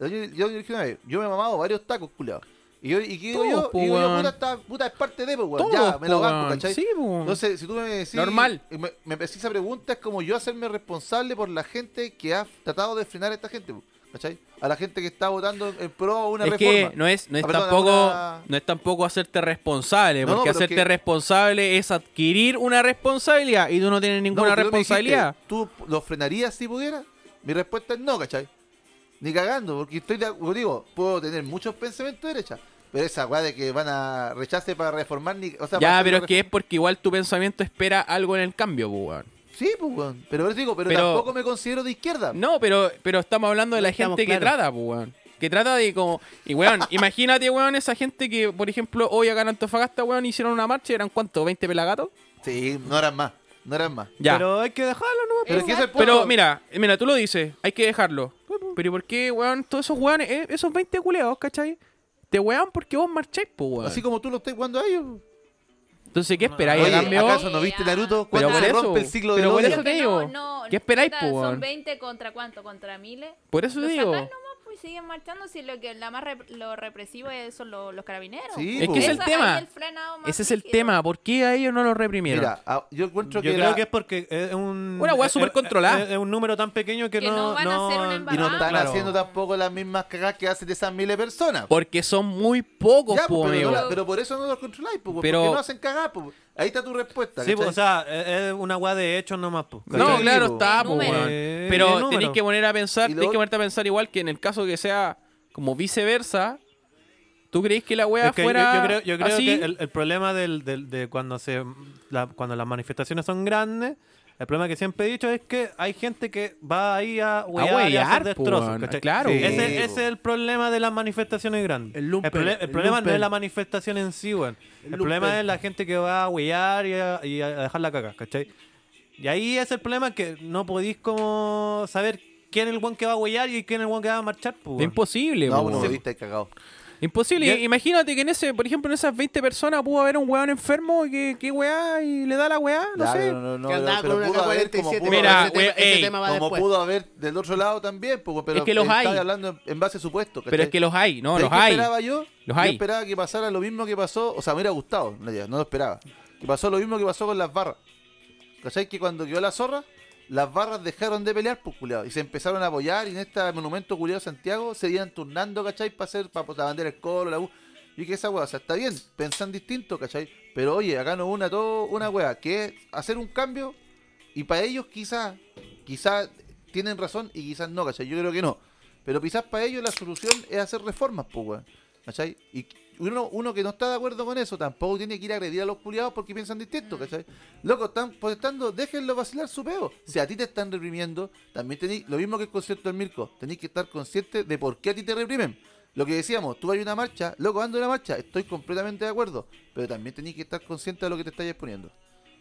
Speaker 2: a Donny- Yo le dije una vez, yo me he mamado varios tacos, culiados. Y yo, y qué digo
Speaker 5: Todos,
Speaker 2: yo,
Speaker 5: po,
Speaker 2: y digo yo,
Speaker 5: weón.
Speaker 2: puta, esta puta es parte de, pues, weón.
Speaker 5: Todos,
Speaker 2: Ya, me lo
Speaker 5: po,
Speaker 2: banco,
Speaker 5: weón.
Speaker 2: ¿cachai?
Speaker 5: Sí, po.
Speaker 2: Entonces, si tú me decís.
Speaker 5: Normal.
Speaker 2: Me, me decís esa pregunta, es como yo hacerme responsable por la gente que ha tratado de frenar a esta gente, po, ¿cachai? A la gente que está votando en pro a una
Speaker 5: es
Speaker 2: reforma.
Speaker 5: que no es, no es
Speaker 2: Ah, perdón,
Speaker 5: tampoco,
Speaker 2: alguna-
Speaker 5: no es tampoco hacerte responsable,
Speaker 2: No, no,
Speaker 5: porque
Speaker 2: pero
Speaker 5: hacerte
Speaker 2: que-
Speaker 5: responsable es adquirir una responsabilidad y tú no tienes
Speaker 2: No,
Speaker 5: ninguna
Speaker 2: porque tú me dijiste,
Speaker 5: responsabilidad.
Speaker 2: ¿Tú lo frenarías si pudieras? Mi respuesta es no, ¿cachai? Ni cagando, porque estoy de acu- digo, puedo tener muchos pensamientos de derecha, pero esa weá de que van a rechace para reformar, ni, o sea, para
Speaker 5: Ya,
Speaker 2: hacer
Speaker 5: pero
Speaker 2: una
Speaker 5: es que es
Speaker 2: reforma-
Speaker 5: porque igual tu pensamiento espera algo en el cambio, po, weón.
Speaker 2: Sí, pues, weón. Pero, por eso digo, pero,
Speaker 5: Pero-
Speaker 2: tampoco me considero de izquierda.
Speaker 5: No, pero, pero estamos hablando de
Speaker 3: No
Speaker 5: la
Speaker 3: estamos
Speaker 5: gente que
Speaker 3: claros.
Speaker 5: trata, pues, weón. Que trata de como. Y weón, imagínate, weón, esa gente que, por ejemplo, hoy acá en Antofagasta, weón, hicieron una marcha y eran cuánto, 20 pelagatos.
Speaker 2: Sí, no eran más, no eran más.
Speaker 5: Ya. Pero,
Speaker 1: Pero hay que dejarlo, ¿no?
Speaker 2: Pero es que ese es el punto.
Speaker 5: mira, eh, mira, tú lo dices, hay que dejarlo. Pero ¿y por qué, weón, todos esos weones, eh, esos 20 culeados, ¿cachai? Te wean porque vos marcháis, pues, weón.
Speaker 2: Así como tú lo estás jugando a ellos.
Speaker 5: Entonces, ¿qué esperáis?
Speaker 2: Oye,
Speaker 5: a cambio?
Speaker 2: ¿acaso no viste Naruto?
Speaker 5: Pero
Speaker 2: ¿Cuándo
Speaker 5: por
Speaker 2: se
Speaker 5: eso,
Speaker 2: rompe el ciclo
Speaker 5: pero por
Speaker 2: del
Speaker 5: eso
Speaker 2: odio?
Speaker 4: Pero
Speaker 5: te
Speaker 4: que
Speaker 5: digo.
Speaker 4: no, no,
Speaker 5: ¿Qué esperáis,
Speaker 4: puta,
Speaker 5: po, weón?
Speaker 4: Son 20 contra cuánto, contra miles.
Speaker 5: Por eso
Speaker 4: Lo
Speaker 5: te
Speaker 4: sacan
Speaker 5: digo.
Speaker 4: nomás, pues siguen marchando. Si lo que la más rep- lo represivo es- son lo- los carabineros.
Speaker 2: Sí,
Speaker 5: Es
Speaker 2: po.
Speaker 5: que es el
Speaker 4: Esa-
Speaker 5: tema.
Speaker 4: ahí el frenado más
Speaker 5: Ese es el
Speaker 4: rígido.
Speaker 5: tema. ¿Por qué a ellos no los reprimieron?
Speaker 2: Mira, ah, yo encuentro
Speaker 1: Yo
Speaker 2: que,
Speaker 1: creo
Speaker 2: la-
Speaker 1: que es porque es un.
Speaker 5: Una weá
Speaker 1: es-
Speaker 5: súper
Speaker 1: es-
Speaker 5: controlada.
Speaker 1: Es, es un número tan pequeño que,
Speaker 4: Que no van a hacer una
Speaker 2: y no
Speaker 4: embarrada.
Speaker 2: están
Speaker 1: Claro.
Speaker 2: haciendo tampoco las mismas cagas que hacen de esas miles de personas.
Speaker 5: Porque son muy pocos,
Speaker 2: Ya,
Speaker 5: po,
Speaker 2: pues, pero,
Speaker 5: amigo.
Speaker 2: no la- pero por eso no los controláis, pues,
Speaker 5: Pero-
Speaker 2: porque no hacen cagar, pues. Ahí está tu respuesta.
Speaker 1: Sí,
Speaker 2: ¿cachai?
Speaker 1: pues, o sea, es es una weá de hechos nomás, pues.
Speaker 5: No,
Speaker 2: Sí,
Speaker 5: claro,
Speaker 2: po.
Speaker 5: está, po,
Speaker 4: Número.
Speaker 5: weón.
Speaker 1: Eh, y el
Speaker 5: Pero
Speaker 1: número.
Speaker 5: tenéis que poner a pensar,
Speaker 2: Y lo
Speaker 5: tenéis que
Speaker 2: otro-
Speaker 5: ponerte a pensar igual que en el caso que sea como viceversa, ¿tú creéis que la wea
Speaker 1: Es que yo-
Speaker 5: fuera
Speaker 1: yo, creo, yo creo
Speaker 5: así?
Speaker 1: que el, el problema del, del- de cuando se la- cuando las manifestaciones son grandes, el problema que siempre he dicho es que hay gente que va ahí a huear, y a hacer
Speaker 5: huear, po,
Speaker 1: destrozos,
Speaker 5: weón.
Speaker 1: ¿cachai?
Speaker 5: Claro.
Speaker 1: Ese,
Speaker 2: Sí,
Speaker 1: ese
Speaker 2: po.
Speaker 1: es el problema de las manifestaciones grandes.
Speaker 3: El lumpen,
Speaker 1: prole- el
Speaker 3: el
Speaker 1: problema no es
Speaker 3: lumpen.
Speaker 1: la manifestación en sí, weón. El,
Speaker 3: lumpen.
Speaker 1: problema es la gente que va a huear y a, y a dejar la caca, ¿cachai? Y ahí es el problema que no podéis como saber quién es el buen que va a huear y quién es el buen que va a marchar, po,
Speaker 5: Es
Speaker 1: weón.
Speaker 5: imposible,
Speaker 2: No,
Speaker 5: po,
Speaker 2: uno
Speaker 5: weón.
Speaker 2: viste cagado.
Speaker 5: Imposible.
Speaker 1: Ya-
Speaker 5: Imagínate que en ese, por ejemplo, en esas 20 personas pudo haber un weón enfermo y que, que weá y le da la weá, no
Speaker 2: Ya,
Speaker 5: sé.
Speaker 2: pero no, no,
Speaker 3: que
Speaker 2: pero-
Speaker 3: andaba
Speaker 2: pero
Speaker 3: con una
Speaker 2: pudo haber como
Speaker 3: K47.
Speaker 2: pudo,
Speaker 5: Mira,
Speaker 2: haber,
Speaker 3: ese tema,
Speaker 5: wey,
Speaker 3: ese
Speaker 5: ey,
Speaker 3: tema va
Speaker 2: como
Speaker 3: después.
Speaker 2: pudo haber del otro lado también, pues, pero
Speaker 5: Es que los
Speaker 2: estaba
Speaker 5: hay.
Speaker 2: hablando en, en base a supuesto.
Speaker 5: Pero es que los hay, no, los
Speaker 2: ¿Qué
Speaker 5: hay.
Speaker 2: esperaba yo?
Speaker 5: Los
Speaker 2: yo
Speaker 5: hay.
Speaker 2: esperaba que pasara lo mismo que pasó, o sea, me hubiera gustado, en realidad, no lo esperaba. Que pasó lo mismo que pasó con las barras. ¿Cachai? Que cuando quedó la zorra, las barras dejaron de pelear, pues, culiao, y se empezaron a apoyar, y en este monumento culiado Santiago se iban turnando, ¿cachai? Para hacer, para la bandera el colo, la U. Y que esa weá, o sea, está bien, pensan distinto, ¿cachai? Pero oye, acá nos una todo una weá, que es hacer un cambio, y para ellos quizás, quizás tienen razón y quizás no, ¿cachai? Yo creo que no. Pero quizás para ellos la solución es hacer reformas, pues, weón. ¿Cachai? Y uno, uno que no está de acuerdo con eso tampoco tiene que ir a agredir a los culiados porque piensan
Speaker 5: Mm.
Speaker 2: distinto, ¿cachai? Loco, están protestando, déjenlo vacilar su peo. Si a ti te están reprimiendo, también tenéis, lo mismo que el concierto del Mirko, tenéis que estar consciente de por qué a ti te reprimen. Lo que decíamos, tú hay una marcha, loco, ando en la marcha, estoy completamente de acuerdo, pero también tenéis que estar consciente de lo que te estáis exponiendo.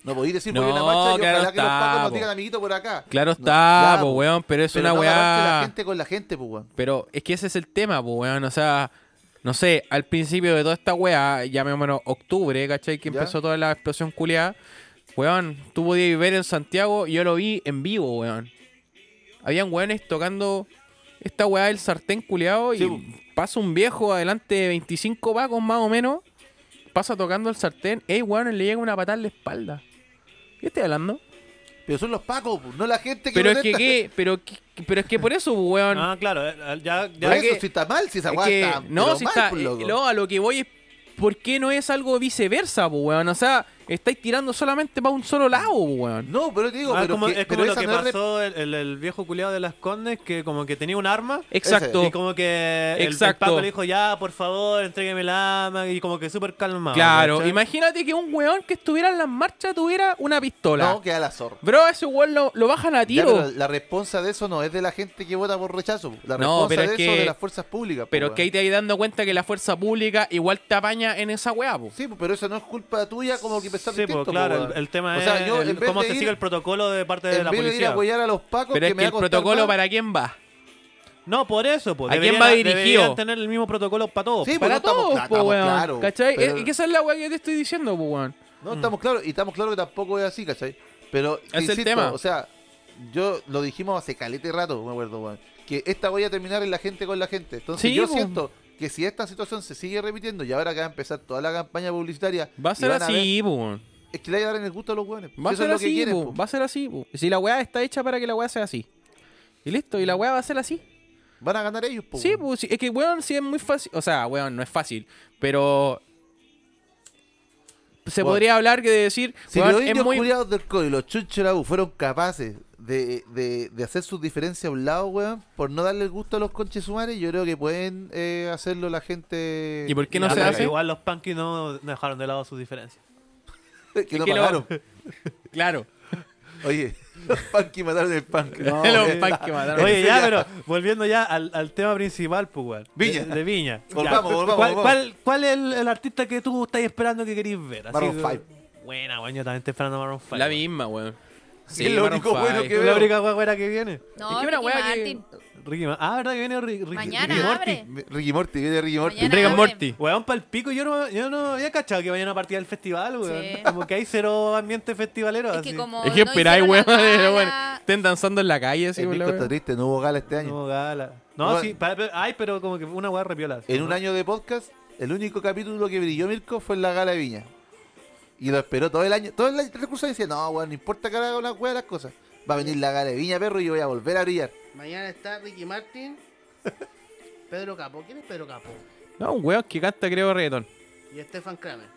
Speaker 2: No podéis decir voy a una
Speaker 5: No,
Speaker 2: marcha y
Speaker 5: claro
Speaker 2: ojalá que los
Speaker 5: está,
Speaker 2: pacos nos
Speaker 5: po.
Speaker 2: digan amiguito por acá.
Speaker 5: Claro
Speaker 2: No,
Speaker 5: está,
Speaker 2: ya,
Speaker 5: po,
Speaker 2: po.
Speaker 5: weón, pero es
Speaker 2: Pero
Speaker 5: una
Speaker 2: no
Speaker 5: weá.
Speaker 2: agarrarse la gente con la gente, pues, weón.
Speaker 5: Pero es que ese es el tema, pues, weón. O sea, no sé, al principio de toda esta weá, ya más o menos octubre, ¿cachai? Que
Speaker 2: Ya.
Speaker 5: empezó toda la explosión culiada. Weón, tú podías ver en Santiago, yo lo vi en vivo, weón. Habían weones tocando esta weá del sartén culiado y
Speaker 2: Sí, po.
Speaker 5: pasa un viejo adelante de 25 vagos más o menos. Pasa tocando el sartén. Ey, weón, le llega una patada en la espalda. ¿Qué estoy hablando?
Speaker 2: Pero son los pacos, po, no la gente que
Speaker 5: Pero es que,
Speaker 2: protesta.
Speaker 5: ¿qué? Pero, que- pero es que por eso, pues, weón.
Speaker 1: Ah, claro, eh, eh, ya, ya
Speaker 2: Por
Speaker 5: Es
Speaker 2: eso,
Speaker 5: que-
Speaker 2: si está mal, si esa
Speaker 5: Es
Speaker 2: weá
Speaker 5: que-
Speaker 2: está.
Speaker 5: no,
Speaker 2: pero
Speaker 5: si
Speaker 2: mal,
Speaker 5: está.
Speaker 2: pues, loco.
Speaker 5: No, a lo que voy es. ¿Por qué no es algo viceversa, po, weón? O sea, estáis tirando solamente para un solo lado, pues, weón.
Speaker 2: No, pero te digo,
Speaker 1: Ah, es
Speaker 2: pero
Speaker 1: como,
Speaker 2: que-
Speaker 1: es
Speaker 2: pero
Speaker 1: como lo
Speaker 2: esa
Speaker 1: que
Speaker 2: no es rep-
Speaker 1: pasó el, el- el viejo culiado de las Condes, que como que tenía un arma.
Speaker 5: Exacto.
Speaker 1: Y como que el- el,
Speaker 5: Exacto.
Speaker 1: Paco le dijo, ya, por favor, entrégueme el arma. Y como que súper calmado.
Speaker 5: Claro,
Speaker 1: ¿cachai?
Speaker 5: imagínate que un weón que estuviera en las marchas tuviera una pistola.
Speaker 2: No, queda la zorra.
Speaker 5: Bro, ese weón lo, lo bajan a
Speaker 2: Ya,
Speaker 5: tiro.
Speaker 2: pero la respuesta de eso no es de la gente que vota por rechazo. La respuesta
Speaker 5: No, pero
Speaker 2: de
Speaker 5: es
Speaker 2: eso
Speaker 5: que-
Speaker 2: de las fuerzas públicas. po,
Speaker 5: Pero es
Speaker 2: weón.
Speaker 5: que ahí te vas dando cuenta que la fuerza pública igual te apaña en esa weá, po.
Speaker 2: Sí, pero eso no es culpa tuya como que pensar
Speaker 1: Sí, pues
Speaker 2: distinto, po,
Speaker 1: claro,
Speaker 2: weón.
Speaker 1: el, el tema
Speaker 2: O sea,
Speaker 1: es
Speaker 2: yo,
Speaker 1: el-
Speaker 2: en vez
Speaker 1: cómo
Speaker 2: de
Speaker 1: se
Speaker 2: ir-
Speaker 1: sigue el protocolo de parte de
Speaker 2: En
Speaker 1: la
Speaker 2: vez de ir a
Speaker 1: policía.
Speaker 2: apoyar a los pacos,
Speaker 5: Pero
Speaker 2: pues, que me
Speaker 5: es que
Speaker 2: va
Speaker 5: el
Speaker 2: a costar
Speaker 5: protocolo
Speaker 2: más.
Speaker 5: para quién va.
Speaker 1: No, por eso, pues.
Speaker 5: ¿A quién
Speaker 1: deberían-
Speaker 5: va dirigido?
Speaker 1: deberían tener el mismo protocolo para todos.
Speaker 2: Sí, pues,
Speaker 5: Para
Speaker 2: no estamos- ah,
Speaker 5: todos, po,
Speaker 2: estamos
Speaker 5: weón.
Speaker 2: claros,
Speaker 5: ¿Cachai?
Speaker 2: pero-
Speaker 5: Es que esa es la weá que te estoy diciendo, po, weón.
Speaker 2: No, estamos claros, y estamos claros que tampoco es así, ¿cachai? Pero, te
Speaker 5: Mm. Es el
Speaker 2: insisto,
Speaker 5: tema.
Speaker 2: o sea, yo lo dijimos hace calete rato, me acuerdo, weón, que esta voy a terminar en la gente con la gente. Entonces
Speaker 5: Sí,
Speaker 2: yo
Speaker 5: po.
Speaker 2: siento que si esta situación se sigue repitiendo y ahora que va a empezar toda la campaña publicitaria,
Speaker 5: Va a
Speaker 2: y
Speaker 5: ser
Speaker 2: van a ver-
Speaker 5: así, po, weón.
Speaker 2: es que le van a dar en el gusto a los weones.
Speaker 5: Va a
Speaker 2: Eso
Speaker 5: ser
Speaker 2: es lo que
Speaker 5: así,
Speaker 2: quieren,
Speaker 5: po,
Speaker 2: po.
Speaker 5: va a ser así, po. Si la weá está hecha para que la weá sea así. Y listo, y la weá va a ser así.
Speaker 2: Van a ganar ellos, po,
Speaker 5: Sí,
Speaker 2: weón.
Speaker 5: pues sí, es que, weón, sí es muy fácil. O sea, weón, no es fácil. Pero. Se
Speaker 2: Bueno.
Speaker 5: podría hablar que de decir.
Speaker 2: Si
Speaker 5: weón,
Speaker 2: los
Speaker 5: es
Speaker 2: indios
Speaker 5: muy.
Speaker 2: culiados del COI, los chuchos de la U fueron capaces de, de, de hacer sus diferencias a un lado, weón, por no darle el gusto a los conches sumares, yo creo que pueden eh, hacerlo la gente...
Speaker 5: ¿Y por qué no
Speaker 1: Ya,
Speaker 5: se
Speaker 1: pero
Speaker 5: hace?
Speaker 1: Igual los punkies no dejaron de lado sus diferencias.
Speaker 2: que no
Speaker 5: que lo-
Speaker 2: pagaron.
Speaker 5: Claro.
Speaker 2: Oye, los punky mataron el punk. No,
Speaker 5: Los
Speaker 2: eh,
Speaker 5: punk que mataron.
Speaker 1: Oye,
Speaker 2: ya.
Speaker 1: ya, pero volviendo ya al, al tema principal, pues, weón.
Speaker 2: Viña.
Speaker 1: De, de Viña. Ya.
Speaker 2: Volvamos, volvamos,
Speaker 1: ¿Cuál,
Speaker 2: volvamos.
Speaker 1: cuál, cuál es el, el artista que tú estás esperando que queréis ver? Así
Speaker 2: Maroon
Speaker 1: que-
Speaker 2: five.
Speaker 1: Buena, weón, yo también estoy esperando Maroon 5.
Speaker 5: La misma, weón. Sí,
Speaker 2: Es lo
Speaker 5: Maroon
Speaker 2: único bueno
Speaker 5: five.
Speaker 2: que-
Speaker 1: Es
Speaker 2: veo.
Speaker 1: la única weá buena que viene.
Speaker 5: Es
Speaker 4: No,
Speaker 5: que una
Speaker 4: Ricky
Speaker 5: wea que-
Speaker 4: Martin.
Speaker 1: Ricky Ma- Ah, ¿verdad que viene Ricky, Ricky-
Speaker 4: Mañana
Speaker 1: Ricky Morty?
Speaker 4: abre.
Speaker 2: Ricky Morty, viene Ricky Morty.
Speaker 4: Mañana
Speaker 5: Rick and
Speaker 4: abre.
Speaker 5: Morty.
Speaker 1: Weón, pa'l pico, yo no, yo no había cachado que vayan a partir del festival, weón.
Speaker 4: Sí.
Speaker 1: Como que hay cero ambiente festivalero.
Speaker 4: Es
Speaker 1: así.
Speaker 4: que como.
Speaker 5: Es que
Speaker 4: no
Speaker 5: esperáis,
Speaker 4: hicieron
Speaker 5: weón.
Speaker 4: la gala,
Speaker 5: weón, Estén danzando en la calle, así,
Speaker 2: El
Speaker 5: weón.
Speaker 2: disco está triste, no hubo gala este año.
Speaker 1: No, gala. No,
Speaker 2: Bueno.
Speaker 1: sí, pa- pe- ay, pero como que una weá repiola. Ah,
Speaker 2: En un año de podcast, el único capítulo que brilló Mirko fue en la gala de Viña. Y lo esperó todo el año. Todo el año, el recurso decía, no, weón, no importa que haga una hueá las cosas. Va a venir la gala de Viña, perro, y yo voy a volver a brillar.
Speaker 3: Mañana está Ricky Martin. Pedro Capó. ¿Quién es Pedro Capó?
Speaker 5: No, un weón que canta, creo, reggaetón.
Speaker 3: Y Stefan Kramer.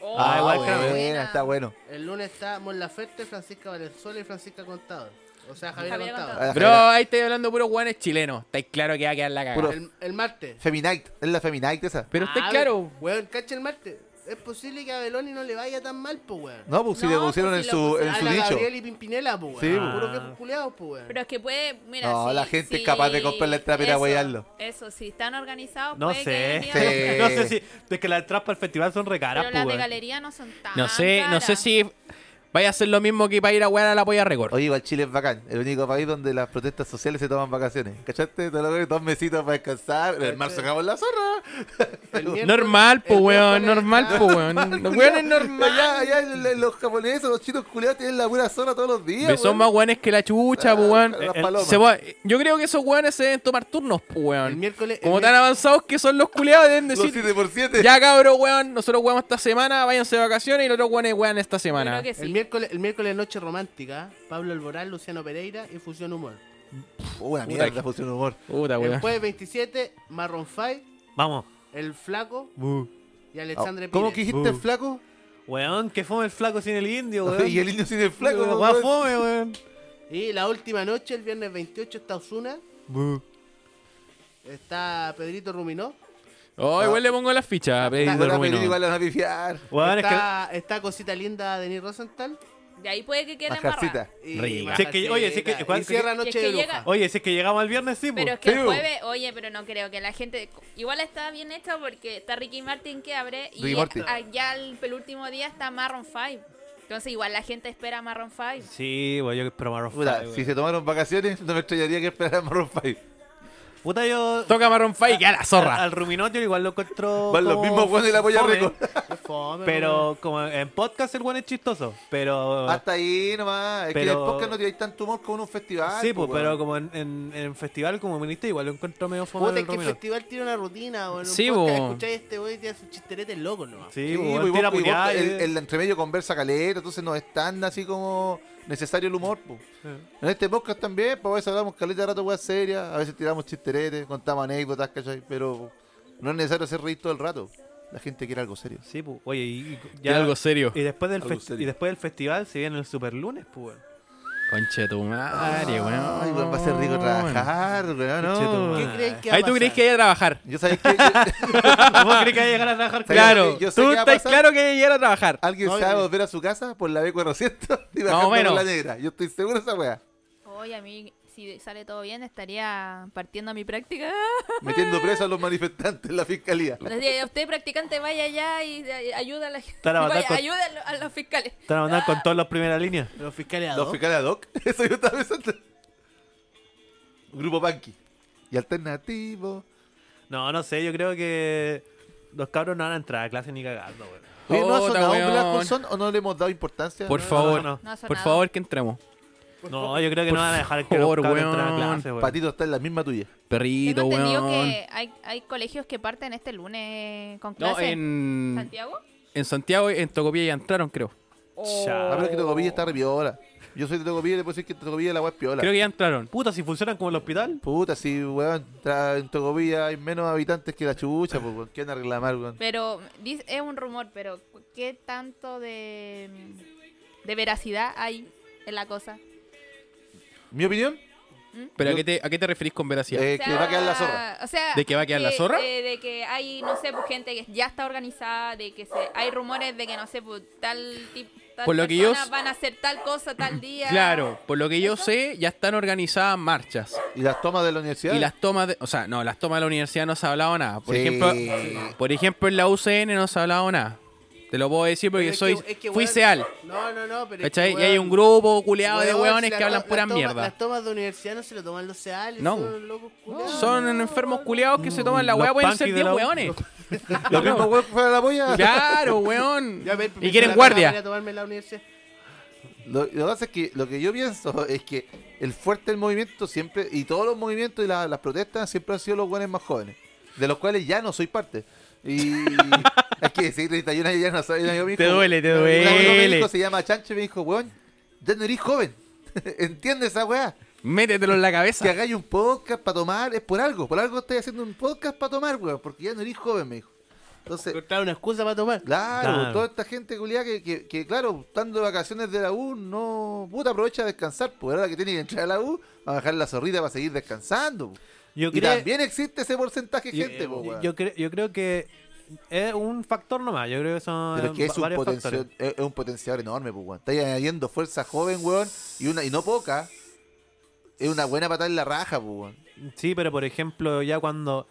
Speaker 4: Oh,
Speaker 1: Ah, igual
Speaker 4: buena.
Speaker 1: Kramer.
Speaker 2: buena, está bueno.
Speaker 3: El lunes está Mon Laferte, Francisca Valenzuela y Francisca Contado. O sea, Javier
Speaker 4: Javiera
Speaker 3: Contado.
Speaker 4: Contado.
Speaker 2: Ah,
Speaker 5: Bro, ahí estáis hablando puros weones chilenos. Estáis claro que va a quedar la cagada.
Speaker 2: Puro-
Speaker 3: El, el martes.
Speaker 2: Feminite, es la Feminite esa.
Speaker 5: Pero
Speaker 3: Ah,
Speaker 5: estáis claro.
Speaker 3: Weón, cacha el martes. Es posible que a Beloni no le vaya tan mal, po, weón.
Speaker 2: No, pues si
Speaker 4: No,
Speaker 2: le
Speaker 4: pues
Speaker 2: pusieron
Speaker 4: si
Speaker 2: en
Speaker 4: lo
Speaker 2: su, en
Speaker 4: pusieron.
Speaker 3: a
Speaker 2: su
Speaker 3: la
Speaker 2: dicho.
Speaker 3: Gabriel y Pimpinela, po, weón.
Speaker 2: Sí, po.
Speaker 3: Puros viejos culiados, po, weón.
Speaker 4: Pero es que puede. Mira,
Speaker 2: No,
Speaker 4: sí,
Speaker 2: la gente es
Speaker 4: sí,
Speaker 2: capaz de comprar la entrada para ir a
Speaker 4: eso,
Speaker 2: huearlo.
Speaker 4: Eso, si están organizados.
Speaker 1: No
Speaker 4: puede
Speaker 1: sé.
Speaker 4: que-
Speaker 5: este,
Speaker 2: Sí.
Speaker 1: No sé si. Es que las entradas para el festival son re caras,
Speaker 4: Pero
Speaker 1: pues,
Speaker 4: las de
Speaker 1: weón.
Speaker 4: galería no son tan.
Speaker 5: No sé, no sé
Speaker 4: caras.
Speaker 5: si vaya a ser lo mismo que para ir a wear a la polla récord.
Speaker 2: Oye, igual Chile es bacán, el único país donde las protestas sociales se toman vacaciones. ¿Cachaste? Te lo doy dos mesitos para descansar. En el marzo sacamos la zorra.
Speaker 3: El miércoles-
Speaker 5: Normal, po,
Speaker 3: el
Speaker 5: weón,
Speaker 3: miércoles
Speaker 5: normal,
Speaker 3: está-
Speaker 5: po, weón. Weón es normal.
Speaker 2: Allá, allá el- el- los japoneses, los chinos culiados tienen la pura zorra todos los días.
Speaker 5: Ve, Son
Speaker 2: weón.
Speaker 5: más weones que la chucha, po, weón.
Speaker 2: Las
Speaker 1: el-
Speaker 2: palomas.
Speaker 5: Se va- yo creo que esos weones se deben tomar turnos, po,
Speaker 3: El
Speaker 5: weón.
Speaker 3: miércoles. el
Speaker 5: Como tan avanzados que son los culiados, deben
Speaker 2: Los
Speaker 5: decir:
Speaker 2: 7x7.
Speaker 5: Ya cabro, weón, nosotros weamos esta semana, váyanse de vacaciones y los otros weones wean esta semana.
Speaker 4: Creo que
Speaker 3: El
Speaker 4: sí.
Speaker 3: miércoles, el miércoles Noche Romántica, Pablo Alborán, Luciano Pereira y Fusión Humor.
Speaker 2: Oh, una mierda, fusión de humor.
Speaker 5: Puta,
Speaker 3: El
Speaker 5: weón.
Speaker 3: jueves 27, Marron Five,
Speaker 1: Vamos.
Speaker 3: El Flaco
Speaker 1: Bu.
Speaker 3: y Alexandre Pires.
Speaker 2: ¿Cómo que dijiste el
Speaker 1: Uh.
Speaker 2: flaco?
Speaker 1: Weón, que fome el flaco sin el indio, weón.
Speaker 2: y el indio sin el flaco.
Speaker 1: Weón,
Speaker 2: weón.
Speaker 1: fome, weón.
Speaker 3: Y la última noche, el viernes 28, está Osuna,
Speaker 1: Bu.
Speaker 3: está Pedrito Ruminó,
Speaker 5: Oh, igual le pongo las fichas,
Speaker 2: La-
Speaker 5: Pedrito
Speaker 2: la
Speaker 5: Ruino.
Speaker 2: película igual la van a pifiar.
Speaker 1: Weón, es que.
Speaker 3: está, está Cosita Linda de Denis Rosenthal.
Speaker 4: De ahí puede que quede
Speaker 2: Bajarcita.
Speaker 4: embarrada.
Speaker 3: Y
Speaker 5: Rica.
Speaker 1: Si es que- oye, si es que-
Speaker 3: Bajarcita.
Speaker 1: ¿cuál-
Speaker 3: Y cierra Noche
Speaker 4: Si es que
Speaker 3: de Bruja.
Speaker 4: llega-
Speaker 1: Oye, si es que llegamos al viernes, sí, pues.
Speaker 4: Pero es que
Speaker 2: Sí,
Speaker 4: el
Speaker 2: bo.
Speaker 4: jueves, oye, pero no creo que la gente. Igual está bien hecha porque está Ricky Martin que abre
Speaker 2: Ricky
Speaker 4: y
Speaker 2: Martin.
Speaker 4: allá el penúltimo día está Marron 5. Entonces, igual la gente espera Marron 5.
Speaker 1: Sí, weón, yo espero Maroon
Speaker 2: Puta,
Speaker 1: 5.
Speaker 2: si
Speaker 1: weón.
Speaker 2: se tomaron vacaciones, no me extrañaría que esperaran Maroon 5.
Speaker 1: Puta, yo.
Speaker 5: Toca Marron Fight y queda la
Speaker 1: Al,
Speaker 5: zorra.
Speaker 1: al Ruminot yo igual lo encuentro.
Speaker 2: Van los
Speaker 1: como
Speaker 2: mismos weones de la polla
Speaker 1: fome,
Speaker 2: récord.
Speaker 3: Qué fome, weón.
Speaker 1: Pero como en podcast el weón es chistoso. Pero.
Speaker 2: Hasta ahí nomás. Es que
Speaker 1: Pero-
Speaker 2: en el podcast no tiráis tanto humor como en un festival.
Speaker 1: Sí,
Speaker 2: po,
Speaker 1: pues, pero
Speaker 2: weón.
Speaker 1: como en, en, en festival, como viniste, igual lo encuentro medio fome
Speaker 3: Puta,
Speaker 1: el
Speaker 3: es que el
Speaker 1: Ruminot.
Speaker 3: festival tiene una rutina, weón. Un
Speaker 5: Sí,
Speaker 3: podcast,
Speaker 5: bo.
Speaker 3: Escucháis a este wey y tiene sus chisteretes locos, ¿no?
Speaker 1: Sí,
Speaker 2: Sí,
Speaker 1: pues,
Speaker 2: pues, y
Speaker 1: weón,
Speaker 2: vos-
Speaker 1: tira
Speaker 2: y vos-
Speaker 1: puteada y-
Speaker 2: el, el entremedio conversa caleta, entonces no es tan así como necesario el humor. po. En este podcast también, pues a veces hablamos caleta de rato, weas serias, a veces tiramos chisteretes, contamos anécdotas, ¿cachai? Pero no es necesario hacer reír todo el rato. La gente quiere algo serio.
Speaker 1: Sí, pues. Oye, y, y
Speaker 5: Ya algo serio.
Speaker 1: y después del
Speaker 2: Algo
Speaker 1: fest-
Speaker 2: serio.
Speaker 1: y después del festival se viene el super lunes, pues. weón.
Speaker 5: Conche tu madre, weón.
Speaker 2: Ay, weón, va a ser rico trabajar, weón,
Speaker 1: Conche tu
Speaker 2: no.
Speaker 1: madre.
Speaker 3: ¿Qué creen que va a
Speaker 5: Ah. Ahí tú
Speaker 3: pasar?
Speaker 5: crees que hay a trabajar.
Speaker 2: Yo sabía que yo-
Speaker 1: ¿Cómo crees que va a llegar a trabajar con-
Speaker 2: ¿Sabes lo
Speaker 5: Claro,
Speaker 2: que yo sé
Speaker 5: tú
Speaker 2: que va a
Speaker 5: estás
Speaker 2: pasar? Ah,
Speaker 5: claro que hay que llegar a trabajar.
Speaker 2: alguien
Speaker 3: No,
Speaker 2: se va a
Speaker 3: yo-
Speaker 2: volver a su casa por la B400 y bajando
Speaker 5: menos.
Speaker 2: por la negra. Yo estoy seguro de esa weá.
Speaker 4: Oye, a mí, si sale todo bien, estaría partiendo a mi práctica.
Speaker 2: Metiendo preso a los manifestantes en la fiscalía.
Speaker 4: Decía, usted practicante vaya allá y eh, ayuda a la gente.
Speaker 1: Te van a mandar
Speaker 4: vaya,
Speaker 1: con-
Speaker 4: ayuda a lo- a los fiscales.
Speaker 1: Te van a mandar con todos los primeras líneas.
Speaker 3: Los fiscales a
Speaker 2: Los
Speaker 3: dos.
Speaker 2: fiscales ad hoc. Eso yo estaba pensando. Grupo Panqui. Y alternativo.
Speaker 1: No, no sé, yo creo que los cabros no van a entrar a clase ni cagando, weón.
Speaker 2: Oye, ¿No ha
Speaker 5: Oh,
Speaker 2: sonado
Speaker 5: weón.
Speaker 2: un Black Wilson o no le hemos dado importancia?
Speaker 5: Por
Speaker 1: no,
Speaker 5: favor,
Speaker 1: no,
Speaker 4: no. No,
Speaker 5: por
Speaker 4: nada.
Speaker 5: favor que entremos.
Speaker 1: No, yo creo que
Speaker 5: Por
Speaker 1: no van a dejar que los
Speaker 5: favor,
Speaker 1: cabros entren a
Speaker 5: weón.
Speaker 1: clase, weón.
Speaker 2: Patito está en la misma tuya.
Speaker 5: Perrito,
Speaker 4: Tengo entendido
Speaker 5: weón.
Speaker 4: que hay, hay colegios que parten este lunes con
Speaker 5: No,
Speaker 4: clases.
Speaker 5: en,
Speaker 4: ¿Santiago?
Speaker 5: en Santiago, en Tocopilla ya entraron, creo.
Speaker 2: Ah, pero es que
Speaker 5: Oh.
Speaker 2: Tocopilla está re piola. Yo soy de Tocopilla y le puedo decir que Tocopilla la weá es piola.
Speaker 5: Creo que ya entraron.
Speaker 3: ¿Mm?
Speaker 1: Puta, si funcionan como el hospital.
Speaker 2: Puta, si weón, tra- en Tocopilla hay menos habitantes que la chucha, pues weón. ¿Qué van a reclamar, weón?
Speaker 4: Pero dice- es un rumor, pero ¿qué tanto de, de veracidad hay en la cosa?
Speaker 2: ¿Mi opinión?
Speaker 5: ¿Pero
Speaker 2: Yo-
Speaker 5: a qué, te, a qué te referís con veracidad?
Speaker 2: Eh, que va a quedar la zorra.
Speaker 4: O sea,
Speaker 5: ¿De que va a quedar la zorra?
Speaker 4: eh, de que hay, no sé, pues, gente que ya está organizada, de que se, hay rumores de que, no sé, pues, tal tipo... Tal
Speaker 5: Por lo que yo
Speaker 4: persona
Speaker 5: s-
Speaker 4: van a hacer tal cosa tal día.
Speaker 5: Claro, por lo que yo sé, ya están organizadas marchas.
Speaker 2: ¿Y las tomas de la universidad?
Speaker 5: Y las tomas, de, o sea, no, las tomas de la universidad no se ha hablado nada. Por
Speaker 2: Sí.
Speaker 5: ejemplo, por ejemplo en la UCN no se ha hablado nada. Te lo puedo decir
Speaker 3: Pero
Speaker 5: porque
Speaker 3: es
Speaker 5: soy
Speaker 3: que- es que,
Speaker 5: fui
Speaker 3: weón,
Speaker 5: seal,
Speaker 3: No, no, no, pero. es
Speaker 5: ¿cachai?
Speaker 3: que,
Speaker 5: y hay
Speaker 3: weón,
Speaker 5: un grupo culeado de
Speaker 3: weón,
Speaker 5: hueones
Speaker 3: si
Speaker 5: que
Speaker 3: la-
Speaker 5: hablan
Speaker 3: las
Speaker 5: pura
Speaker 3: tomas-
Speaker 5: mierda.
Speaker 3: Las tomas de universidad no se las toman los seales.
Speaker 5: No.
Speaker 3: Son locos culiados.
Speaker 5: Son enfermos culeados que se toman la
Speaker 1: Los
Speaker 5: hueá, pueden
Speaker 1: punky
Speaker 5: ser
Speaker 1: de
Speaker 5: 10
Speaker 1: la U.
Speaker 5: hueones. Ah,
Speaker 2: ¿Los mismos weón que fueron a la polla?
Speaker 5: Claro, hueón.
Speaker 3: Ya, a ver, permiso,
Speaker 5: Y quieren
Speaker 3: la cara, voy a
Speaker 5: guardia.
Speaker 3: tomarme en la universidad.
Speaker 2: Lo, lo que pasa es que lo que yo pienso es que el fuerte del movimiento siempre, y todos los movimientos y la- las protestas siempre han sido los buenos más jóvenes, de los cuales ya no soy parte. Y hay que decir, 31 años ya no soy. un amigo me
Speaker 5: Te
Speaker 2: dijo-
Speaker 5: duele, te
Speaker 2: un amigo me
Speaker 5: duele.
Speaker 2: dijo, se llama Chancho y me dijo, weón, ya no eres joven. ¿Entiendes esa weá?
Speaker 5: Métetelo en la
Speaker 2: Que
Speaker 5: cabeza.
Speaker 2: hagáis un podcast para tomar, es por algo, por algo estoy haciendo un podcast para tomar, weón, porque ya no eres joven, me dijo. Entonces,
Speaker 3: Encontrar una excusa para tomar.
Speaker 2: Claro,
Speaker 1: Claro.
Speaker 2: toda esta gente culiada que, que, que, claro, estando de vacaciones de la U, no. Puta, aprovecha a descansar, pues ahora que tiene que entrar a la U, va a bajar la zorrita para seguir descansando. po.
Speaker 1: Yo
Speaker 2: Y
Speaker 1: creo,
Speaker 2: también existe ese porcentaje de
Speaker 1: yo,
Speaker 2: gente, po, weón.
Speaker 1: yo cre- yo creo que es un factor nomás. Yo creo que son
Speaker 2: Pero es que es
Speaker 1: va-
Speaker 2: un,
Speaker 1: varios
Speaker 2: potencia-
Speaker 1: factores.
Speaker 2: es es un potenciador enorme, pues, weón. Estáis añadiendo fuerza joven, weón, y, una, y no poca. Es una buena patada en la raja, pues, weón.
Speaker 1: Sí, pero por ejemplo, ya cuando.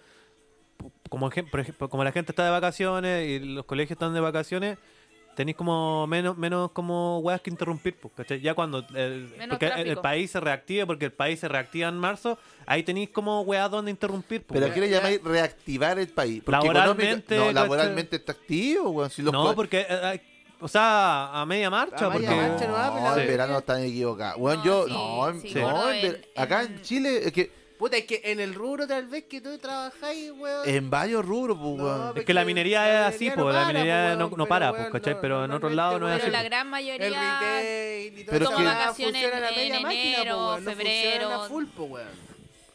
Speaker 1: Como, ejem- por ejemplo, como la gente está de vacaciones y los colegios están de vacaciones, tenéis como menos menos como weas que interrumpir, pues, ¿cachai? Ya cuando el,
Speaker 4: Menos
Speaker 1: porque el- el
Speaker 4: tráfico.
Speaker 1: país se reactive, porque el país se reactiva en marzo, ahí tenéis como weas donde interrumpir, pues,
Speaker 2: Pero
Speaker 1: weón.
Speaker 2: aquí le llamáis reactivar el país. Porque
Speaker 1: Laboralmente,
Speaker 2: económica- No,
Speaker 1: ¿cachai?
Speaker 2: laboralmente está activo, weón. Si los
Speaker 1: No,
Speaker 2: co-
Speaker 1: porque. eh, eh, o sea, a media marcha,
Speaker 3: A media
Speaker 1: porque.
Speaker 3: marcha, no,
Speaker 2: No,
Speaker 3: pero-
Speaker 2: en verano están equivocados. Bueno,
Speaker 4: No,
Speaker 2: yo.
Speaker 4: sí,
Speaker 2: no, en-
Speaker 4: sí,
Speaker 2: no,
Speaker 4: bueno,
Speaker 2: en ver-
Speaker 4: en-
Speaker 2: acá en
Speaker 4: en-
Speaker 2: Chile, es que
Speaker 3: Puta, es que en el rubro tal vez que tú trabajáis, weón.
Speaker 5: Eh,
Speaker 2: en varios rubros, pues,
Speaker 3: No,
Speaker 2: weón.
Speaker 1: Es que la minería
Speaker 3: La
Speaker 1: es así,
Speaker 3: minería no
Speaker 1: pues, la
Speaker 3: para,
Speaker 1: minería
Speaker 3: pues,
Speaker 1: no,
Speaker 3: weón,
Speaker 1: no
Speaker 3: pero,
Speaker 1: para, pues,
Speaker 3: weón,
Speaker 1: ¿cachai?
Speaker 3: no-
Speaker 1: pero en otros
Speaker 3: normalmente,
Speaker 1: lados no es
Speaker 3: weón,
Speaker 4: Pero
Speaker 1: así.
Speaker 4: la
Speaker 1: pues.
Speaker 4: gran
Speaker 3: El
Speaker 4: mayoría
Speaker 3: retail y todo
Speaker 2: Pero
Speaker 3: eso
Speaker 2: que-
Speaker 4: vacaciones
Speaker 3: funciona a
Speaker 4: en
Speaker 3: media máquina,
Speaker 4: enero,
Speaker 3: po, weón, no
Speaker 4: febrero.
Speaker 3: funcionan a full, po, weón.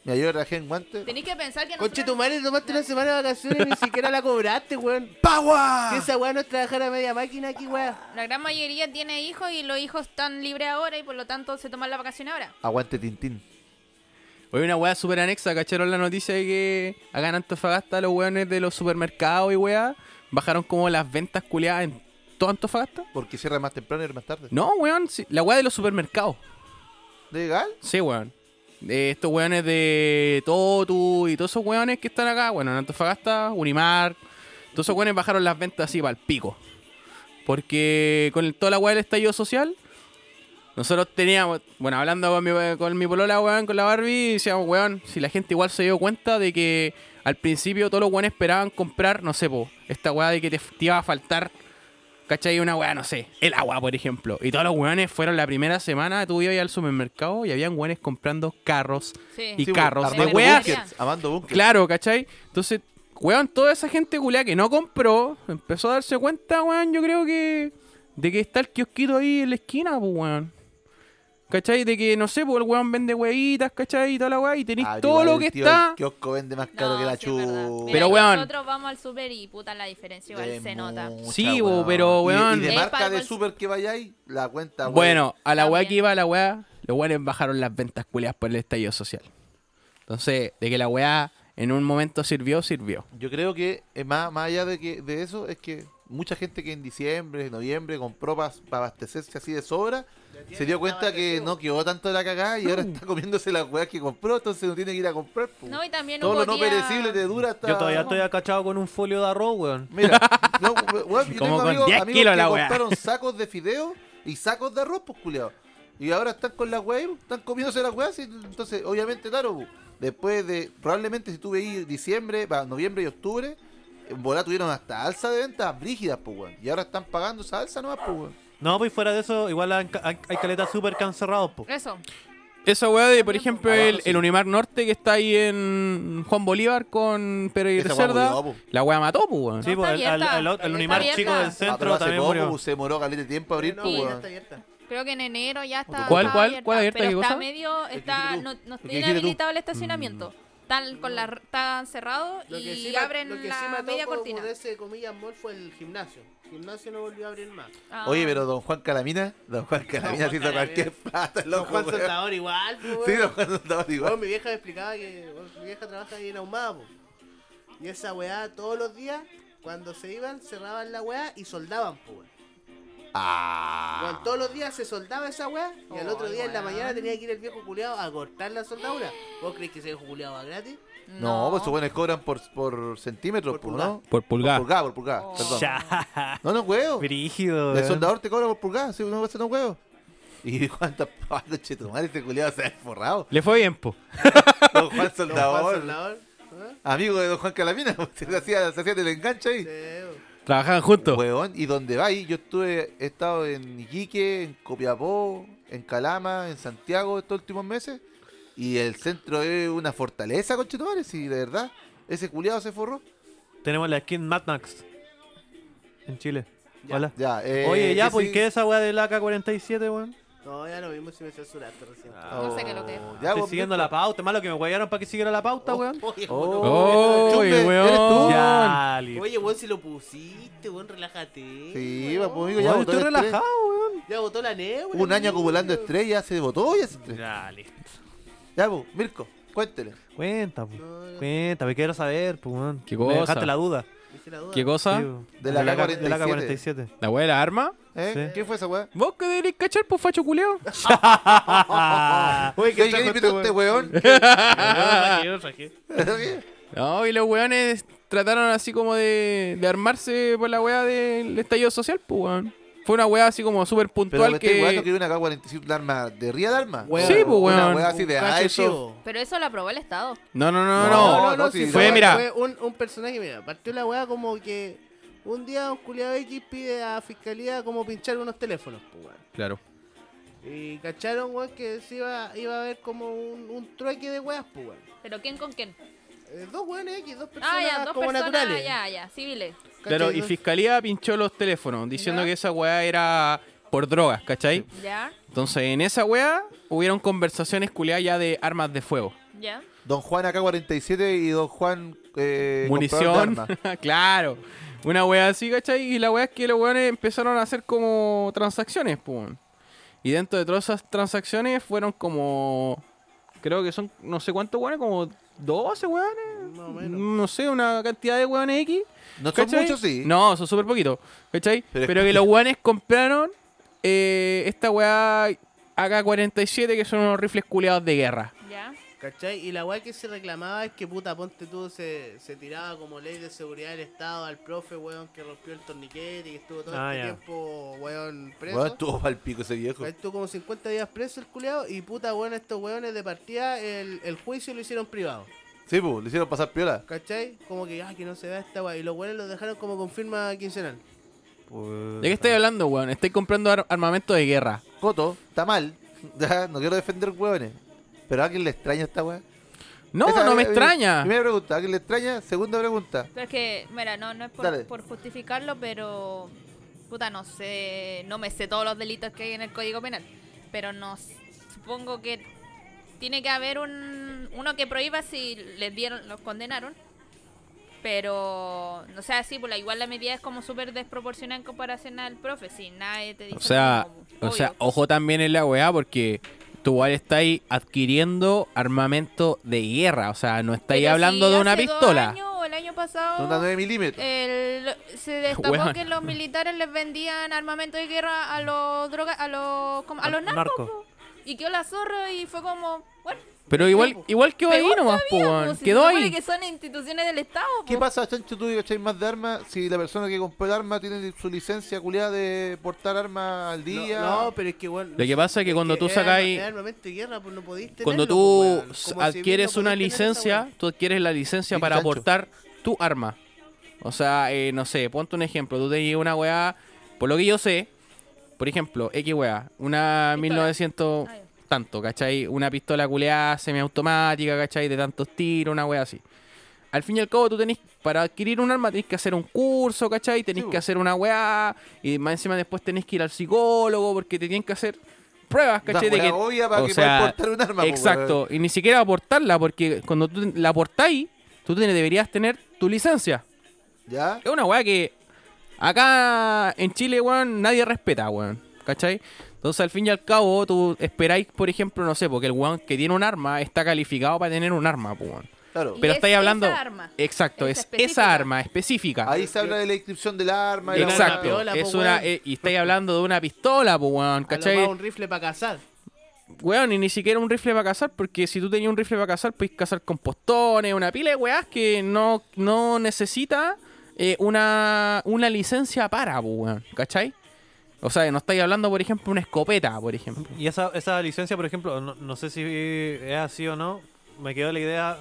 Speaker 2: Mira, yo rajé en guantes.
Speaker 4: tenéis que pensar que
Speaker 3: Conche
Speaker 4: nosotros-
Speaker 3: tu madre, tomaste una semana de vacaciones y ni siquiera la cobraste, weón. Si
Speaker 2: ¡Pagua!
Speaker 3: esa weá no es trabajar a media máquina aquí, weón.
Speaker 4: La gran mayoría tiene hijos y los hijos están libres ahora y por lo tanto se toman la vacación ahora.
Speaker 2: Aguante Tintín.
Speaker 5: Hoy una hueá super anexa, cacharon la noticia de que acá en Antofagasta los hueones de los supermercados y hueá bajaron como las ventas culeadas en todo Antofagasta.
Speaker 2: Porque cierra más temprano y más tarde.
Speaker 5: No, weón, sí, la hueá de los supermercados.
Speaker 2: ¿Legal?
Speaker 5: Sí, weón. De estos weones de Totu y todos esos weones que están acá, bueno, en Antofagasta, Unimar, todos esos weones bajaron las ventas así para el pico. Porque con el- toda la weá del estallido social, nosotros teníamos, bueno, hablando con mi, con mi polola, weón, con la Barbie, decíamos, weón, si la gente igual se dio cuenta de que al principio todos los weones esperaban comprar, no sé, po, esta weá de que te, te iba a faltar ¿Cachai? Una weá, no sé, el agua, por ejemplo. Y todos los weones fueron la primera semana, tú ibas al supermercado y habían weones comprando carros.
Speaker 4: Sí.
Speaker 5: Y
Speaker 2: Sí, pues,
Speaker 5: carros
Speaker 2: armando
Speaker 4: de weas.
Speaker 2: bunkers, Armando bunkers.
Speaker 5: Claro, ¿cachai? Entonces, weón, toda esa gente culia que no compró, empezó a darse cuenta, weón, yo creo que... De que está el kiosquito ahí en la esquina, pues, weón. ¿Cachai? De que, no sé, pues el weón vende huevitas, ¿cachai? Y toda la weá, y tenéis
Speaker 2: Ah, pero
Speaker 5: todo
Speaker 2: igual
Speaker 5: lo
Speaker 2: el
Speaker 5: que
Speaker 2: tío
Speaker 5: está.
Speaker 2: del kiosco vende más caro
Speaker 6: No,
Speaker 2: que la
Speaker 6: sí, es verdad.
Speaker 2: chu.
Speaker 6: Mira,
Speaker 5: Pero, weón.
Speaker 6: Nosotros vamos al super y puta la diferencia igual
Speaker 2: Es
Speaker 6: se nota.
Speaker 2: mucha,
Speaker 5: Sí, bo, pero,
Speaker 2: Y de-
Speaker 5: weón.
Speaker 2: Y de,
Speaker 6: Es
Speaker 2: marca
Speaker 6: para
Speaker 2: de
Speaker 6: cons-
Speaker 2: super que vayáis, la cuenta. weón.
Speaker 5: Bueno, a la weá que
Speaker 6: También.
Speaker 5: iba la weá, los weones bajaron las ventas culiadas por el estallido social. Entonces, de que la weá en un momento sirvió, sirvió.
Speaker 2: Yo creo que eh, más, más allá de que de eso es que mucha gente que en diciembre, noviembre compró para abastecerse así de sobra, se dio cuenta que no quedó tanto de la cagada y ahora está comiéndose las weas que compró, entonces no tiene que ir a comprar. po.
Speaker 6: No, y también
Speaker 2: Todo
Speaker 6: hubo
Speaker 2: lo no
Speaker 6: día-
Speaker 2: perecible te dura hasta...
Speaker 1: Yo todavía estoy acachado con un folio de arroz, weón.
Speaker 2: Mira, no, we- weón, yo
Speaker 5: Como
Speaker 2: tengo
Speaker 5: con
Speaker 2: amigos,
Speaker 5: 10
Speaker 2: amigos
Speaker 5: kilos
Speaker 2: que
Speaker 5: la wea.
Speaker 2: compraron sacos de fideo y sacos de arroz, pues, culiao. Y ahora están con las weas, están comiéndose las weas. y Entonces, obviamente, claro, bu, después de... Probablemente si tú veís diciembre, para noviembre y octubre, en volá tuvieron hasta alza de ventas brígidas, pues, weón. Y ahora están pagando esa alza nomás, pues, weón.
Speaker 1: No, pues fuera de eso, igual han ca- hay, hay caletas súper cancelados, po.
Speaker 4: Eso.
Speaker 5: Esa weá de, por ejemplo,
Speaker 2: Abajo,
Speaker 5: el,
Speaker 2: sí.
Speaker 5: el Unimar Norte que está ahí en Juan Bolívar con Pereira
Speaker 2: Esa weá
Speaker 5: Cerda,
Speaker 2: murió, po.
Speaker 5: la weá mató, pues, weón.
Speaker 1: Sí,
Speaker 6: No,
Speaker 1: pues el,
Speaker 6: está
Speaker 1: al-
Speaker 6: abierta.
Speaker 1: al- al
Speaker 6: Está
Speaker 1: Unimar
Speaker 6: abierta.
Speaker 1: chico del
Speaker 6: Ah,
Speaker 2: Ah, pero
Speaker 1: centro
Speaker 2: hace
Speaker 1: también
Speaker 2: poco
Speaker 1: murió.
Speaker 2: bu, se demoró caleta de tiempo a abrir,
Speaker 3: No,
Speaker 2: pues,
Speaker 6: sí,
Speaker 3: ya
Speaker 2: weón.
Speaker 3: está abierta.
Speaker 4: Creo que en enero ya está.
Speaker 5: ¿Cuál,
Speaker 4: está
Speaker 5: cuál?
Speaker 4: abierta,
Speaker 5: ¿Cuál abierta?
Speaker 6: Pero
Speaker 5: ¿Qué
Speaker 6: está
Speaker 5: cosa?
Speaker 6: medio, está,
Speaker 2: dijiste tú.
Speaker 6: no, no
Speaker 2: El
Speaker 6: tiene
Speaker 2: que dijiste tú. Mm.
Speaker 6: habilitado el estacionamiento. Están con la, están cerrados
Speaker 3: Lo que
Speaker 6: y
Speaker 3: sí,
Speaker 6: abren
Speaker 3: lo que sí
Speaker 6: la
Speaker 3: mató
Speaker 6: media
Speaker 3: como
Speaker 6: cortina.
Speaker 3: de ese, comillas, mall fue el gimnasio. El gimnasio no volvió a abrir más.
Speaker 6: Ah.
Speaker 2: Oye, pero don Juan Calamina, don Juan Calamina
Speaker 3: Juan
Speaker 2: se hizo cualquier plata,
Speaker 3: Don
Speaker 2: loco,
Speaker 3: Juan
Speaker 2: weón.
Speaker 3: Saltador igual, po,
Speaker 2: Sí,
Speaker 3: weón.
Speaker 2: don Juan Saltador igual.
Speaker 3: Weón, mi vieja me explicaba que weón, mi vieja trabaja ahí en Ahumada, po. Y esa weá todos los días, cuando se iban, cerraban la weá y soldaban, po, weón.
Speaker 2: Ah.
Speaker 3: Weón, todos los días se soldaba esa weá y al otro
Speaker 4: Ay,
Speaker 3: día en la
Speaker 4: Oh, weón.
Speaker 3: mañana tenía que ir el viejo culiado a cortar la soldadura. ¿Vos crees que ese viejo culiado va gratis?
Speaker 2: No, pues supones cobran por, por centímetros,
Speaker 3: Por
Speaker 2: por
Speaker 3: pulgada.
Speaker 2: ¿no?
Speaker 5: Por pulgar.
Speaker 2: Por pulgada, por pulgada.
Speaker 4: Oh.
Speaker 2: Perdón.
Speaker 1: Ya,
Speaker 2: No, no, huevo.
Speaker 1: brígido,
Speaker 2: El
Speaker 1: weón.
Speaker 2: soldador te cobra por pulgada, si uno hace no huevo. Y Juan tapaba, che, tu madre, este culiado se ha forrado.
Speaker 5: Le fue bien, pues. po.
Speaker 2: Don Juan
Speaker 3: Don Juan
Speaker 2: Soldador.
Speaker 3: Soldador, ¿eh?
Speaker 2: Amigo de Don Juan Calamina, se hacía, se hacía del enganche ahí.
Speaker 3: Sí, weón.
Speaker 5: Trabajaban juntos.
Speaker 2: Huevón, y donde va ahí, yo estuve, he estado en Iquique, en Copiapó, en Calama, en Santiago estos últimos meses. Y el centro es una fortaleza, conchetumares, y de verdad, ese culiado se forró.
Speaker 1: Tenemos la skin Mad Max. En Chile. Hola.
Speaker 2: Ya, eh,
Speaker 1: Oye, ya,
Speaker 2: y
Speaker 1: pues,
Speaker 2: sí-
Speaker 1: ¿y qué es esa weá del AK-47, weón?
Speaker 3: No, ya lo vimos si me censuraste recién.
Speaker 4: No sé qué es lo que es.
Speaker 2: Ya,
Speaker 1: Estoy
Speaker 2: vos,
Speaker 1: siguiendo la pauta, malo que me guayaron para que siguiera la pauta, weón.
Speaker 3: Oye,
Speaker 5: Oh,
Speaker 2: Chumbe, ¿eres
Speaker 5: weón.
Speaker 2: tú? oh,
Speaker 1: Ya, li-
Speaker 3: Oye, weón, si lo pusiste, weón, relájate.
Speaker 2: Sí, va, pues, amigo, ya
Speaker 1: Weón,
Speaker 2: votó
Speaker 1: estoy
Speaker 2: el estrés.
Speaker 1: relajado, weón.
Speaker 3: Ya votó la NEO,
Speaker 2: Un año acumulando estrellas, se votó y hace estrés. Ya,
Speaker 1: Ya, listo.
Speaker 2: pues, Mirko, cuéntele.
Speaker 1: Cuenta, po.
Speaker 3: No, no.
Speaker 1: Cuenta, me quiero saber, pues, weón.
Speaker 5: Qué
Speaker 1: Me dejaste
Speaker 5: cosa.
Speaker 1: la duda.
Speaker 3: Hice la duda.
Speaker 5: ¿Qué cosa?
Speaker 6: ¿Ah?
Speaker 1: Sí, pues. po.
Speaker 2: De la
Speaker 1: Del
Speaker 2: AK-47.
Speaker 1: del AK-47.
Speaker 5: ¿La weá de la arma?
Speaker 2: ¿Eh?
Speaker 1: Sí.
Speaker 2: ¿Qué fue esa weá?
Speaker 5: ¿Vos qué deberías cachar, po, facho culeo?
Speaker 2: Oh,
Speaker 3: Ah,
Speaker 2: Oye, ¿qué invitó este weón?
Speaker 5: No, y los weones trataron así como de, de armarse por la weá del estallido social, pues, weón. Fue una weá así como súper
Speaker 2: Pero
Speaker 5: puntual
Speaker 2: me estoy weando que
Speaker 5: que...
Speaker 2: hay una K-47, un arma de ría de arma.
Speaker 5: Sí, pues,
Speaker 2: Una
Speaker 5: weón.
Speaker 2: weá así de
Speaker 3: Cacho
Speaker 2: ISO.
Speaker 3: chivo.
Speaker 6: Pero eso lo aprobó el Estado.
Speaker 5: No, no, no, no.
Speaker 2: No,
Speaker 5: no.
Speaker 2: no, sí,
Speaker 5: fue,
Speaker 2: no,
Speaker 5: mira,
Speaker 3: Fue un, un personaje, mira, partió la weá como que un día un culiado X pide a fiscalía como pinchar unos teléfonos, pues, weón.
Speaker 5: Claro.
Speaker 3: Y cacharon, weón, que se iba, iba a haber como un, un trueque de weas, pues, weón.
Speaker 6: ¿Pero quién con quién?
Speaker 3: Eh, dos weones X, dos personas
Speaker 6: Ah, ya, dos
Speaker 3: como
Speaker 6: personas,
Speaker 3: naturales.
Speaker 6: ya, ya, civiles.
Speaker 5: Claro,
Speaker 3: ¿Cachai?
Speaker 5: y Fiscalía pinchó los teléfonos diciendo
Speaker 6: Ya.
Speaker 5: que esa weá era por drogas, ¿cachai?
Speaker 6: Ya,
Speaker 5: Entonces, en esa weá hubieron conversaciones culiadas ya de armas de fuego.
Speaker 6: ya.
Speaker 2: Don Juan AK-47 y Don Juan... Eh, comprador
Speaker 5: Munición.
Speaker 2: de armas.
Speaker 5: claro. Una weá así, ¿cachai? Y la weá es que los weones empezaron a hacer como transacciones, pues. Y dentro de todas esas transacciones fueron como. Creo que son no sé cuántos weones, como 12 weones.
Speaker 3: Más o menos.
Speaker 5: No sé, una cantidad de weones X.
Speaker 2: No son
Speaker 5: ¿Cachai?
Speaker 2: muchos, sí.
Speaker 5: No, son súper poquitos. ¿Cachai?
Speaker 2: Pero
Speaker 5: Pero,
Speaker 2: es
Speaker 5: que los guanes compraron eh, esta weá AK-47, que son unos rifles culeados de guerra.
Speaker 6: Ya.
Speaker 3: ¿Cachai? Y la weá que se reclamaba es que puta ponte tú se, se tiraba como ley de seguridad del Estado al profe, weón, que rompió el torniquete y que estuvo todo
Speaker 1: Ah,
Speaker 3: este
Speaker 1: ya.
Speaker 3: tiempo, weón, preso.
Speaker 2: Weón, estuvo pa'l pico ese viejo.
Speaker 3: Ahí Estuvo como 50 días preso el culeado y puta, weón, estos weones de partida el, el juicio lo hicieron privado.
Speaker 2: Sí, pues, le hicieron pasar piola.
Speaker 3: ¿Cachai? Como que, ay, que no se vea esta weá. Y los weones los dejaron como con firma quincenal.
Speaker 2: Pues,
Speaker 5: ¿De qué estoy hablando, weón? Estoy comprando ar- armamento de guerra.
Speaker 2: Coto, está mal. Ya, no quiero defender hueones. Pero ¿a alguien le extraña esta weá?
Speaker 5: No,
Speaker 2: Esa-
Speaker 5: no me
Speaker 2: eh,
Speaker 5: extraña.
Speaker 2: Primera pregunta, ¿a alguien le extraña? Segunda pregunta.
Speaker 6: Pero es que, mira, no, no es
Speaker 2: Dale.
Speaker 6: por, por justificarlo, pero. Puta, no sé. No me sé todos los delitos que hay en el Código Penal. Pero no s- supongo que tiene que haber un, uno que prohíba si les dieron, los condenaron. Pero, no sé, así, pues la- igual la medida es como súper desproporcionada en comparación al profe, si nadie te dice...
Speaker 5: O sea,
Speaker 6: como,
Speaker 5: o sea,
Speaker 6: obvio.
Speaker 5: ojo también en la weá porque tú igual estáis adquiriendo armamento de guerra. O sea, no estáis
Speaker 6: Pero
Speaker 5: hablando
Speaker 6: si
Speaker 5: de una
Speaker 6: hace dos
Speaker 5: pistola.
Speaker 6: años o el año
Speaker 2: Una
Speaker 6: pasado
Speaker 2: 9 milímetros.
Speaker 6: el- se destapó
Speaker 5: Weón.
Speaker 6: que los militares les vendían armamento de guerra a los droga, a los como- a
Speaker 1: Al-
Speaker 6: los narcos.
Speaker 1: narcos.
Speaker 6: po. Y quedó la zorra y fue como, bueno,
Speaker 5: Pero igual, igual quedó ahí
Speaker 6: peor
Speaker 5: nomás, po,
Speaker 6: todavía,
Speaker 5: weón.
Speaker 6: po, si se
Speaker 5: Quedó
Speaker 6: supone
Speaker 5: ahí.
Speaker 6: que son instituciones del Estado,
Speaker 2: ¿Qué
Speaker 6: po.
Speaker 2: pasa, Chancho, tú que cachai más de armas si la persona que compró el arma tiene su licencia culiada de portar armas al día?
Speaker 3: No, no, pero es que bueno.
Speaker 5: Lo que pasa es que cuando tú
Speaker 3: es
Speaker 5: sacáis-
Speaker 3: arma- es armamento de guerra, pues no podís tenerlo,
Speaker 5: Cuando
Speaker 3: pues,
Speaker 5: tú
Speaker 3: weón. Como
Speaker 5: s-
Speaker 3: civil no
Speaker 5: adquieres
Speaker 3: podís
Speaker 5: una
Speaker 3: tener esa
Speaker 5: licencia,
Speaker 3: weá.
Speaker 5: tú adquieres la licencia
Speaker 2: Dile,
Speaker 5: para
Speaker 2: Sancho.
Speaker 5: aportar tu arma. O sea, eh, no sé, ponte un ejemplo. Tú tenías una weá, por lo que yo sé, por ejemplo, X weá, una
Speaker 6: Pistola.
Speaker 5: 1900
Speaker 6: Ah, ya.
Speaker 5: tanto, ¿cachai? Una pistola culeada semiautomática, ¿cachai? De tantos tiros, una weá así. Al fin y al cabo, tú tenés, para adquirir un arma tenés que hacer un curso, ¿cachai? Tenés
Speaker 2: Sí,
Speaker 5: que
Speaker 2: po.
Speaker 5: hacer una weá, y más encima después tenés que ir al psicólogo porque te tienen que hacer pruebas,
Speaker 2: Una
Speaker 5: ¿cachai? De
Speaker 2: weá
Speaker 5: que,
Speaker 2: obvia para
Speaker 5: o
Speaker 2: que
Speaker 5: sea,
Speaker 2: puedas portar un arma, po,
Speaker 5: Exacto, y ni siquiera aportarla, porque cuando tú la aportáis, tú ten- deberías tener tu licencia.
Speaker 2: ¿Ya?
Speaker 5: Es una weá que acá en Chile, weón, nadie respeta, weón. ¿Cachai? Entonces, al fin y al cabo, tú esperáis, por ejemplo, no sé, porque el weón que tiene un arma está calificado para tener un arma, po, weón.
Speaker 2: Claro.
Speaker 6: Y
Speaker 5: Pero
Speaker 6: es
Speaker 5: estáis
Speaker 6: esa
Speaker 5: hablando.
Speaker 6: arma.
Speaker 5: Exacto,
Speaker 6: Esa
Speaker 5: es esa
Speaker 6: específica.
Speaker 5: arma específica.
Speaker 2: Ahí se habla de la inscripción del arma. y la
Speaker 5: Exacto,
Speaker 2: weá.
Speaker 3: piola, po,
Speaker 5: es una,
Speaker 3: weón.
Speaker 5: eh, y estáis hablando de una pistola, po, weón,
Speaker 3: A lo
Speaker 5: ¿cachai?
Speaker 3: más un rifle para cazar.
Speaker 5: Weón, y ni siquiera un rifle para cazar, porque si tú tenías un rifle para cazar, puedes cazar con postones, una pila de weás que no, no necesita eh, una, una licencia para, po, weón, ¿cachai? O sea, no estáis hablando, por ejemplo, una escopeta, por ejemplo.
Speaker 1: Y esa, esa licencia, por ejemplo, no, no sé si es así o no, me quedó la idea.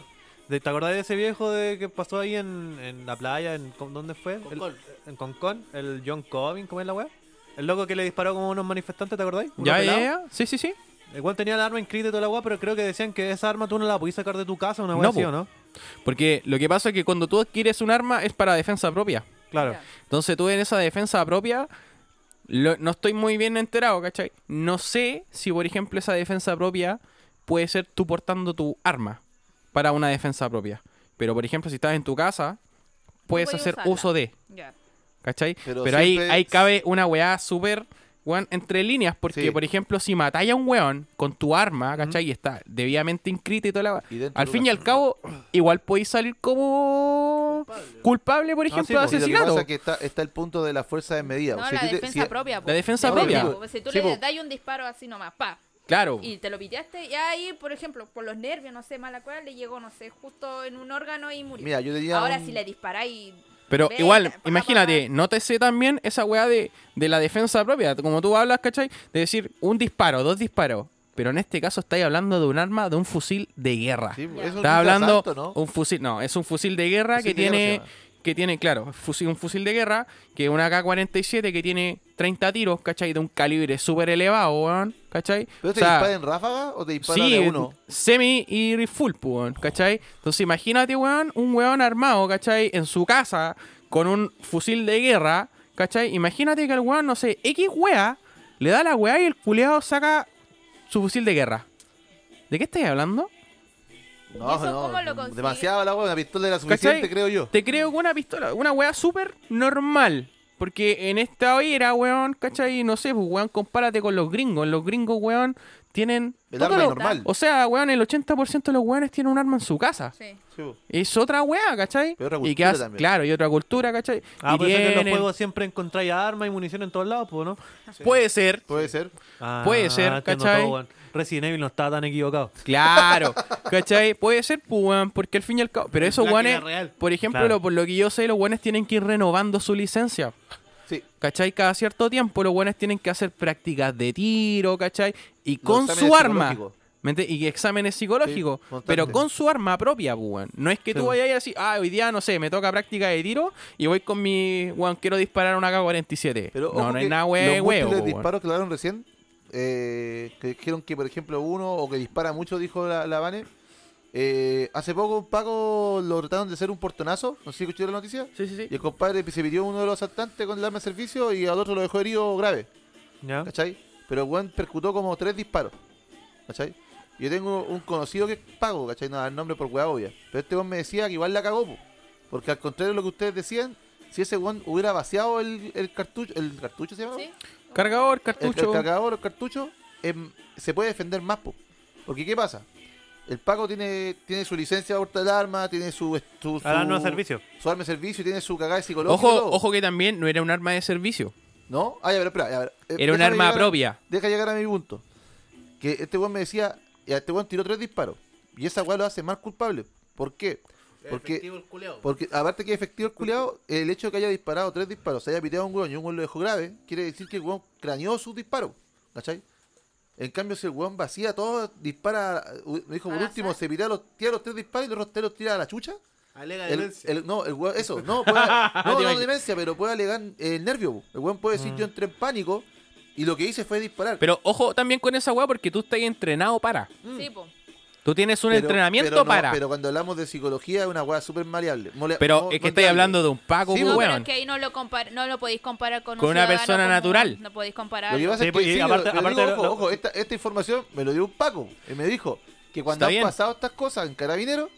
Speaker 1: De, ¿Te acordás de ese viejo de que pasó ahí en, en la playa? En, con- ¿Dónde fue? El-
Speaker 3: Concón.
Speaker 1: en Concón, el John Cobin, ¿cómo es la weá? El loco que le disparó como a unos manifestantes, ¿te acordáis? Uno
Speaker 5: ¿Ya,
Speaker 1: pelado.
Speaker 5: ya, ya? Sí, sí, sí.
Speaker 1: Igual tenía el arma inscrita y toda la weá, pero creo que decían que esa arma tú no la podías sacar de tu casa, una
Speaker 5: No,
Speaker 1: weá así,
Speaker 5: po.
Speaker 1: ¿o no?
Speaker 5: Porque lo que pasa es que cuando tú adquieres un arma es para defensa propia.
Speaker 1: Claro.
Speaker 5: Entonces tú en esa defensa propia, lo- no estoy muy bien enterado, ¿cachai? No sé si, por ejemplo, esa defensa propia puede ser tú portando tu arma para una defensa propia. Pero, por ejemplo, si estás en tu casa, puedes
Speaker 6: podías
Speaker 5: hacer
Speaker 6: usarla.
Speaker 5: uso de,
Speaker 6: Ya.
Speaker 5: ¿cachai? Pero,
Speaker 2: Pero
Speaker 5: ahí,
Speaker 2: siempre-
Speaker 5: ahí cabe una weá súper... weón, entre líneas, porque
Speaker 2: Sí.
Speaker 5: por ejemplo, si matáis a un weón con tu arma, ¿cachai? Y está debidamente inscrita y toda la
Speaker 2: Y dentro
Speaker 5: Al
Speaker 2: de
Speaker 5: fin y
Speaker 2: la-
Speaker 5: al cabo, igual podéis salir como culpable, por
Speaker 1: sí,
Speaker 5: ejemplo,
Speaker 1: po.
Speaker 5: de
Speaker 1: Y lo
Speaker 2: Y Ah, pues, lo que pasa
Speaker 5: asesinato.
Speaker 2: es que está, está el punto de la fuerza de medida.
Speaker 6: No,
Speaker 2: Si
Speaker 6: la
Speaker 2: tú te-
Speaker 6: defensa
Speaker 2: si-
Speaker 6: propia. po.
Speaker 5: La defensa
Speaker 6: Obvio,
Speaker 5: propia.
Speaker 6: po. Si tú
Speaker 2: Sí,
Speaker 6: le
Speaker 2: po.
Speaker 6: das un disparo así nomás, pa,
Speaker 5: Claro.
Speaker 6: y te lo piteaste, y ahí, por ejemplo, por los nervios, no sé, mala cual, le llegó, no sé, justo en un órgano y murió.
Speaker 2: Mira, yo diría
Speaker 6: Ahora
Speaker 2: un-
Speaker 6: si le disparáis...
Speaker 5: Pero
Speaker 6: ve,
Speaker 5: igual,
Speaker 6: pa, pa, pa.
Speaker 5: imagínate, no te sé también esa weá de, de la defensa propia, como tú hablas, ¿cachai? De decir un disparo, dos disparos. Pero en este caso estáis hablando de un arma, de un fusil de guerra.
Speaker 2: Sí,
Speaker 5: Estás
Speaker 2: po, es un rifle de
Speaker 5: hablando
Speaker 2: asalto, ¿no?
Speaker 5: un fusil, no, es un fusil de guerra
Speaker 2: Fusil
Speaker 5: que
Speaker 2: de guerra
Speaker 5: tiene,
Speaker 2: se llama.
Speaker 5: que tiene, claro, fusil, un fusil de guerra, que es una K-47 que tiene 30 tiros, ¿cachai? De un calibre súper elevado, weón, ¿cachai?
Speaker 2: ¿Pero este
Speaker 5: O
Speaker 2: te
Speaker 5: sea,
Speaker 2: disparan en ráfaga o te disparan
Speaker 5: Sí, eh,
Speaker 2: de a uno?
Speaker 5: semi y full, po, weón, ¿cachai? Entonces imagínate, weón, un weón armado, ¿cachai? En su casa, con un fusil de guerra, ¿cachai? Imagínate que el weón, no sé, X wea, le da la wea y el culeado saca su fusil de guerra. ¿De qué estáis hablando?
Speaker 6: ¿Y eso cómo lo consigue?
Speaker 2: demasiado la hueá, una pistola era suficiente,
Speaker 5: ¿Cachai?
Speaker 2: creo yo.
Speaker 5: Te creo que una pistola, una wea súper normal. Porque en esta era, weón, ¿cachai? No sé, pues, weón, compárate con los gringos. Los gringos, weón, tienen...
Speaker 2: El
Speaker 5: todo
Speaker 2: arma es
Speaker 5: lo-
Speaker 2: normal.
Speaker 5: O sea, weón, el 80% de los weones tienen un arma en su casa.
Speaker 6: Sí.
Speaker 2: Sí, po.
Speaker 5: Es otra weá, ¿cachai?
Speaker 2: Pero otra
Speaker 5: y que
Speaker 2: cultura
Speaker 5: hace-
Speaker 2: también.
Speaker 5: Claro, y otra cultura, ¿cachai?
Speaker 1: Ah,
Speaker 5: y
Speaker 1: por eso que en
Speaker 5: tienen-
Speaker 1: los juegos siempre encontráis armas y munición en todos lados, pues, ¿no?
Speaker 5: Puede ser,
Speaker 2: Puede ser.
Speaker 1: Ah,
Speaker 5: Puede ser,
Speaker 1: entiendo
Speaker 5: ¿cachai?
Speaker 1: todo, weón. Resident Evil no estaba tan equivocado.
Speaker 5: claro, ¿cachai? Puede ser, pues, weón, porque al fin y al cabo... Pero esos
Speaker 3: La que
Speaker 5: weones,
Speaker 3: era real.
Speaker 5: por ejemplo,
Speaker 1: Claro.
Speaker 5: lo- por lo que yo sé, los weones tienen que ir renovando su licencia.
Speaker 2: Sí.
Speaker 5: ¿Cachai? Cada cierto tiempo los buenos tienen que hacer prácticas de tiro, ¿cachai? Y con su
Speaker 2: exámenes
Speaker 5: arma.
Speaker 2: psicológicos.
Speaker 5: ¿me entiendes? y exámenes psicológicos,
Speaker 2: constante.
Speaker 5: pero con su arma propia, pues, weón. No es que tú
Speaker 1: Sí.
Speaker 5: vayas así, ah, hoy día, no sé, me toca práctica de tiro y voy con mi, weón, quiero disparar una K-47.
Speaker 2: Pero
Speaker 5: no,
Speaker 2: ojo
Speaker 5: no
Speaker 2: que
Speaker 5: hay nada,
Speaker 2: los
Speaker 5: weón,
Speaker 2: múltiples
Speaker 5: weón.
Speaker 2: disparos que le dieron recién, eh, que dijeron que, por ejemplo, uno o que dispara mucho, dijo la, la Vane. eh, hace poco un Paco lo trataron de hacer un portonazo, no sé si escucharon la noticia.
Speaker 5: Sí, sí, sí.
Speaker 2: Y el compadre se pidió a uno de los asaltantes con el arma de servicio y al otro lo dejó herido grave,
Speaker 1: ¿Ya?
Speaker 5: ¿Ah?
Speaker 2: ¿cachai? Pero el weón percutó como tres disparos. ¿cachai? Yo tengo un conocido que es pago, ¿cachai? No da el nombre por hueá obvia. Pero este weón me decía que igual la cagó, po. porque al contrario de lo que ustedes decían, si ese weón hubiera vaciado el, el cartucho, ¿el cartucho se llama?
Speaker 4: ¿Sí?
Speaker 2: El,
Speaker 5: Cargador,
Speaker 2: el
Speaker 5: cartucho.
Speaker 2: cargador, el cartucho, em, se puede defender más, po. Porque ¿qué pasa? El Paco tiene, tiene su licencia de porta de arma, tiene su, su, su-
Speaker 1: Arma de servicio.
Speaker 2: Su arma de servicio, tiene su cagada psicológica. y
Speaker 5: Ojo,
Speaker 2: todo.
Speaker 5: ojo que también no era un arma de servicio.
Speaker 2: ¿No? Ah, ya, pero espera, ya, pero, eh,
Speaker 5: Era un
Speaker 2: déjame
Speaker 5: arma
Speaker 2: llegar a-
Speaker 5: propia.
Speaker 2: deja llegar a mi punto. Que este weón me decía, ya, este weón tiró tres disparos. Y esa weá lo hace más culpable. ¿Por qué? Porque,
Speaker 3: Efectivo el culeado.
Speaker 2: porque aparte que efectivo el culiado, el hecho de que haya disparado tres disparos, se haya piteado a un weón y un weón lo dejó grave, quiere decir que el weón craneó sus disparos. ¿Cachai? En cambio, si el weón vacía todo, dispara, u- me dijo por
Speaker 4: Al
Speaker 2: último,
Speaker 4: azar.
Speaker 2: se pitea los, tira los tres disparos y los rosteros tira a la chucha.
Speaker 3: Alega
Speaker 2: El,
Speaker 3: violencia.
Speaker 2: el- no, el weón, eso, no, puede, no, no
Speaker 5: imagino.
Speaker 2: demencia, pero puede alegar el nervio. po. El weón puede decir yo entré en pánico y lo que hice fue disparar.
Speaker 5: Mm. Pero ojo también con esa weá porque tú estás entrenado para.
Speaker 6: Sí, po.
Speaker 5: Tú tienes un
Speaker 2: Pero-
Speaker 5: entrenamiento
Speaker 2: pero no,
Speaker 5: para. Pero,
Speaker 2: Pero cuando hablamos de psicología es una weá súper maleable. mole- no-
Speaker 5: es que
Speaker 2: moldeable.
Speaker 5: estáis hablando de un Paco,
Speaker 2: Sí,
Speaker 5: pues,
Speaker 6: No, pero
Speaker 5: weón.
Speaker 6: es que ahí no lo, compar no lo podéis comparar con, un
Speaker 5: Con una
Speaker 6: ciudadano
Speaker 5: persona
Speaker 6: común.
Speaker 5: natural.
Speaker 6: No podéis
Speaker 2: Lo
Speaker 6: comparar.
Speaker 2: que pasa
Speaker 1: Sí,
Speaker 2: es que
Speaker 1: pues, y
Speaker 2: sí, lo-
Speaker 1: aparte-
Speaker 2: pero
Speaker 1: aparte
Speaker 2: digo,
Speaker 1: lo-
Speaker 2: ojo,
Speaker 1: lo-
Speaker 2: ojo, esta, esta información me lo dio un Paco. Y me dijo que cuando
Speaker 5: Está
Speaker 2: han
Speaker 5: bien.
Speaker 2: pasado estas cosas en carabineros,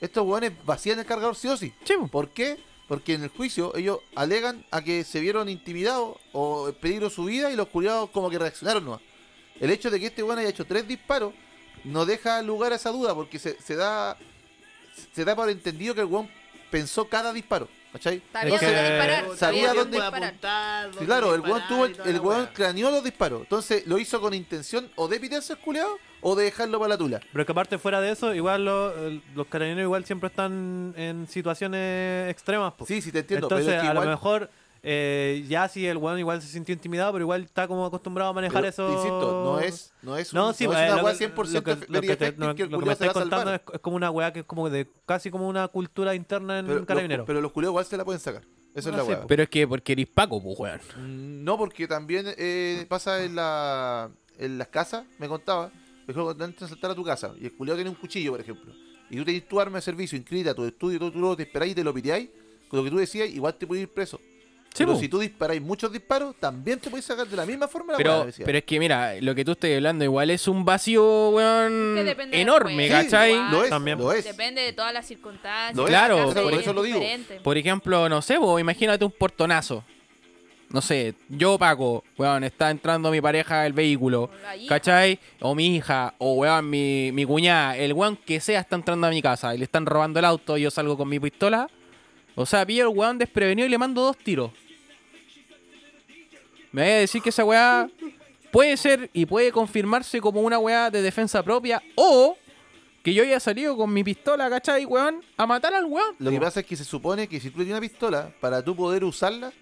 Speaker 2: estos weones vacían el cargador sí o sí.
Speaker 5: Sí, po.
Speaker 2: ¿Por qué? Porque en el juicio ellos alegan a que se vieron intimidados o en peligro su vida y los curiados como que reaccionaron nomás. El hecho de que este weón haya hecho tres disparos no deja lugar a esa duda porque se, se da se da por entendido que el weón pensó cada disparo, ¿cachai?
Speaker 6: Sabía
Speaker 1: Porque-
Speaker 6: dónde disparar.
Speaker 2: Sabía
Speaker 6: sabía
Speaker 2: dónde-
Speaker 6: disparar.
Speaker 2: Sí, claro, el weón tuvo el, el weón craneó los disparos. Entonces lo hizo con intención o de pitearse al culiado o de dejarlo para la tula.
Speaker 1: Pero que aparte fuera de eso, igual los, el- los carabineros igual siempre están en situaciones extremas. po.
Speaker 2: Sí, sí, te entiendo.
Speaker 1: Entonces,
Speaker 2: pero es que
Speaker 1: a
Speaker 2: igual,
Speaker 1: lo mejor eh, ya sí el weón igual se sintió intimidado, pero igual está como acostumbrado a manejar
Speaker 2: pero,
Speaker 1: eso.
Speaker 2: te insisto, no es, no es, un-
Speaker 1: No, sí,
Speaker 2: no es
Speaker 1: eh,
Speaker 2: una
Speaker 1: lo
Speaker 2: weá
Speaker 1: que-
Speaker 2: 100%
Speaker 1: lo que, lo
Speaker 2: very
Speaker 1: que te-
Speaker 2: effective
Speaker 1: no,
Speaker 2: que el
Speaker 1: lo que
Speaker 2: culiao
Speaker 1: me
Speaker 2: se la
Speaker 1: estáis contando
Speaker 2: salvara.
Speaker 1: es, es como una weá que es como de casi como una cultura interna en
Speaker 2: Pero,
Speaker 1: Carabineros.
Speaker 2: los- pero los culeos igual se la pueden sacar. Esa
Speaker 1: No pues.
Speaker 2: es la
Speaker 1: sé,
Speaker 2: weá.
Speaker 5: Pero es que porque eres Paco, pues, weón.
Speaker 2: Mm, No, porque también eh, pasa en, la, en las casas, me contaba. Me dijo, cuando entran a saltar a tu casa y el culiao tiene un cuchillo, por ejemplo, y tú tenés tu arma de servicio inscrita, tu estudio, todo, tú luego te esperáis y te lo piteáis, con lo que tú decías, igual te puedes ir preso.
Speaker 5: Sí,
Speaker 2: pero
Speaker 5: po.
Speaker 2: si tú disparáis muchos disparos, también te puedes sacar de la misma forma la weá,
Speaker 5: Pero,
Speaker 2: decía.
Speaker 5: pero es que mira, lo que tú estás hablando igual es un vacío, weón,
Speaker 6: Que depende del
Speaker 5: enorme,
Speaker 6: juez,
Speaker 2: Sí,
Speaker 5: ¿cachai?
Speaker 6: igual.
Speaker 2: Lo es,
Speaker 1: También.
Speaker 2: lo es.
Speaker 6: Depende de todas las circunstancias.
Speaker 2: Lo es,
Speaker 5: Claro,
Speaker 6: la
Speaker 5: por
Speaker 6: cárcel
Speaker 2: eso
Speaker 6: es
Speaker 2: lo digo.
Speaker 6: diferente.
Speaker 5: Por ejemplo, no sé, vos, imagínate un portonazo. No sé, yo Paco, weón, está entrando mi pareja el vehículo,
Speaker 6: La hija.
Speaker 5: ¿cachai? O mi hija, o weón, mi, mi cuñada, el weón que sea está entrando a mi casa y le están robando el auto y yo salgo con mi pistola. O sea, pillo el weón desprevenido y le mando dos tiros. Me voy a decir que esa weá puede ser y puede confirmarse como una weá de defensa propia o que yo haya salido con mi pistola, ¿cachai, weón? A matar al weón.
Speaker 2: Lo que pasa es que se supone que si tú tienes una pistola, para tú poder usarla,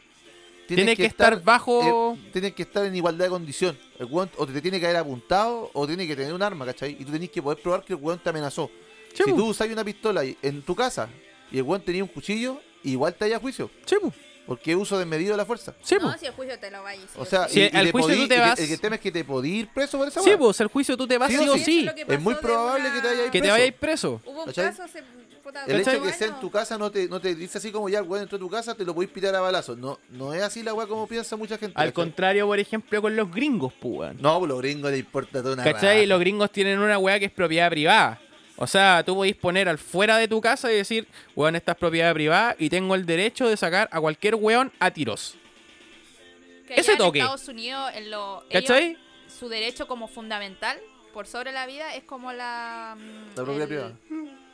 Speaker 5: Tiene que estar bajo-
Speaker 2: eh, tienes que estar en igualdad de condición. El weón o te tiene que haber apuntado o tiene que tener un arma, ¿cachai? Y tú tenés que poder probar que el weón te amenazó.
Speaker 5: Sí,
Speaker 2: si
Speaker 5: po.
Speaker 2: tú usas una pistola y- en tu casa y el weón tenía un cuchillo, igual te haya juicio.
Speaker 5: Sí, po.
Speaker 2: Porque es uso desmedido de la fuerza.
Speaker 5: Sí, po.
Speaker 6: No, si el juicio te lo vayas.
Speaker 2: O sea,
Speaker 5: Si
Speaker 2: y- y
Speaker 5: al
Speaker 2: te
Speaker 5: juicio
Speaker 2: podí-
Speaker 5: tú te
Speaker 2: el que-
Speaker 5: vas-
Speaker 2: El, que tema es que te podí ir preso por esa
Speaker 5: Sí,
Speaker 2: weá.
Speaker 5: pues el juicio tú te vas
Speaker 2: Sí
Speaker 5: sí,
Speaker 2: o
Speaker 5: o
Speaker 2: sí.
Speaker 5: sí.
Speaker 2: Es muy probable que te haya
Speaker 5: Que te
Speaker 2: preso.
Speaker 5: vayas preso.
Speaker 6: Hubo un
Speaker 2: ¿Cachai?
Speaker 6: caso hace. puta,
Speaker 2: El hecho de
Speaker 6: ocho
Speaker 2: que sea en
Speaker 6: años.
Speaker 2: tu casa no te, no te dice así como ya el weón entró a tu casa, te lo podéis pitar a balazos. No, no es así la weá como piensa mucha gente.
Speaker 5: Al
Speaker 2: ¿cachai?
Speaker 5: contrario, por ejemplo, con los gringos, pues, weón.
Speaker 2: No, pues los gringos les importa toda una
Speaker 5: ¿Cachai?
Speaker 2: raja.
Speaker 5: Los gringos tienen una weá que es propiedad privada. O sea, tú podís poner al fuera de tu casa y decir, weón, esta es propiedad privada y tengo el derecho de sacar a cualquier weón a tiros.
Speaker 6: que allá
Speaker 5: Ese
Speaker 6: en
Speaker 5: toque.
Speaker 6: Estados Unidos, en lo, ellos-
Speaker 5: ¿Cachai?
Speaker 6: su derecho como fundamental por sobre la vida es como la. mm,
Speaker 2: La propiedad
Speaker 6: el-
Speaker 2: privada.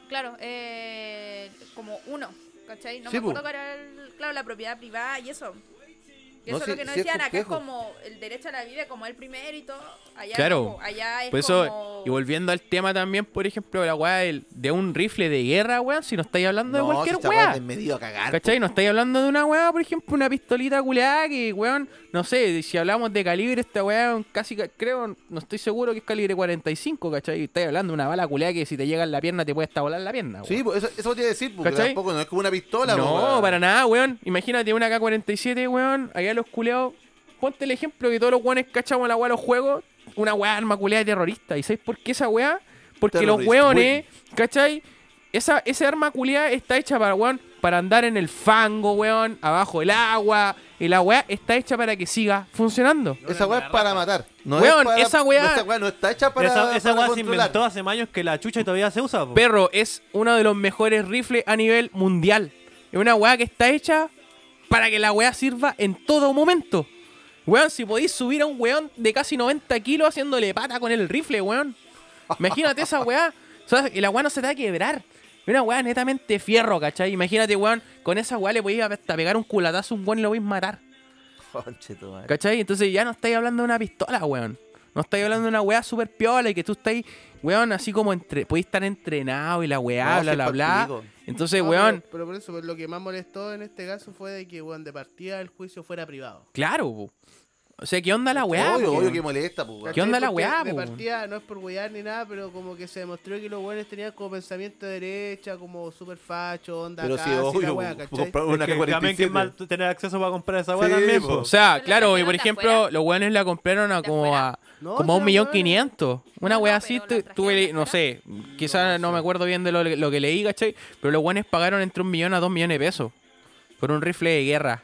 Speaker 6: Claro, eh, como uno. ¿Cachai? No
Speaker 2: Sí,
Speaker 6: me acuerdo
Speaker 2: po.
Speaker 6: cuál era el- claro, la propiedad privada y eso. Que
Speaker 2: No,
Speaker 6: eso
Speaker 2: sí-
Speaker 6: es lo que nos
Speaker 2: sí es
Speaker 6: decían. Acá es
Speaker 2: complejo.
Speaker 6: como el derecho a la vida, como el primero y todo. Allá
Speaker 5: Claro.
Speaker 6: no, allá es
Speaker 5: Por eso,
Speaker 6: como.
Speaker 5: y volviendo al tema también, por ejemplo, la weá del- de un rifle de guerra, weón, si no estáis hablando de
Speaker 2: si
Speaker 5: cualquier
Speaker 2: esta
Speaker 5: weá.
Speaker 2: weá es medio a cagar.
Speaker 5: ¿Cachai? No estáis hablando de una weá, por ejemplo, una pistolita culeada que, weón, no sé, si hablamos de calibre, esta weá es un casi, ca- creo, no estoy seguro que es calibre 45, ¿cachai? Estáis hablando de una bala culeada que si te llega en la pierna te puede hasta volar la pierna,
Speaker 2: po.
Speaker 5: weón.
Speaker 2: Sí, pues eso, eso te iba a decir, porque
Speaker 5: ¿Cachai?
Speaker 2: tampoco no es como una pistola. pues,
Speaker 5: no,
Speaker 2: po, weá.
Speaker 5: para nada, weón. Imagínate una K-47, weón, allá los culeados. Ponte el ejemplo que todos los weones cachamos la weá de los juegos, una weá arma culeada terrorista. ¿Y sabéis por qué esa weá? Porque los
Speaker 2: Terrorist,
Speaker 5: weones, ¿cachai? Esa, esa arma culeada está hecha para, weón, para andar en el fango, weón, abajo el agua. Y la weá está hecha para que siga funcionando.
Speaker 2: Esa weá es para matar. No
Speaker 5: Weón,
Speaker 2: es para-
Speaker 5: esa weá-
Speaker 2: Esa weá no está hecha para.
Speaker 1: esa esa
Speaker 2: para
Speaker 1: weá se
Speaker 2: controlar.
Speaker 1: inventó hace más años que la chucha y todavía se usa. po.
Speaker 5: Perro es uno de los mejores rifles a nivel mundial. Es una weá que está hecha para que la weá sirva en todo momento. Weón, si podéis subir a un weón de casi 90 kilos haciéndole pata con el rifle, weón. Imagínate esa weá. O sea, y la weá no se te va a quebrar. Es una weá netamente fierro, ¿cachai? Imagínate, weón, con esa weá le podéis hasta pegar un culatazo a un weón y lo podéis matar.
Speaker 2: Conche tu madre.
Speaker 5: ¿Cachai? Entonces ya no estáis hablando de una pistola, weón. No estáis hablando de una weá super piola y que tú estáis, weón, así como entre. Podéis estar entrenado y la weá,
Speaker 2: No,
Speaker 5: bla,
Speaker 2: si
Speaker 5: bla,
Speaker 2: es
Speaker 5: bla.
Speaker 2: pa'l pico.
Speaker 5: Entonces,
Speaker 3: No,
Speaker 5: weón,
Speaker 3: Pero, pero por eso, pues, lo que más molestó en este caso fue de que, weón, de partida el juicio fuera privado.
Speaker 5: claro, po. O sea, ¿qué onda la weá?
Speaker 2: obvio,
Speaker 5: po,
Speaker 2: obvio
Speaker 5: weón?
Speaker 2: que molesta, pues. weón.
Speaker 5: ¿Qué onda la
Speaker 3: Porque
Speaker 5: weá,
Speaker 3: De
Speaker 5: po, weón?
Speaker 3: partida no es por wear ni nada, pero como que se demostró que los weones tenían como pensamiento de derecha, como super facho, onda
Speaker 2: Pero
Speaker 3: casi
Speaker 2: sí,
Speaker 3: la
Speaker 2: obvio,
Speaker 3: weá,
Speaker 2: pues,
Speaker 3: ¿cachai?
Speaker 2: comprar
Speaker 1: Es
Speaker 2: una
Speaker 1: que también que es mal
Speaker 2: K47.
Speaker 1: tener acceso para comprar esa weá
Speaker 2: Sí,
Speaker 1: también.
Speaker 2: po.
Speaker 1: po.
Speaker 5: O sea,
Speaker 6: Pero
Speaker 5: claro,
Speaker 6: la
Speaker 5: y por
Speaker 6: trajeron de
Speaker 5: ejemplo,
Speaker 6: afuera.
Speaker 5: los weones la compraron a
Speaker 6: De
Speaker 5: como
Speaker 6: afuera.
Speaker 5: a.
Speaker 3: No,
Speaker 5: como a
Speaker 3: sí,
Speaker 5: un millón
Speaker 3: weón.
Speaker 5: quinientos. Una
Speaker 6: No,
Speaker 5: weá
Speaker 6: no,
Speaker 5: así,
Speaker 6: pero
Speaker 5: tu-
Speaker 6: la trajeron
Speaker 5: tuve,
Speaker 6: de
Speaker 5: le- no sé, quizás no, me acuerdo bien de lo, lo que leí, ¿cachai? Pero los weones pagaron entre un millón a dos millones de pesos. Por un rifle de guerra.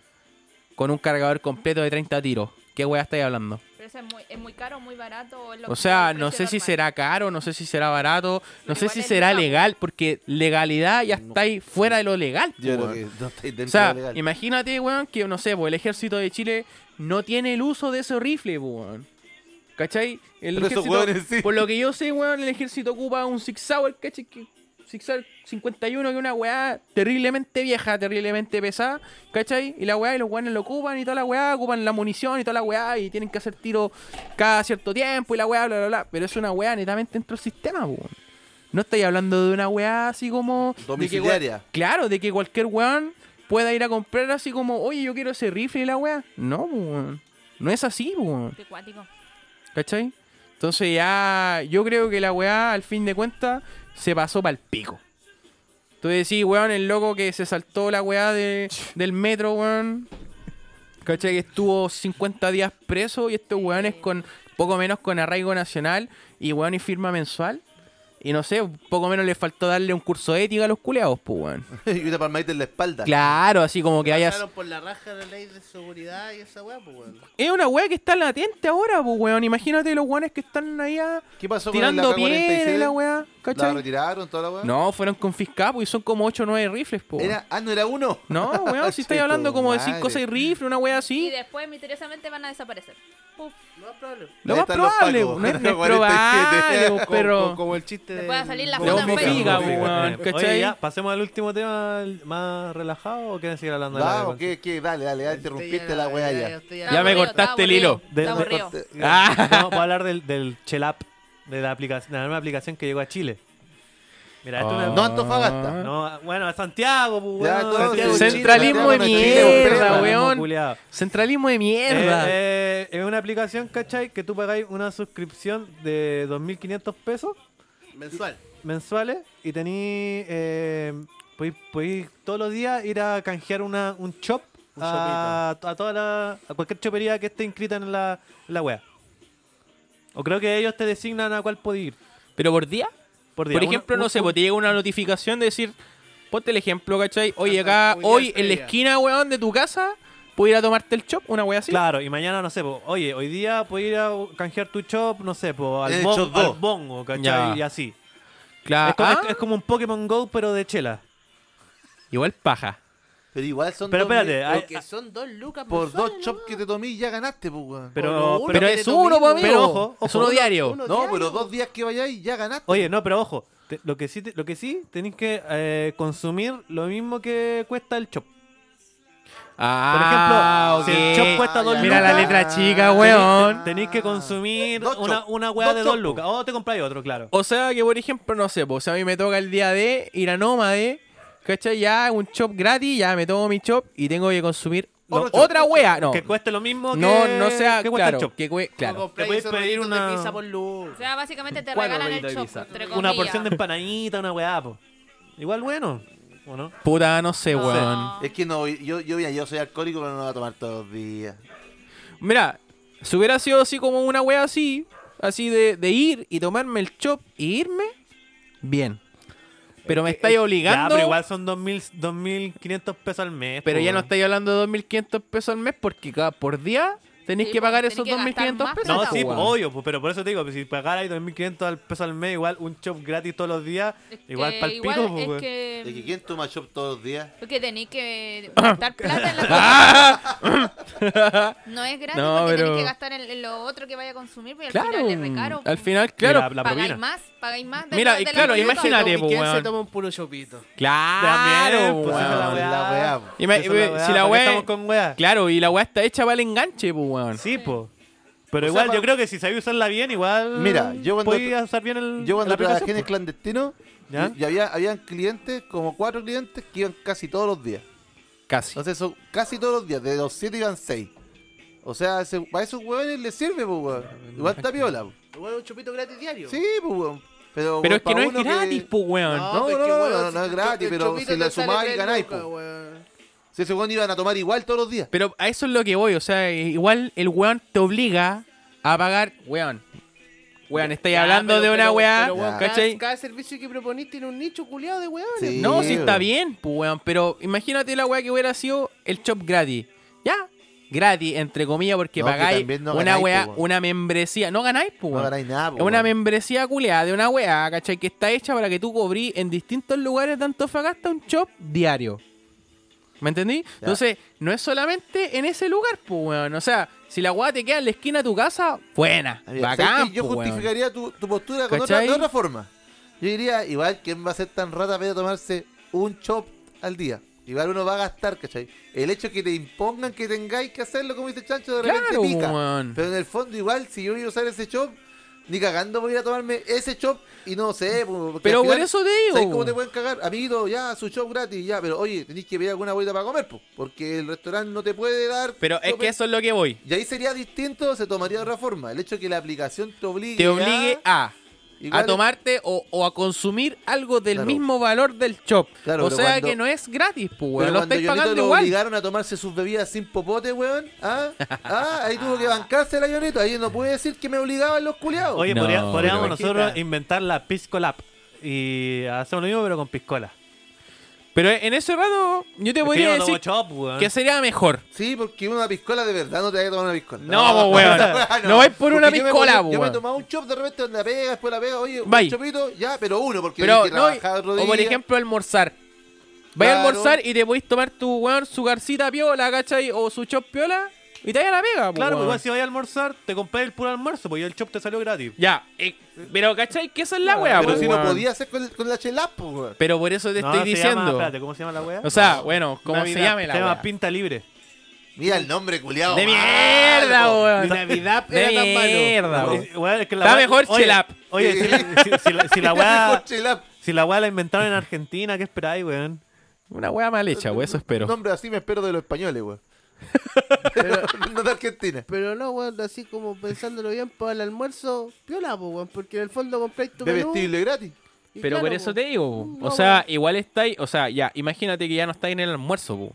Speaker 5: Con un cargador completo de 30 tiros. ¿Qué weá estáis hablando?
Speaker 6: Pero eso es muy, es muy caro, muy barato. O, es lo
Speaker 5: O
Speaker 6: que
Speaker 5: sea,
Speaker 6: el
Speaker 5: no sé
Speaker 6: precio
Speaker 5: si
Speaker 6: normal.
Speaker 5: será caro, no sé si será barato, no
Speaker 6: Pero
Speaker 5: sé
Speaker 6: igual
Speaker 5: si
Speaker 6: es
Speaker 5: será
Speaker 6: legal.
Speaker 5: legal, porque legalidad ya está ahí fuera de lo legal.
Speaker 2: Yo creo
Speaker 5: po, weón.
Speaker 2: que no estáis
Speaker 5: O
Speaker 2: dentro de
Speaker 5: sea,
Speaker 2: lo legal.
Speaker 5: imagínate, weón, que no sé, po, el ejército de Chile no tiene el uso de ese rifle, po, weón. ¿Cachai? El
Speaker 2: Pero esos weones sí.
Speaker 5: Por lo que yo sé, weón, el ejército ocupa un Six Hour, ¿cachai? Que- Six Hour 51, que es una weá terriblemente vieja, terriblemente pesada, ¿cachai? Y la weá, y los weones lo ocupan y toda la weá, ocupan la munición y toda la weá, y tienen que hacer tiro cada cierto tiempo y la weá, bla, bla, bla. Pero es una weá netamente dentro del sistema, po, weón. No estoy hablando de una weá así como. de que,
Speaker 2: Domiciliaria.
Speaker 5: weón- claro, de que cualquier weón pueda ir a comprar así como, oye, yo quiero ese rifle y la weá. No, weón. No es así, weón.
Speaker 6: Qué cuático.
Speaker 5: ¿Cachai? Entonces ya. Yo creo que la weá, al fin de cuentas, se pasó para el pico. Tú decís, weón, el loco que se saltó la weá de- del metro, weón. ¿Cachai? Que estuvo 50 días preso y estos weones con poco menos con arraigo nacional y weón y firma mensual. Y no sé, poco menos le faltó darle un curso de ética a los culeados, pues weón.
Speaker 2: y una palmadita en la espalda.
Speaker 5: Claro, así como que
Speaker 3: Pasaron
Speaker 5: hayas.
Speaker 3: por la raja de la ley de seguridad y esa weá, pues, weón.
Speaker 5: Es una weá que está latente ahora, pues weón. Imagínate los weones que están ahí a-
Speaker 2: ¿Qué pasó
Speaker 5: tirando
Speaker 2: con la
Speaker 5: piedras y
Speaker 2: K46?
Speaker 5: la weá,
Speaker 2: ¿La
Speaker 5: ¿cachai?
Speaker 2: retiraron toda la weá?
Speaker 5: No, fueron confiscados pues, y son como 8 o 9 rifles, po. weón.
Speaker 2: Era, ah, no era uno.
Speaker 5: No, weón, si estáis
Speaker 2: Cheto
Speaker 5: hablando como de 5 o
Speaker 2: madre.
Speaker 5: 6 rifles, una weá
Speaker 6: Y
Speaker 5: así.
Speaker 6: después, misteriosamente, van a desaparecer. Puf.
Speaker 3: No es probable.
Speaker 5: Lo
Speaker 2: Ahí
Speaker 5: más
Speaker 2: están los
Speaker 5: probable,
Speaker 2: pacos.
Speaker 5: po, no es, no es
Speaker 2: 47.
Speaker 5: probable, po, pero.
Speaker 3: Como, como el chiste
Speaker 6: Te
Speaker 3: de.
Speaker 6: puede salir la
Speaker 5: Lo
Speaker 6: foto en
Speaker 5: figa,
Speaker 6: Facebook.
Speaker 5: po, weón,
Speaker 1: Eh,
Speaker 5: ¿cachai?
Speaker 1: Oye, ya, pasemos al último tema el- más relajado o quieren seguir hablando de la
Speaker 2: Vamos, ¿qué, qué? Dale, dale, ya interrumpiste la weá ya.
Speaker 5: Ya me
Speaker 6: aburrido,
Speaker 5: cortaste el
Speaker 6: aburrido,
Speaker 5: hilo.
Speaker 1: De-
Speaker 6: está aburrido.
Speaker 2: Corte-
Speaker 5: Ah,
Speaker 1: No, voy a hablar del, del Chelap, de la, aplicación, de la nueva aplicación que llegó a Chile. Mira, esto es
Speaker 5: Ah.
Speaker 2: No Antofagasta.
Speaker 1: una- no, bueno, a Santiago, pues,
Speaker 2: Ya,
Speaker 1: weón,
Speaker 2: todo
Speaker 1: Santiago,
Speaker 5: se-
Speaker 1: Chile,
Speaker 5: Centralismo de
Speaker 1: Santiago, Chile,
Speaker 5: mierda,
Speaker 1: Santiago,
Speaker 5: weón.
Speaker 1: culiao.
Speaker 5: centralismo de mierda.
Speaker 1: Eh, eh, es una aplicación, ¿cachai? Que tú pagáis una suscripción de 2.500 pesos
Speaker 3: Mensual.
Speaker 1: mensuales y tenéis. Eh, podéis- podéis todos los días ir a canjear una, un shop
Speaker 2: Un
Speaker 1: a, a, toda la, a cualquier chopería que esté inscrita en la, en la wea. O creo que ellos te designan a cuál podéis ir.
Speaker 5: Pero por día,
Speaker 1: Por, día.
Speaker 5: por
Speaker 1: Un-
Speaker 5: ejemplo, no
Speaker 1: un-
Speaker 5: sé, pues te llega una notificación de decir, ponte el ejemplo, ¿cachai? Oye,
Speaker 3: Hasta
Speaker 5: acá,
Speaker 3: hoy día
Speaker 5: hoy en la
Speaker 3: previa.
Speaker 5: esquina, weón, de tu casa, puedo ir a tomarte el chop, una weá así.
Speaker 1: Claro, y mañana, no sé, po, oye, hoy día puedes ir a canjear tu shop, no sé, po, al,
Speaker 2: El
Speaker 1: bon-
Speaker 2: shop
Speaker 1: al
Speaker 2: dos.
Speaker 1: bongo, ¿cachai?
Speaker 5: Ya.
Speaker 1: Y así.
Speaker 5: Claro.
Speaker 1: es, como,
Speaker 5: Ah,
Speaker 1: es- es como un Pokémon Go, pero de chela.
Speaker 5: Igual paja.
Speaker 2: Pero igual son
Speaker 1: Pero
Speaker 2: dos
Speaker 1: espérate,
Speaker 2: mil-
Speaker 1: hay-
Speaker 3: Porque son dos lucas
Speaker 2: por dos
Speaker 3: mensuales,
Speaker 2: chops
Speaker 3: ¿no?
Speaker 2: que te tomé ya ganaste, pues, weón.
Speaker 1: Pero,
Speaker 3: uno
Speaker 1: pero-
Speaker 5: ah, Pero
Speaker 3: que
Speaker 5: es
Speaker 3: te
Speaker 5: uno,
Speaker 3: tomé,
Speaker 5: po, amigo.
Speaker 1: pero ojo,
Speaker 5: es uno
Speaker 1: ojo.
Speaker 5: diario.
Speaker 3: Uno
Speaker 2: No,
Speaker 3: diario,
Speaker 2: pero
Speaker 3: po.
Speaker 2: dos días que vayáis ya ganaste.
Speaker 1: Oye, no, pero ojo, te- lo que sí, te- lo que sí tenéis que eh, consumir lo mismo que cuesta el shop.
Speaker 5: Ah,
Speaker 1: Por ejemplo, si el
Speaker 5: ok.
Speaker 1: shop cuesta dos
Speaker 5: Mira la
Speaker 1: lucas,
Speaker 5: letra
Speaker 1: tenéis-
Speaker 5: chica, Oh, weón.
Speaker 1: Tenéis que consumir
Speaker 2: Dos chop.
Speaker 1: una, una weá
Speaker 2: Dos
Speaker 1: de dos
Speaker 2: chop, po.
Speaker 1: lucas. O te compráis otro, claro.
Speaker 5: O sea que, por ejemplo, no sé, pues, si a mí me toca el día de ir a Nómade, ¿cachai? Ya un chop gratis, ya me tomo mi chop y tengo que consumir lo-
Speaker 2: Otro chop,
Speaker 5: otra wea. No,
Speaker 1: Que cueste lo mismo que,
Speaker 5: no, no sea,
Speaker 1: que cuesta el
Speaker 5: claro,
Speaker 1: chop.
Speaker 5: que cue-
Speaker 3: Claro.
Speaker 5: claro.
Speaker 1: Te podéis pedir una-
Speaker 3: pizza por luz.
Speaker 6: O sea, básicamente te
Speaker 5: Cuatro
Speaker 6: regalan el
Speaker 5: pedidos de
Speaker 6: shop,
Speaker 5: pizza.
Speaker 6: entre
Speaker 1: una
Speaker 6: comillas.
Speaker 1: porción de empanadita, una weá, po. Igual bueno, ¿o no?
Speaker 5: Puta, no sé,
Speaker 6: No.
Speaker 5: weón.
Speaker 2: Es que no, yo, yo, mira, yo soy alcohólico, pero no lo voy a tomar todos los días.
Speaker 5: Mira, si hubiera sido así como una wea así, así de, de ir y tomarme el chop y irme, bien. Pero me estáis
Speaker 1: Ya,
Speaker 5: obligando.
Speaker 1: pero igual son 2.000 2.500 pesos al mes.
Speaker 5: Pero
Speaker 1: po,
Speaker 5: ya no
Speaker 1: weón.
Speaker 5: estáis hablando de 2.500 pesos al mes porque cada por día tenéis
Speaker 6: Sí,
Speaker 5: que
Speaker 6: pues,
Speaker 5: pagar
Speaker 6: tenéis
Speaker 5: esos
Speaker 6: que gastar
Speaker 5: 2.500
Speaker 6: más
Speaker 5: pesos.
Speaker 1: No,
Speaker 5: po,
Speaker 1: sí,
Speaker 5: weón.
Speaker 1: obvio, pues, pero por eso te digo, pues, si pagarais 2.500 al- pesos al mes, igual un shop gratis todos los días,
Speaker 6: Es que
Speaker 1: igual para el pico.
Speaker 6: igual
Speaker 1: pues,
Speaker 6: es
Speaker 1: weón.
Speaker 2: ¿De que
Speaker 6: que,
Speaker 2: quién toma shop todos los días?
Speaker 6: porque tenéis que gastar plata en la No es gratis
Speaker 5: No,
Speaker 6: porque
Speaker 5: pero-
Speaker 6: tenéis que gastar en, en lo otro que vaya a consumir, pero al
Speaker 5: Claro.
Speaker 6: final es recaro.
Speaker 5: Al final, claro.
Speaker 1: la- la
Speaker 6: pagáis
Speaker 1: propina.
Speaker 6: más, pagáis más. de
Speaker 5: Mira,
Speaker 6: lo- de
Speaker 5: y
Speaker 6: lo
Speaker 5: claro,
Speaker 6: que yo
Speaker 5: imagina- Imagínate,
Speaker 3: ¿Y
Speaker 5: po,
Speaker 3: quién se
Speaker 5: weón.
Speaker 3: toma un puro chopito?
Speaker 5: Claro,
Speaker 1: pues, esa es
Speaker 5: weón.
Speaker 1: weá.
Speaker 2: La weá, pues. po.
Speaker 5: Y me-
Speaker 1: Esa es
Speaker 5: eh, si la
Speaker 1: ¿para qué
Speaker 5: weá-
Speaker 1: estamos con weá?
Speaker 5: Claro, y la weá está hecha para el enganche, pues, weón.
Speaker 1: Sí, po. Pero
Speaker 2: O sea,
Speaker 1: igual,
Speaker 2: pa-
Speaker 1: yo creo que si sabía usarla bien, igual.
Speaker 2: Mira, yo cuando-
Speaker 1: podía usar bien
Speaker 5: Mm,
Speaker 1: el.
Speaker 2: Yo cuando
Speaker 1: la
Speaker 2: trabajé
Speaker 1: aplicación,
Speaker 2: en el
Speaker 1: po.
Speaker 2: clandestino,
Speaker 1: ¿Ya?
Speaker 2: y, y había habían clientes, como cuatro clientes, que iban casi todos los días.
Speaker 5: Casi.
Speaker 2: Entonces, son casi todos los días, de los siete iban seis. O sea, ese- para esos hueones les sirve, pues, weón. Igual está piola, po.
Speaker 3: Igual un chopito gratis diario.
Speaker 2: Sí, pues, weón. Pero,
Speaker 5: Pero
Speaker 2: weón,
Speaker 5: es que
Speaker 2: pa'
Speaker 5: no es
Speaker 2: uno
Speaker 5: gratis, pues, weón.
Speaker 2: No,
Speaker 3: pero
Speaker 2: no,
Speaker 3: que,
Speaker 2: no,
Speaker 3: weón,
Speaker 2: no,
Speaker 3: si
Speaker 2: no es
Speaker 3: el
Speaker 2: gratis,
Speaker 3: cho- el
Speaker 2: pero
Speaker 3: chopito
Speaker 2: si la
Speaker 3: te sale
Speaker 2: sumás y
Speaker 3: tres
Speaker 2: ganáis,
Speaker 3: lucas,
Speaker 2: po.
Speaker 3: weón.
Speaker 2: Si esos hueones iban a tomar igual todos los días.
Speaker 5: Pero a eso es lo que voy, o sea, igual el weón te obliga a pagar, weón. Weón, estáis
Speaker 3: Ya,
Speaker 5: hablando
Speaker 3: pero-
Speaker 5: de una
Speaker 3: pero-
Speaker 5: weá,
Speaker 3: pero, weón, cada-
Speaker 5: ¿cachai?
Speaker 3: Cada servicio que proponís tiene un nicho culiado de weones.
Speaker 2: Sí.
Speaker 5: No, sí está
Speaker 2: weón.
Speaker 5: bien, pues, weón, pero imagínate la weá que hubiera sido el shop gratis. Ya, gratis, entre comillas, porque
Speaker 2: No, que
Speaker 5: pagáis
Speaker 2: también no
Speaker 5: una
Speaker 2: ganáis,
Speaker 5: weá,
Speaker 2: po, weón.
Speaker 5: una membresía. No ganáis, pues,
Speaker 2: No
Speaker 5: weón.
Speaker 2: ganáis nada,
Speaker 5: Es
Speaker 2: pues.
Speaker 5: una
Speaker 2: weón.
Speaker 5: membresía culeada de una weá, ¿cachai? Que está hecha para que tú cobrís en distintos lugares de Antofagasta un shop diario. ¿Me entendí? Entonces, no es solamente en ese lugar, pues, weón. O sea, si la weá te queda en la esquina de tu casa, buena,
Speaker 2: Ah, mira, ¿sabes
Speaker 5: bacán,
Speaker 2: qué? Yo
Speaker 5: pues, weón.
Speaker 2: justificaría tu, tu postura con otra,
Speaker 5: ¿Cachai?
Speaker 2: de otra forma. Yo diría, igual, ¿quién va a ser tan rata para ir a tomarse un chop al día? Igual uno va a gastar, ¿cachai? El hecho que te impongan que tengáis que hacerlo, como dice Chancho, de repente
Speaker 5: Claro, pues,
Speaker 2: pica.
Speaker 5: weón.
Speaker 2: Pero en el fondo, igual, si yo voy a usar ese chop, ni cagando voy a ir a tomarme ese chop y no sé. po, porque
Speaker 5: Pero
Speaker 2: al
Speaker 5: por
Speaker 2: final,
Speaker 5: eso te digo, pues?
Speaker 2: ¿Sabes cómo te pueden
Speaker 5: weón.
Speaker 2: cagar? Amiguito, ya, su chop gratis, ya. Pero oye, tenéis que pedir alguna bolita para comer, po, porque el restaurante no te puede dar.
Speaker 5: Pero es
Speaker 2: chop
Speaker 5: que
Speaker 2: en-
Speaker 5: eso es lo que voy.
Speaker 2: y ahí sería distinto, se tomaría de otra forma. El hecho que la aplicación te obligue.
Speaker 5: Te obligue a,
Speaker 2: Igual-
Speaker 5: a tomarte o, o a consumir algo del
Speaker 2: Claro.
Speaker 5: mismo valor del shop.
Speaker 2: Claro,
Speaker 5: o
Speaker 2: pero
Speaker 5: sea
Speaker 2: cuando-
Speaker 5: que no es gratis, pues,
Speaker 2: Pero
Speaker 5: weón. Lo
Speaker 2: cuando
Speaker 5: estáis
Speaker 2: Ionito
Speaker 5: pagando
Speaker 2: lo
Speaker 5: igual.
Speaker 2: obligaron a tomarse sus bebidas sin popote, weón. ¿Ah? ¿Ah? Ahí tuvo que bancarse la Ionito. Ahí no puede decir que me obligaban los culiados.
Speaker 1: Oye,
Speaker 5: No,
Speaker 1: podría-
Speaker 5: pero
Speaker 1: podríamos
Speaker 5: bajita.
Speaker 1: nosotros inventar la Piscolap. Y hacemos lo mismo, pero con piscola.
Speaker 5: Pero en ese rato, yo te podría
Speaker 1: yo no tomo
Speaker 5: decir
Speaker 1: chop, weón.
Speaker 5: que sería mejor.
Speaker 2: Sí, porque una piscola de verdad no te vaya a tomar una piscola.
Speaker 5: No, po, weón. No es por una
Speaker 2: Porque yo me
Speaker 5: piscola,
Speaker 2: ponía-
Speaker 5: po,
Speaker 2: Yo me
Speaker 5: weón.
Speaker 2: tomaba un chop de repente donde la pega, después la pega. Oye,
Speaker 5: Vai.
Speaker 2: un chopito, ya, pero uno, porque
Speaker 5: Pero
Speaker 2: tenés que
Speaker 5: no,
Speaker 2: trabajar otro
Speaker 5: o por
Speaker 2: día.
Speaker 5: ejemplo almorzar. Vaya a
Speaker 2: Claro.
Speaker 5: almorzar y te podéis tomar tu weón, su garcita piola, ¿cachai? O su chop piola y te vayas a la pega, po,
Speaker 1: Claro, pues
Speaker 5: weón.
Speaker 1: igual si vais a almorzar, te compré el puro almuerzo, pues ya el chop te salió gratis.
Speaker 5: Ya, eh, pero ¿cachai? Que esa es la weá,
Speaker 2: Pero
Speaker 5: po,
Speaker 2: si lo
Speaker 5: pues, weón.
Speaker 2: podía hacer con, con la chelap, po, weón.
Speaker 5: Pero por eso te
Speaker 1: No,
Speaker 5: estoy
Speaker 1: se
Speaker 5: diciendo.
Speaker 1: Llama, espérate, ¿cómo se llama la wea?
Speaker 5: o sea, bueno, como
Speaker 1: Navidad,
Speaker 5: se llame la
Speaker 1: Se llama
Speaker 5: weá.
Speaker 1: Pinta Libre.
Speaker 2: Mira el nombre, culiado.
Speaker 5: De mierda, weón.
Speaker 3: Navidad
Speaker 5: De
Speaker 3: era tan malo.
Speaker 5: mierda,
Speaker 1: Y-
Speaker 5: weón.
Speaker 1: weón, es que la
Speaker 5: Está
Speaker 1: weá-
Speaker 5: mejor
Speaker 1: oye,
Speaker 5: Chelap.
Speaker 1: Oye, si, si- si la- si la
Speaker 2: Mejor
Speaker 1: weá
Speaker 2: chelap.
Speaker 1: si la, weá la inventaron en Argentina, ¿qué esperáis, weón?
Speaker 5: Una weá mal hecha, weón, eso espero.
Speaker 2: Nombre así me espero de los españoles, weón. no de Argentina.
Speaker 3: Pero no, weón, así como pensándolo bien para el almuerzo, piola, po, weón, porque en el fondo compráis tu
Speaker 2: De
Speaker 3: menú.
Speaker 2: vestible gratis.
Speaker 3: y
Speaker 5: Pero por
Speaker 3: claro,
Speaker 5: eso
Speaker 3: po. Mm,
Speaker 5: te digo, po.
Speaker 3: No,
Speaker 5: o sea,
Speaker 3: weón.
Speaker 5: igual estáis, o sea, ya, imagínate que ya no estáis en el almuerzo, po.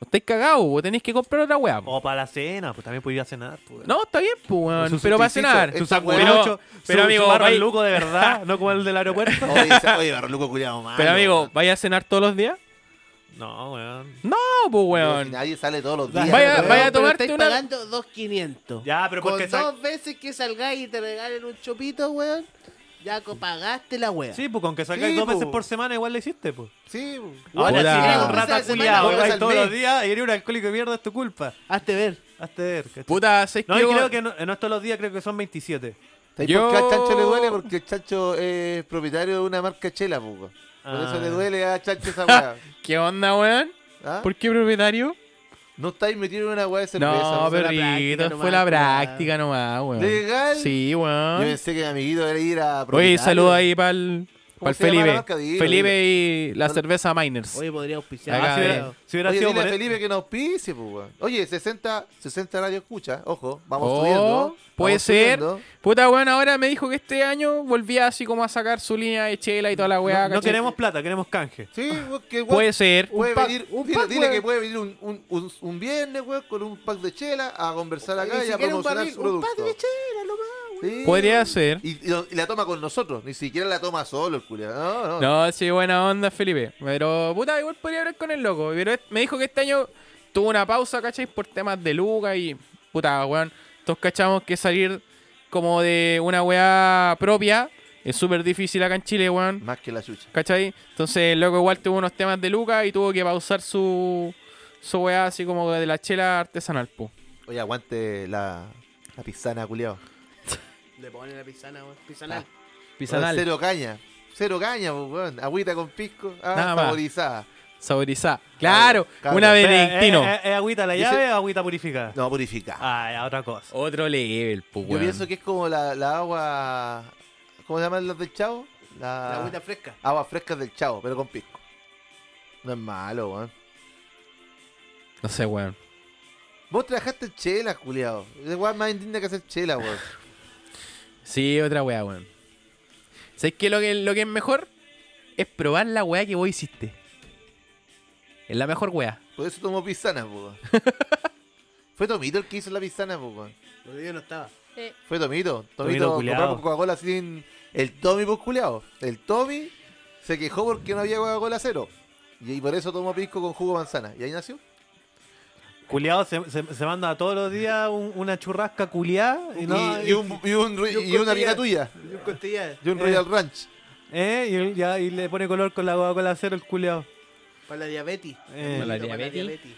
Speaker 5: Estáis cagados, po, tenéis que comprar otra weá, po.
Speaker 2: Oh.
Speaker 1: O para la cena, pues también podía cenar, pues. weón.
Speaker 5: No, está bien, pues, weón,
Speaker 2: Su
Speaker 5: Pero va a
Speaker 2: sustituto,
Speaker 5: cenar.
Speaker 2: esa
Speaker 5: Pero,
Speaker 2: weá.
Speaker 5: pero,
Speaker 1: su-
Speaker 5: amigo,
Speaker 1: su barro
Speaker 5: vai-
Speaker 1: luco de verdad, no como el del aeropuerto.
Speaker 2: Oye, ese- oye Barluco culiado malo.
Speaker 5: pero, amigo,
Speaker 2: Ah, weón.
Speaker 5: ¿vaya a cenar todos los días?
Speaker 1: No, weón.
Speaker 5: No, pues,
Speaker 2: Si
Speaker 5: weón.
Speaker 2: Nadie sale todos los
Speaker 3: Ya,
Speaker 2: días.
Speaker 5: Vaya-
Speaker 3: pero-
Speaker 2: weón.
Speaker 5: vaya a
Speaker 3: pero
Speaker 5: tomarte
Speaker 3: estáis
Speaker 5: una-
Speaker 3: pagando 2.500.
Speaker 1: Ya, pero
Speaker 3: Con
Speaker 1: porque sa-
Speaker 3: dos veces que salgáis y te regalen un chopito, weón, ya co- pagaste la weón.
Speaker 1: Sí, pues con que sacáis
Speaker 2: Sí,
Speaker 1: dos
Speaker 2: pues.
Speaker 1: veces por semana igual lo hiciste, pues.
Speaker 2: Sí,
Speaker 1: Ahora
Speaker 5: Puta.
Speaker 1: si eres un rata
Speaker 3: mes
Speaker 5: Un
Speaker 3: a la
Speaker 1: culiado,
Speaker 2: semana,
Speaker 1: vais
Speaker 2: al
Speaker 1: todos
Speaker 2: mes.
Speaker 1: los días y eres un alcohólico de mierda, es tu culpa.
Speaker 3: Hazte ver.
Speaker 1: Hazte ver, ¿cachai?
Speaker 5: Puta, ¿sabes
Speaker 1: No,
Speaker 5: qué,
Speaker 1: y
Speaker 5: weón?
Speaker 1: creo que no, no es todos los días, creo que son 27.
Speaker 2: ¿Sabes
Speaker 5: Yo-
Speaker 2: por qué al Chancho le duele? Porque el Chancho es propietario de una marca chela, po, weón. Por
Speaker 1: Ah.
Speaker 2: eso le duele a Chancho esa weá.
Speaker 5: ¿Qué onda, weón?
Speaker 2: ¿Ah?
Speaker 5: ¿Por qué propietario?
Speaker 2: No estáis metidos en una weá de cerveza.
Speaker 5: No,
Speaker 2: weón.
Speaker 3: fue la
Speaker 5: perrito,
Speaker 3: práctica
Speaker 5: fue la
Speaker 3: nomás, weón.
Speaker 5: práctica nomás, weón.
Speaker 2: ¿Legal?
Speaker 5: Sí,
Speaker 2: Yo
Speaker 5: weón.
Speaker 2: pensé que mi amiguito era ir a
Speaker 5: Oye,
Speaker 2: propietario.
Speaker 5: saludo ahí para el
Speaker 2: ¿Cómo se llama la
Speaker 5: Felipe.
Speaker 2: marca? Dilo,
Speaker 5: Felipe y la
Speaker 2: No, no.
Speaker 5: cerveza Miners.
Speaker 3: Oye, podría auspiciar.
Speaker 5: Acá,
Speaker 1: Ah, si
Speaker 5: eh.
Speaker 1: hubiera, si hubiera
Speaker 2: Oye,
Speaker 1: sido
Speaker 2: dile a
Speaker 1: por- e-
Speaker 2: Felipe que nos pise, pues, weón. Oye, 60, 60 radio escucha, ojo, vamos
Speaker 5: Oh,
Speaker 2: subiendo.
Speaker 5: puede
Speaker 2: vamos
Speaker 5: ser.
Speaker 2: subiendo.
Speaker 5: Puta, weón, ahora me dijo que este año volvía así como a sacar su línea de chela y toda la weá.
Speaker 1: No, no
Speaker 5: ¿cachai?
Speaker 1: queremos plata, queremos canje.
Speaker 2: Sí, weón, que weón,
Speaker 5: Puede ser.
Speaker 2: puede
Speaker 3: un pack,
Speaker 2: venir,
Speaker 3: un
Speaker 2: dile,
Speaker 3: pack,
Speaker 2: dile
Speaker 3: weón.
Speaker 2: que puede venir un, un, un, un viernes, weón, con un pack de chela a conversar acá
Speaker 3: Ni
Speaker 2: y a
Speaker 3: siquiera un
Speaker 2: promocionar
Speaker 3: barril,
Speaker 2: su
Speaker 3: un
Speaker 2: producto.
Speaker 3: par de chela, lo más, weón.
Speaker 2: Sí.
Speaker 5: Podría ser.
Speaker 2: Y, y lo- y la toma con nosotros, ni siquiera la toma solo el culiado. No, no.
Speaker 5: No, sí, buena onda, Felipe. Pero, puta, igual podría hablar con el loco. Pero es- me dijo que este año tuvo una pausa, ¿cachai? Por temas de Luca y, puta, weón. Todos cachamos que salir como de una weá propia es súper difícil acá en Chile, weón.
Speaker 2: Más que la chucha.
Speaker 5: ¿Cachai? Entonces el loco igual tuvo unos temas de Luca y tuvo que pausar su, su weá así como de la chela artesanal, po.
Speaker 2: Oye, aguante la, la pisana, culiado.
Speaker 3: Le ponen la pisana, weón. Pisanal.
Speaker 5: Pisanal.
Speaker 2: Cero caña. Cero caña, pues, weón. Agüita con pisco. Ah,
Speaker 5: Nada más.
Speaker 2: saborizada.
Speaker 5: Saborizada. Claro,
Speaker 2: Claro. eh,
Speaker 5: una
Speaker 2: Pero,
Speaker 5: benedictino.
Speaker 1: ¿Es agüita la
Speaker 2: Dice-
Speaker 1: llave o agüita purificada?
Speaker 2: No, purificada.
Speaker 1: Ah, ya, otra cosa.
Speaker 5: Otro level, po,
Speaker 2: Yo
Speaker 5: weón.
Speaker 2: pienso que es como la, la agua. ¿Cómo se llaman las del chavo?
Speaker 3: La
Speaker 2: La,
Speaker 3: agüita fresca.
Speaker 2: agua fresca del chavo, pero con pisco. No es malo, weón.
Speaker 5: No sé, weón.
Speaker 2: Vos trabajaste en chela, culiado. Es weón más indigna que hacer chela, weón.
Speaker 5: Sí, otra weá, weón. ¿Sabes qué? Lo que, lo que es mejor es probar la weá que vos hiciste. Es la mejor weá.
Speaker 2: Por eso tomó pisana, po, weón. Fue Tomito el que hizo la pisana, po, weón.
Speaker 3: Porque yo no estaba.
Speaker 6: Sí.
Speaker 2: Fue Tomito.
Speaker 1: Tomito
Speaker 2: Tomito,
Speaker 1: culiao.
Speaker 2: compramos Coca-Cola sin. El Tommy, pues culiao. El Tommy se quejó porque no había Coca-Cola cero. Y y por eso tomó pisco con jugo de manzana. Y ahí nació.
Speaker 1: Culeado se, se, se manda todos los días un- una churrasca culiada. Y,
Speaker 2: Y,
Speaker 1: no,
Speaker 2: y un, y un-
Speaker 3: y un
Speaker 2: y una amiga
Speaker 3: costilla.
Speaker 2: tuya.
Speaker 3: Y un costillar.
Speaker 2: Y un
Speaker 1: Eh.
Speaker 2: Royal Ranch.
Speaker 1: ¿eh? y él ya- y le pone color con la Coca-Cola cero el culeado.
Speaker 3: Para la diabetes.
Speaker 1: Eh.
Speaker 5: Para la
Speaker 3: Para la
Speaker 5: diabetes.
Speaker 3: diabetes.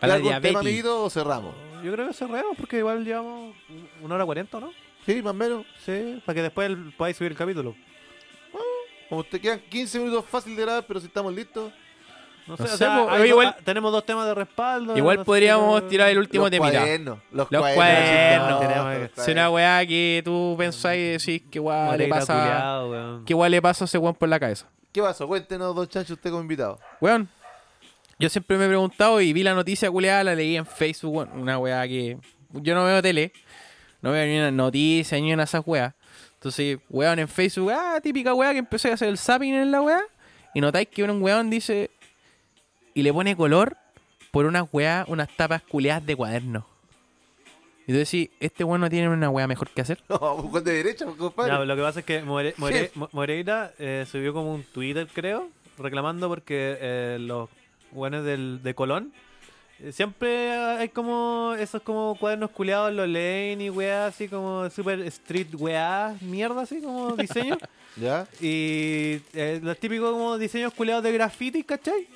Speaker 5: Para la
Speaker 2: ¿Algún tema,
Speaker 5: diabetes.
Speaker 2: amiguito, o cerramos?
Speaker 1: Yo creo que cerremos porque igual llevamos una hora cuarenta, ¿no?
Speaker 2: Sí, más o menos.
Speaker 1: Sí, para que después el- podáis subir el capítulo.
Speaker 2: Como te quedan 15 minutos fácil de grabar, pero si estamos listos.
Speaker 1: No
Speaker 5: sé,
Speaker 1: o sea,
Speaker 5: po,
Speaker 1: hay
Speaker 5: oye,
Speaker 1: dos-
Speaker 5: igual-
Speaker 1: ah, tenemos dos temas de respaldo.
Speaker 5: Igual
Speaker 1: no sé,
Speaker 5: podríamos
Speaker 1: no-
Speaker 5: tirar el último
Speaker 2: los
Speaker 5: temita.
Speaker 2: cuadernos. Los,
Speaker 5: Los
Speaker 2: cuadernos.
Speaker 1: cuadernos.
Speaker 2: los
Speaker 5: Si una weá que tú pensás y decís que weá le
Speaker 1: Moreira
Speaker 5: pasa.
Speaker 1: Ah, culiao, weón.
Speaker 5: Que weá le pasa a ese weón por la cabeza.
Speaker 2: ¿Qué pasó? Cuéntenos, don Chancho, usted como invitado.
Speaker 5: Weón. Yo siempre me he preguntado y vi la noticia culeada, la leí en Facebook, weón, una weá que. Yo no veo tele, no veo ni una noticia, ni una de esas weas. Entonces, weón en Facebook, ah, típica weá que empecé a hacer el zapping en la weá. Y notáis que un weón dice. Y le pone color por unas weá, unas tapas culeadas de cuaderno. Y tú decís, este weón no tiene una weá mejor que hacer.
Speaker 2: No, pues, de derecha, pues, compadre.
Speaker 1: Ya, lo que pasa es que More- More-
Speaker 2: Sí.
Speaker 1: Mo- Moreira eh, subió como un Twitter, creo, reclamando porque eh, los buenos del, de Colón. eh, Siempre hay como esos como cuadernos culeados, los leen y weá, así como super street weá, mierda, así como diseño.
Speaker 2: ¿Ya?
Speaker 1: Y eh, los típicos como diseños culeados de graffiti, ¿cachai?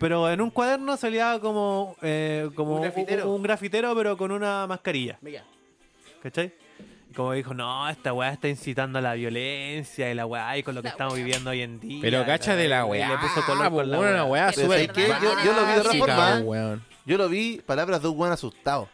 Speaker 1: Pero en un cuaderno salía como, eh, como
Speaker 3: Un grafitero.
Speaker 1: un- un grafitero, pero con una mascarilla.
Speaker 3: Mira.
Speaker 1: ¿Cachai? Y Como dijo, no, esta weá está incitando a la violencia y la weá y con lo que
Speaker 6: La
Speaker 1: estamos
Speaker 6: weá.
Speaker 1: viviendo hoy en día.
Speaker 5: Pero
Speaker 1: y
Speaker 5: cacha de la
Speaker 1: y
Speaker 5: weá.
Speaker 1: Le puso color
Speaker 5: po,
Speaker 1: con la
Speaker 5: weón, Ah, pues, una
Speaker 1: weá.
Speaker 5: weá
Speaker 6: Pero
Speaker 5: súper
Speaker 2: ¿sabes qué? Yo- yo lo vi de otra
Speaker 5: básica, pues,
Speaker 2: forma.
Speaker 5: weón.
Speaker 2: Yo lo vi, palabras de un buen asustado.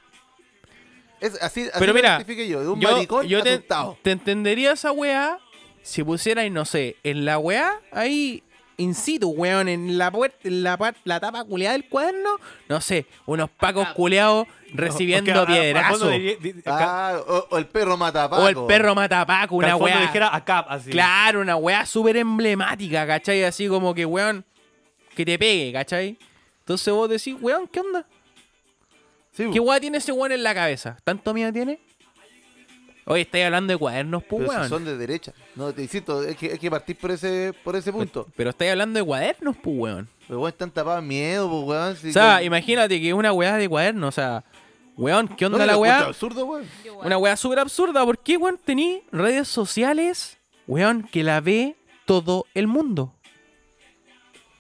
Speaker 2: Es así, así
Speaker 5: Pero
Speaker 2: lo
Speaker 5: mira,
Speaker 2: identifiqué yo, de un maricón
Speaker 5: te,
Speaker 2: asustado.
Speaker 5: te entendería esa weá si pusierais, no sé, en la weá, ahí in situ, weón, en la puerta, en la, par- la tapa culeada del cuaderno, no sé, unos pacos culeados recibiendo
Speaker 1: Porque a- a- al fondo
Speaker 5: piedrazos.
Speaker 1: diría- di- ca-
Speaker 2: Ah, o, o el perro mata a Paco.
Speaker 5: O el perro mata paco,
Speaker 1: que al
Speaker 5: una
Speaker 1: fondo
Speaker 5: weá.
Speaker 1: dijera a Cap, así.
Speaker 5: Claro, una weá súper emblemática, ¿cachai? Así como que, weón, que te pegue, ¿cachai? Entonces vos decís, weón, ¿qué onda?
Speaker 2: Sí,
Speaker 5: ¿Qué
Speaker 2: bu.
Speaker 5: weá tiene ese weón en la cabeza? ¿Tanto miedo tiene? Oye, estáis hablando de cuadernos, pues,
Speaker 2: Pero si
Speaker 5: weón.
Speaker 2: son de derecha. No, te insisto, es que, hay que partir por ese, por ese
Speaker 5: Pues,
Speaker 2: punto.
Speaker 5: Pero estáis hablando de cuadernos, pues, weón.
Speaker 2: Pero weón, están tapados de miedo, pues, weón. si-
Speaker 5: O sea,
Speaker 2: no-
Speaker 5: imagínate que es una weá de cuadernos, o sea, weón, ¿qué
Speaker 2: no
Speaker 5: onda
Speaker 2: le
Speaker 5: la
Speaker 2: lo
Speaker 5: weá?
Speaker 2: encuentro absurdo, weón.
Speaker 6: Yo igual.
Speaker 5: Una weá súper absurda, ¿por qué, weón, tení redes sociales, weón, que la ve todo el mundo?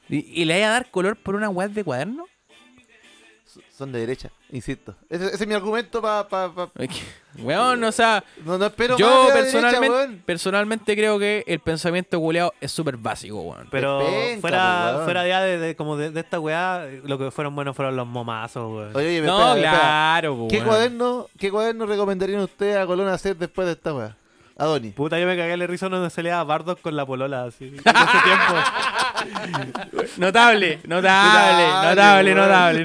Speaker 5: ¿Y, y le vaya a dar color por una weá de cuaderno?
Speaker 2: S- Son de derecha, insisto. Ese, ese es mi argumento para... Pa, pa-
Speaker 5: Es que, Weón, o sea,
Speaker 2: No, no espero más
Speaker 5: yo
Speaker 2: de la
Speaker 5: personalmente,
Speaker 2: derecha, weón.
Speaker 5: personalmente creo que el pensamiento culeado es súper básico, weón.
Speaker 1: Pero
Speaker 2: Despenca, po,
Speaker 1: fuera,
Speaker 2: weón.
Speaker 1: fuera ya de, de- como de, de esta weá, lo que fueron buenos fueron los momazos, weón.
Speaker 2: Oye, oye,
Speaker 5: no,
Speaker 2: espera, espera.
Speaker 5: claro, po,
Speaker 2: ¿Qué
Speaker 5: weón.
Speaker 2: cuaderno, ¿Qué cuaderno recomendarían ustedes a Colón hacer después de esta weá? A Donny.
Speaker 1: Puta, yo me cagué el rizo donde se le daba bardos con la polola, así. En ese tiempo.
Speaker 5: Notable, notable,
Speaker 2: Notable,
Speaker 5: notable,
Speaker 2: weón.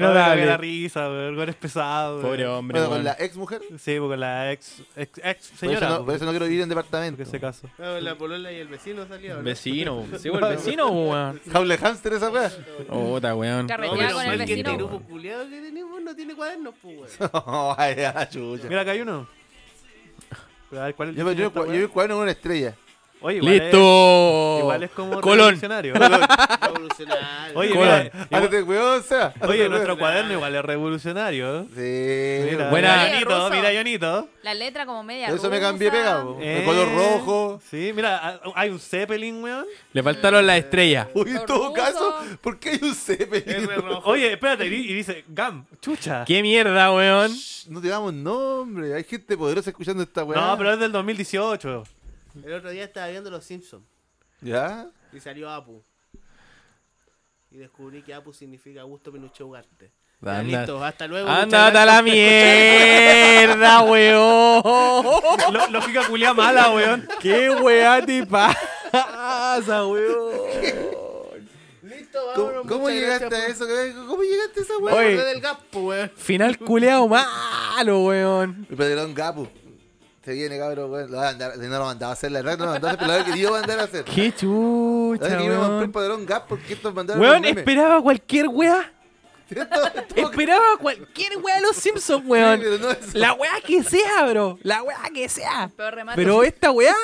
Speaker 1: No, me cagué
Speaker 5: notable,
Speaker 1: la
Speaker 5: notable.
Speaker 1: risa, weón. Eres pesado, weón.
Speaker 5: Pobre hombre,
Speaker 2: Bueno, con
Speaker 5: weón.
Speaker 2: la ex mujer.
Speaker 1: Sí, porque la ex, ex, ex
Speaker 2: Por
Speaker 1: señora.
Speaker 2: eso, no,
Speaker 1: po,
Speaker 2: por eso no quiero vivir en departamento.
Speaker 1: porque ese caso.
Speaker 3: Ah, la polola y el vecino salieron.
Speaker 5: Vecino, sí, el vecino, weón.
Speaker 2: Jaule hamster esa weá.
Speaker 5: Puta, weón.
Speaker 6: Carreteaba
Speaker 3: pero
Speaker 6: con el
Speaker 3: mal que este
Speaker 6: vecino.
Speaker 3: grupo culiado que tenemos no tiene cuadernos, pues, weón.
Speaker 2: Ay, ah, chucha.
Speaker 1: Mira, acá hay uno. Pero a ver, ¿cuál es el
Speaker 2: Yo, me- yo,
Speaker 1: diseño de
Speaker 2: yo
Speaker 1: esta
Speaker 2: vi
Speaker 1: weá?
Speaker 2: el cuaderno con una estrella.
Speaker 1: Oye, igual
Speaker 5: ¡Listo!
Speaker 1: Es, igual es como
Speaker 5: Colón.
Speaker 1: revolucionario.
Speaker 3: Evolucionario.
Speaker 1: Oye,
Speaker 5: Colón.
Speaker 1: mira, igual-
Speaker 2: Ándate, weón, Seba.
Speaker 1: oye, nuestro cuaderno igual es revolucionario. ¿eh?
Speaker 2: Sí.
Speaker 1: Mira,
Speaker 5: Buena-
Speaker 1: mira, Jonito,
Speaker 6: Ruso.
Speaker 1: mira, Jonito.
Speaker 6: La letra como media
Speaker 2: Por eso me
Speaker 6: rusa.
Speaker 2: cambié pega, po.
Speaker 1: Eh,
Speaker 2: El color rojo.
Speaker 1: Sí, mira, ah, hay un Zeppelin, weón.
Speaker 5: Le faltaron las estrellas.
Speaker 2: Uy, en todo
Speaker 6: Color
Speaker 2: caso,
Speaker 6: ruso.
Speaker 2: ¿por qué hay un
Speaker 3: R
Speaker 2: CP?
Speaker 3: rojo.
Speaker 1: Oye, espérate, y di- y dice Gam, chucha.
Speaker 5: ¡Qué mierda, weón!
Speaker 2: No te damos nombre. Hay gente poderosa escuchando esta weá.
Speaker 1: No, pero es del 2018.
Speaker 3: El otro día estaba viendo Los Simpsons
Speaker 2: ¿Ya?
Speaker 3: y salió Apu. Y descubrí que Apu significa Augusto Pinochet Ugarte. Ya,
Speaker 5: Anda.
Speaker 3: listo, hasta luego. muchas
Speaker 5: ¡Ándate a la
Speaker 3: gracias.
Speaker 5: mierda, weón!
Speaker 1: Lo- Lógica culia mala, weón.
Speaker 5: ¡Qué weá te pasa, weón!
Speaker 3: Listo, vámonos.
Speaker 2: ¿Cómo, cómo
Speaker 3: muchas
Speaker 2: llegaste a
Speaker 3: gracias
Speaker 2: eso? ¿Cómo llegaste a esa
Speaker 3: por-
Speaker 2: weá?
Speaker 3: Me acordé
Speaker 5: Oye.
Speaker 3: del gapo,
Speaker 2: pues.
Speaker 3: weón.
Speaker 5: Final culeado malo, weón.
Speaker 2: Me perdieron Gapu. Se viene, cabrón, weón. Lo va a andar- no lo mandaba a hacer la verdad, no lo mandaba a hacer, pero lo que yo voy a andar a hacer.
Speaker 5: ¡Qué
Speaker 2: La
Speaker 5: chucha,
Speaker 2: verdad que yo me compré el
Speaker 5: weón!
Speaker 2: padrón Gap porque estos mandaron.
Speaker 5: Weón,
Speaker 2: los memes.
Speaker 5: esperaba cualquier weá.
Speaker 2: Esto- esto-
Speaker 5: Esperaba cualquier weá de los Simpsons, weón.
Speaker 2: pero no es-
Speaker 5: La weá que sea, bro. La weá que sea.
Speaker 6: Peor remate.
Speaker 5: Pero esta weá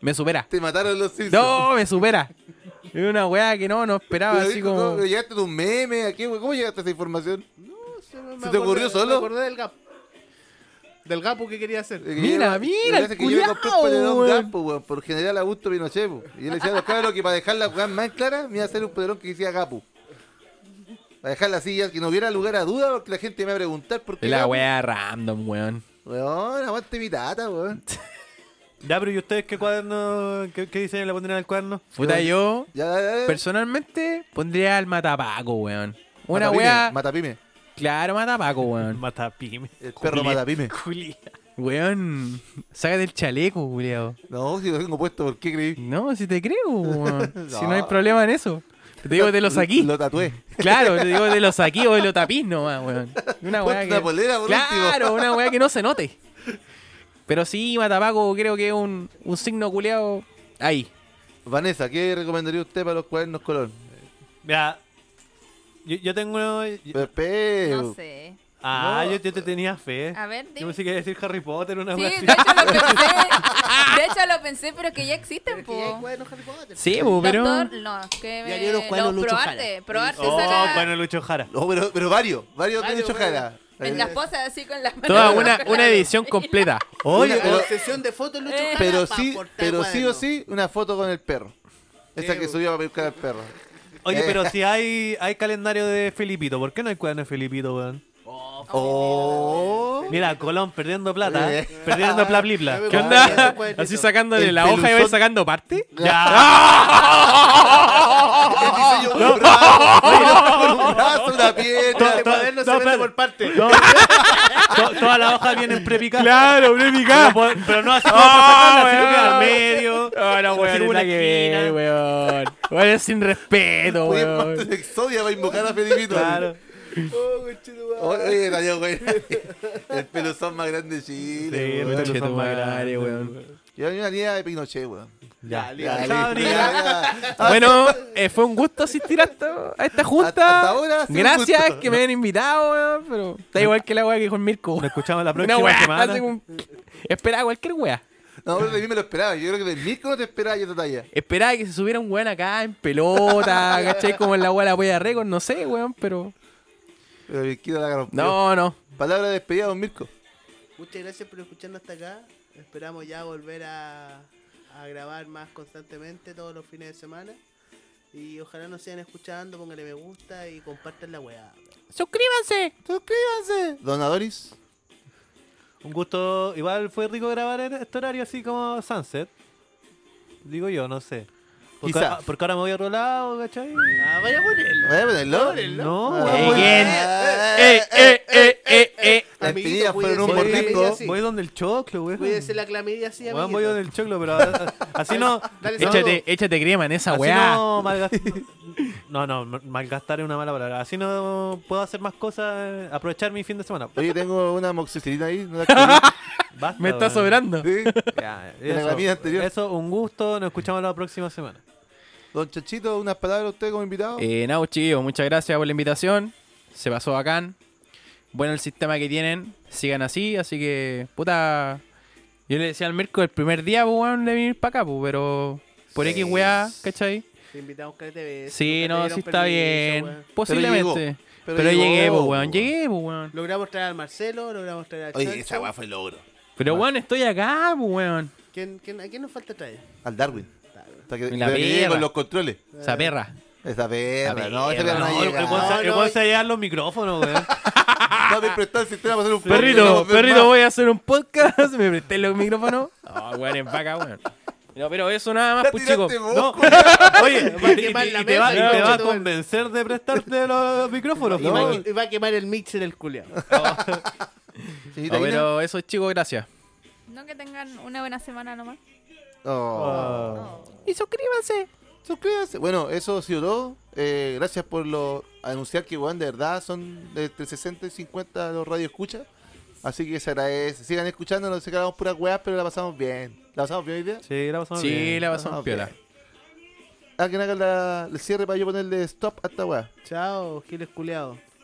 Speaker 5: me supera.
Speaker 2: Te mataron los Simpsons.
Speaker 5: No, me supera. Es una weá que no, no esperaba
Speaker 2: Pero
Speaker 5: así
Speaker 2: dijo,
Speaker 5: como.
Speaker 2: ¿cómo llegaste a un meme? ¿A qué, weón? ¿Cómo llegaste a esa información?
Speaker 3: No, se, me
Speaker 2: te
Speaker 3: acordé-
Speaker 2: ocurrió
Speaker 3: Me
Speaker 2: solo?
Speaker 3: acordé del gapo. Del gapo que quería hacer.
Speaker 2: Eh, que
Speaker 5: Mira,
Speaker 2: yo-
Speaker 5: mira,
Speaker 2: lo que pasa
Speaker 5: el
Speaker 2: es que yo le compré un
Speaker 5: culiao,
Speaker 2: poderón
Speaker 5: weón.
Speaker 2: Gapo, weón, por general Augusto Pinochet, po. Y yo le decía a los cabros que para dejar la jugada más clara, me iba a hacer un poderón que decía Gapu. Para dejarla así, ya que no hubiera lugar a duda, porque la gente me va a preguntar por qué.
Speaker 5: Es la
Speaker 2: Gapu.
Speaker 5: weá random, weón.
Speaker 2: Weón, aguante mi tata, weón.
Speaker 1: Ya, pero ¿y ustedes qué cuaderno, qué, qué diseño le pondrían al cuaderno?
Speaker 5: Puta, yo
Speaker 2: Ya, ya, ya.
Speaker 5: personalmente pondría al matapaco, weón. Una
Speaker 2: Matapime,
Speaker 5: weá.
Speaker 2: Matapime.
Speaker 5: Claro, matapaco, weón.
Speaker 1: Matapime.
Speaker 2: El perro matapime.
Speaker 1: Culia.
Speaker 5: Weón, sácate el chaleco, culiao.
Speaker 2: No, si lo tengo puesto, ¿por qué creí?
Speaker 5: No, si te creo, weón. Si no
Speaker 2: No.
Speaker 5: hay problema en eso. Te digo, te lo saquí.
Speaker 2: Lo tatué.
Speaker 5: Claro, te digo, te lo saqué o te lo tapiz nomás, weón.
Speaker 2: Ponte
Speaker 5: Una weá que...
Speaker 2: una polera, por
Speaker 5: Claro,
Speaker 2: último.
Speaker 5: una weá que no se note. Pero sí, Matapaco creo que es un, un signo culeado ahí.
Speaker 2: Vanessa, ¿qué recomendaría usted para los cuadernos color?
Speaker 1: Mira, yo, yo tengo... yo-
Speaker 2: Pepe.
Speaker 6: No sé.
Speaker 1: ah,
Speaker 2: No.
Speaker 1: yo, yo te tenía fe.
Speaker 6: A ver,
Speaker 1: Yo
Speaker 6: dime.
Speaker 1: pensé que iba a decir Harry Potter una
Speaker 6: Sí,
Speaker 1: wea
Speaker 6: de
Speaker 1: así.
Speaker 6: hecho lo pensé. De hecho lo pensé, pero que ya existen,
Speaker 3: Que ya hay
Speaker 6: po.
Speaker 3: cuadernos Harry Potter.
Speaker 5: Sí, bo, pero...
Speaker 6: Doctor, no, que
Speaker 3: Ya dieron
Speaker 6: me...
Speaker 3: cuernos
Speaker 6: no,
Speaker 3: Lucho
Speaker 6: probarte,
Speaker 3: Jara.
Speaker 6: probarte
Speaker 1: Oh,
Speaker 6: saca-
Speaker 1: bueno, Lucho Jara.
Speaker 2: No, oh, pero, pero varios. Varios que han
Speaker 3: Varios,
Speaker 2: hecho
Speaker 3: varios.
Speaker 2: jala.
Speaker 6: En las cosas así con las manos.
Speaker 5: Toda una, una edición completa.
Speaker 2: Oye,
Speaker 3: Una
Speaker 2: pero-
Speaker 3: obsesión de fotos Lucho
Speaker 6: Eh.
Speaker 3: Jara
Speaker 2: Pero
Speaker 3: pa'
Speaker 2: sí,
Speaker 3: portar
Speaker 2: pero sí o
Speaker 3: cuadernos.
Speaker 2: sí, una foto con el perro. Esa
Speaker 3: Sí,
Speaker 2: que
Speaker 3: bo.
Speaker 2: subió para buscar al perro.
Speaker 1: Oye,
Speaker 2: Eh.
Speaker 1: pero si hay, hay calendario de Felipito, ¿por qué no hay cuaderno de Felipito, weón?
Speaker 3: Oh,
Speaker 2: Oh.
Speaker 1: Mira, Colón perdiendo plata,
Speaker 2: Eh.
Speaker 1: perdiendo
Speaker 3: Ya me
Speaker 1: plaplipla.
Speaker 5: ¿Qué
Speaker 1: ¿Qué onda?
Speaker 5: onda?
Speaker 3: Ah, cuadernito.
Speaker 5: Así sacándole
Speaker 2: El
Speaker 5: la hoja y vais
Speaker 2: peluzón.
Speaker 5: sacando parte.
Speaker 1: Ya,
Speaker 2: Oh. El diseño de un brazo, un brazo, una
Speaker 3: Este
Speaker 2: pierna.
Speaker 3: cuaderno se
Speaker 1: no,
Speaker 3: vende
Speaker 1: espérate.
Speaker 3: por parte.
Speaker 1: to- todas las hojas vienen prepicadas.
Speaker 5: Claro, una
Speaker 1: Pero, po- pero no así como para
Speaker 5: Ah,
Speaker 1: sacarla, sino que al medio.
Speaker 5: No, no, weón,
Speaker 1: así como
Speaker 5: nada
Speaker 1: una
Speaker 5: que
Speaker 1: esquina.
Speaker 5: ver, weón. Weón, es sin respeto,
Speaker 2: Oye,
Speaker 5: weón.
Speaker 2: Marta Exodia va a invocar a Felipito.
Speaker 1: Claro.
Speaker 3: Oh, conchetumare.
Speaker 2: Oye, salió, güey. El peluzón más grande de
Speaker 1: Sí,
Speaker 2: Chile.
Speaker 1: el
Speaker 2: güey.
Speaker 1: peluzón
Speaker 5: Chetumare,
Speaker 1: más grande,
Speaker 5: weón.
Speaker 1: weón.
Speaker 2: Yo tenía una niña de Pinochet, weón.
Speaker 1: Ya,
Speaker 3: listo.
Speaker 1: ya,
Speaker 2: Ya,
Speaker 1: listo.
Speaker 2: ya.
Speaker 5: Bueno, eh, fue un gusto asistir a esta, a esta junta.
Speaker 2: Hasta- hasta ahora ha sido un
Speaker 5: Gracias
Speaker 2: gusto.
Speaker 5: que me hayan invitado, weón, pero da igual que la weá que dijo el Mirko.
Speaker 1: Nos escuchamos la
Speaker 5: Una
Speaker 1: próxima
Speaker 5: weá,
Speaker 1: semana.
Speaker 5: así como- Esperaba cualquier weá.
Speaker 2: No, pero de mí me lo esperaba. Yo creo que del micro no te esperaba yo esta talla.
Speaker 5: Esperaba que se subiera un weón acá en pelota, ¿cachai? Como en la weá de la polla récord, no sé, weón, pero.
Speaker 2: Pero Mirquito la rompió.
Speaker 5: No, no.
Speaker 2: Palabra de despedida, don Mirko.
Speaker 3: Muchas gracias por escucharnos hasta acá. Esperamos ya volver a, a grabar más constantemente todos los fines de semana. Y ojalá nos sigan escuchando, pónganle me gusta y compartan la weá.
Speaker 5: ¡Suscríbanse!
Speaker 2: Suscríbanse. Don Adonis.
Speaker 1: Un gusto. Igual fue rico grabar en este horario así como Sunset. Digo yo, no sé. Porque,
Speaker 2: Quizá.
Speaker 1: ah, porque ahora me voy a otro lado, ¿cachai?
Speaker 3: Ah, vaya a ponerlo.
Speaker 2: ¿Voy a ponerlo?
Speaker 1: No,
Speaker 2: Ah,
Speaker 1: weón.
Speaker 2: bueno.
Speaker 5: Again.
Speaker 2: Eh, eh, eh.
Speaker 5: eh, eh!
Speaker 2: Las
Speaker 3: Amiguito,
Speaker 2: pedidas fueron un
Speaker 3: cuídense,
Speaker 2: mordisco.
Speaker 3: cuídense.
Speaker 1: Voy donde el choclo, weón.
Speaker 3: Cuídense la clamidia así,
Speaker 1: Weón,
Speaker 3: amiguito.
Speaker 1: voy donde el choclo, pero ahora- así no.
Speaker 3: Dale
Speaker 1: no-
Speaker 5: Échate, échate crema en esa
Speaker 1: así
Speaker 5: weá.
Speaker 1: no malgas- No, no, ma- malgastar es una mala palabra. Así no puedo hacer más cosas, eh, aprovechar mi fin de semana.
Speaker 2: Oye, tengo una moxicilina ahí. ¿no la escribí?
Speaker 1: Basta,
Speaker 5: Me está
Speaker 1: weón.
Speaker 5: sobrando.
Speaker 2: Sí.
Speaker 1: Ya,
Speaker 2: De la comida anterior.
Speaker 1: eso, un gusto. Nos escuchamos la próxima semana.
Speaker 2: Don Chanchito, unas palabras a usted como invitado.
Speaker 5: Eh, Nau, chiquillos, muchas gracias por la invitación. Se pasó bacán. Bueno el sistema que tienen. Sigan así, así que, puta, Yo le decía al Mirko el primer día, pues, weón, de venir para acá, pues, pero por X weá, ¿cachai?
Speaker 3: Te invitamos que te ves.
Speaker 5: Sí, no, sí está bien. Posiblemente.
Speaker 2: Pero
Speaker 5: Pero,
Speaker 2: llegó,
Speaker 5: llegué, pues,
Speaker 2: weón.
Speaker 5: weón, llegué, pues, weón.
Speaker 3: Logramos traer al Marcelo, logramos traer a
Speaker 2: Oye,
Speaker 3: Chancho.
Speaker 2: esa weá fue logro.
Speaker 5: Pero, weón, estoy acá, pues, weón.
Speaker 3: ¿Quién, quién, ¿A quién nos falta traer?
Speaker 2: Al Darwin. Hasta que,
Speaker 5: La
Speaker 2: pero que llegue
Speaker 5: perra.
Speaker 2: con los controles.
Speaker 5: Esa perra.
Speaker 2: Esa perra,
Speaker 5: La
Speaker 2: no, esa perra
Speaker 5: perra,
Speaker 2: no,
Speaker 1: No,
Speaker 2: ha
Speaker 1: el
Speaker 2: llegado.
Speaker 1: weón se- el
Speaker 3: no,
Speaker 1: weón
Speaker 3: no.
Speaker 1: se va a llevar los micrófonos, weón.
Speaker 2: No, me prestó el sistema para hacer un podcast, no
Speaker 5: Perrito,
Speaker 2: vamos a ver
Speaker 5: perrito,
Speaker 2: más.
Speaker 5: voy a hacer un podcast. Me presté los micrófonos. Ah, weón, es vaca, weón. No, pero eso nada más,
Speaker 2: Ya
Speaker 5: pues,
Speaker 2: tiraste
Speaker 5: chicos.
Speaker 2: vos,
Speaker 1: No.
Speaker 2: culiao.
Speaker 1: Oye,
Speaker 3: Va
Speaker 1: y-
Speaker 3: a
Speaker 1: y-
Speaker 3: quemar la
Speaker 1: y te va, y
Speaker 5: mesa,
Speaker 1: te va a
Speaker 3: conchetumare.
Speaker 1: convencer de prestarte los micrófonos.
Speaker 3: Y va,
Speaker 1: po,
Speaker 3: a, que- va a quemar el mixer el culiao.
Speaker 2: Señorita
Speaker 5: No,
Speaker 2: Ina.
Speaker 5: pero eso, chicos, gracias.
Speaker 6: No que tengan una buena semana nomás.
Speaker 2: Oh.
Speaker 1: Oh.
Speaker 5: Y suscríbanse.
Speaker 2: Suscríbanse. Bueno, eso ha sido todo. Eh, gracias por lo, anunciar que, weón, de verdad son de entre 60 y 50 los radio escucha. Así que se agradece. Sigan escuchándonos, sé que hablamos puras weas, pero la pasamos bien. ¿La pasamos bien hoy día?
Speaker 1: Sí, la pasamos
Speaker 5: Sí,
Speaker 1: bien.
Speaker 5: la pasamos
Speaker 2: Ah,
Speaker 5: piola.
Speaker 2: bien. Alguien haga la- el cierre para yo ponerle stop a esta wea.
Speaker 3: Chao, Giles culiao.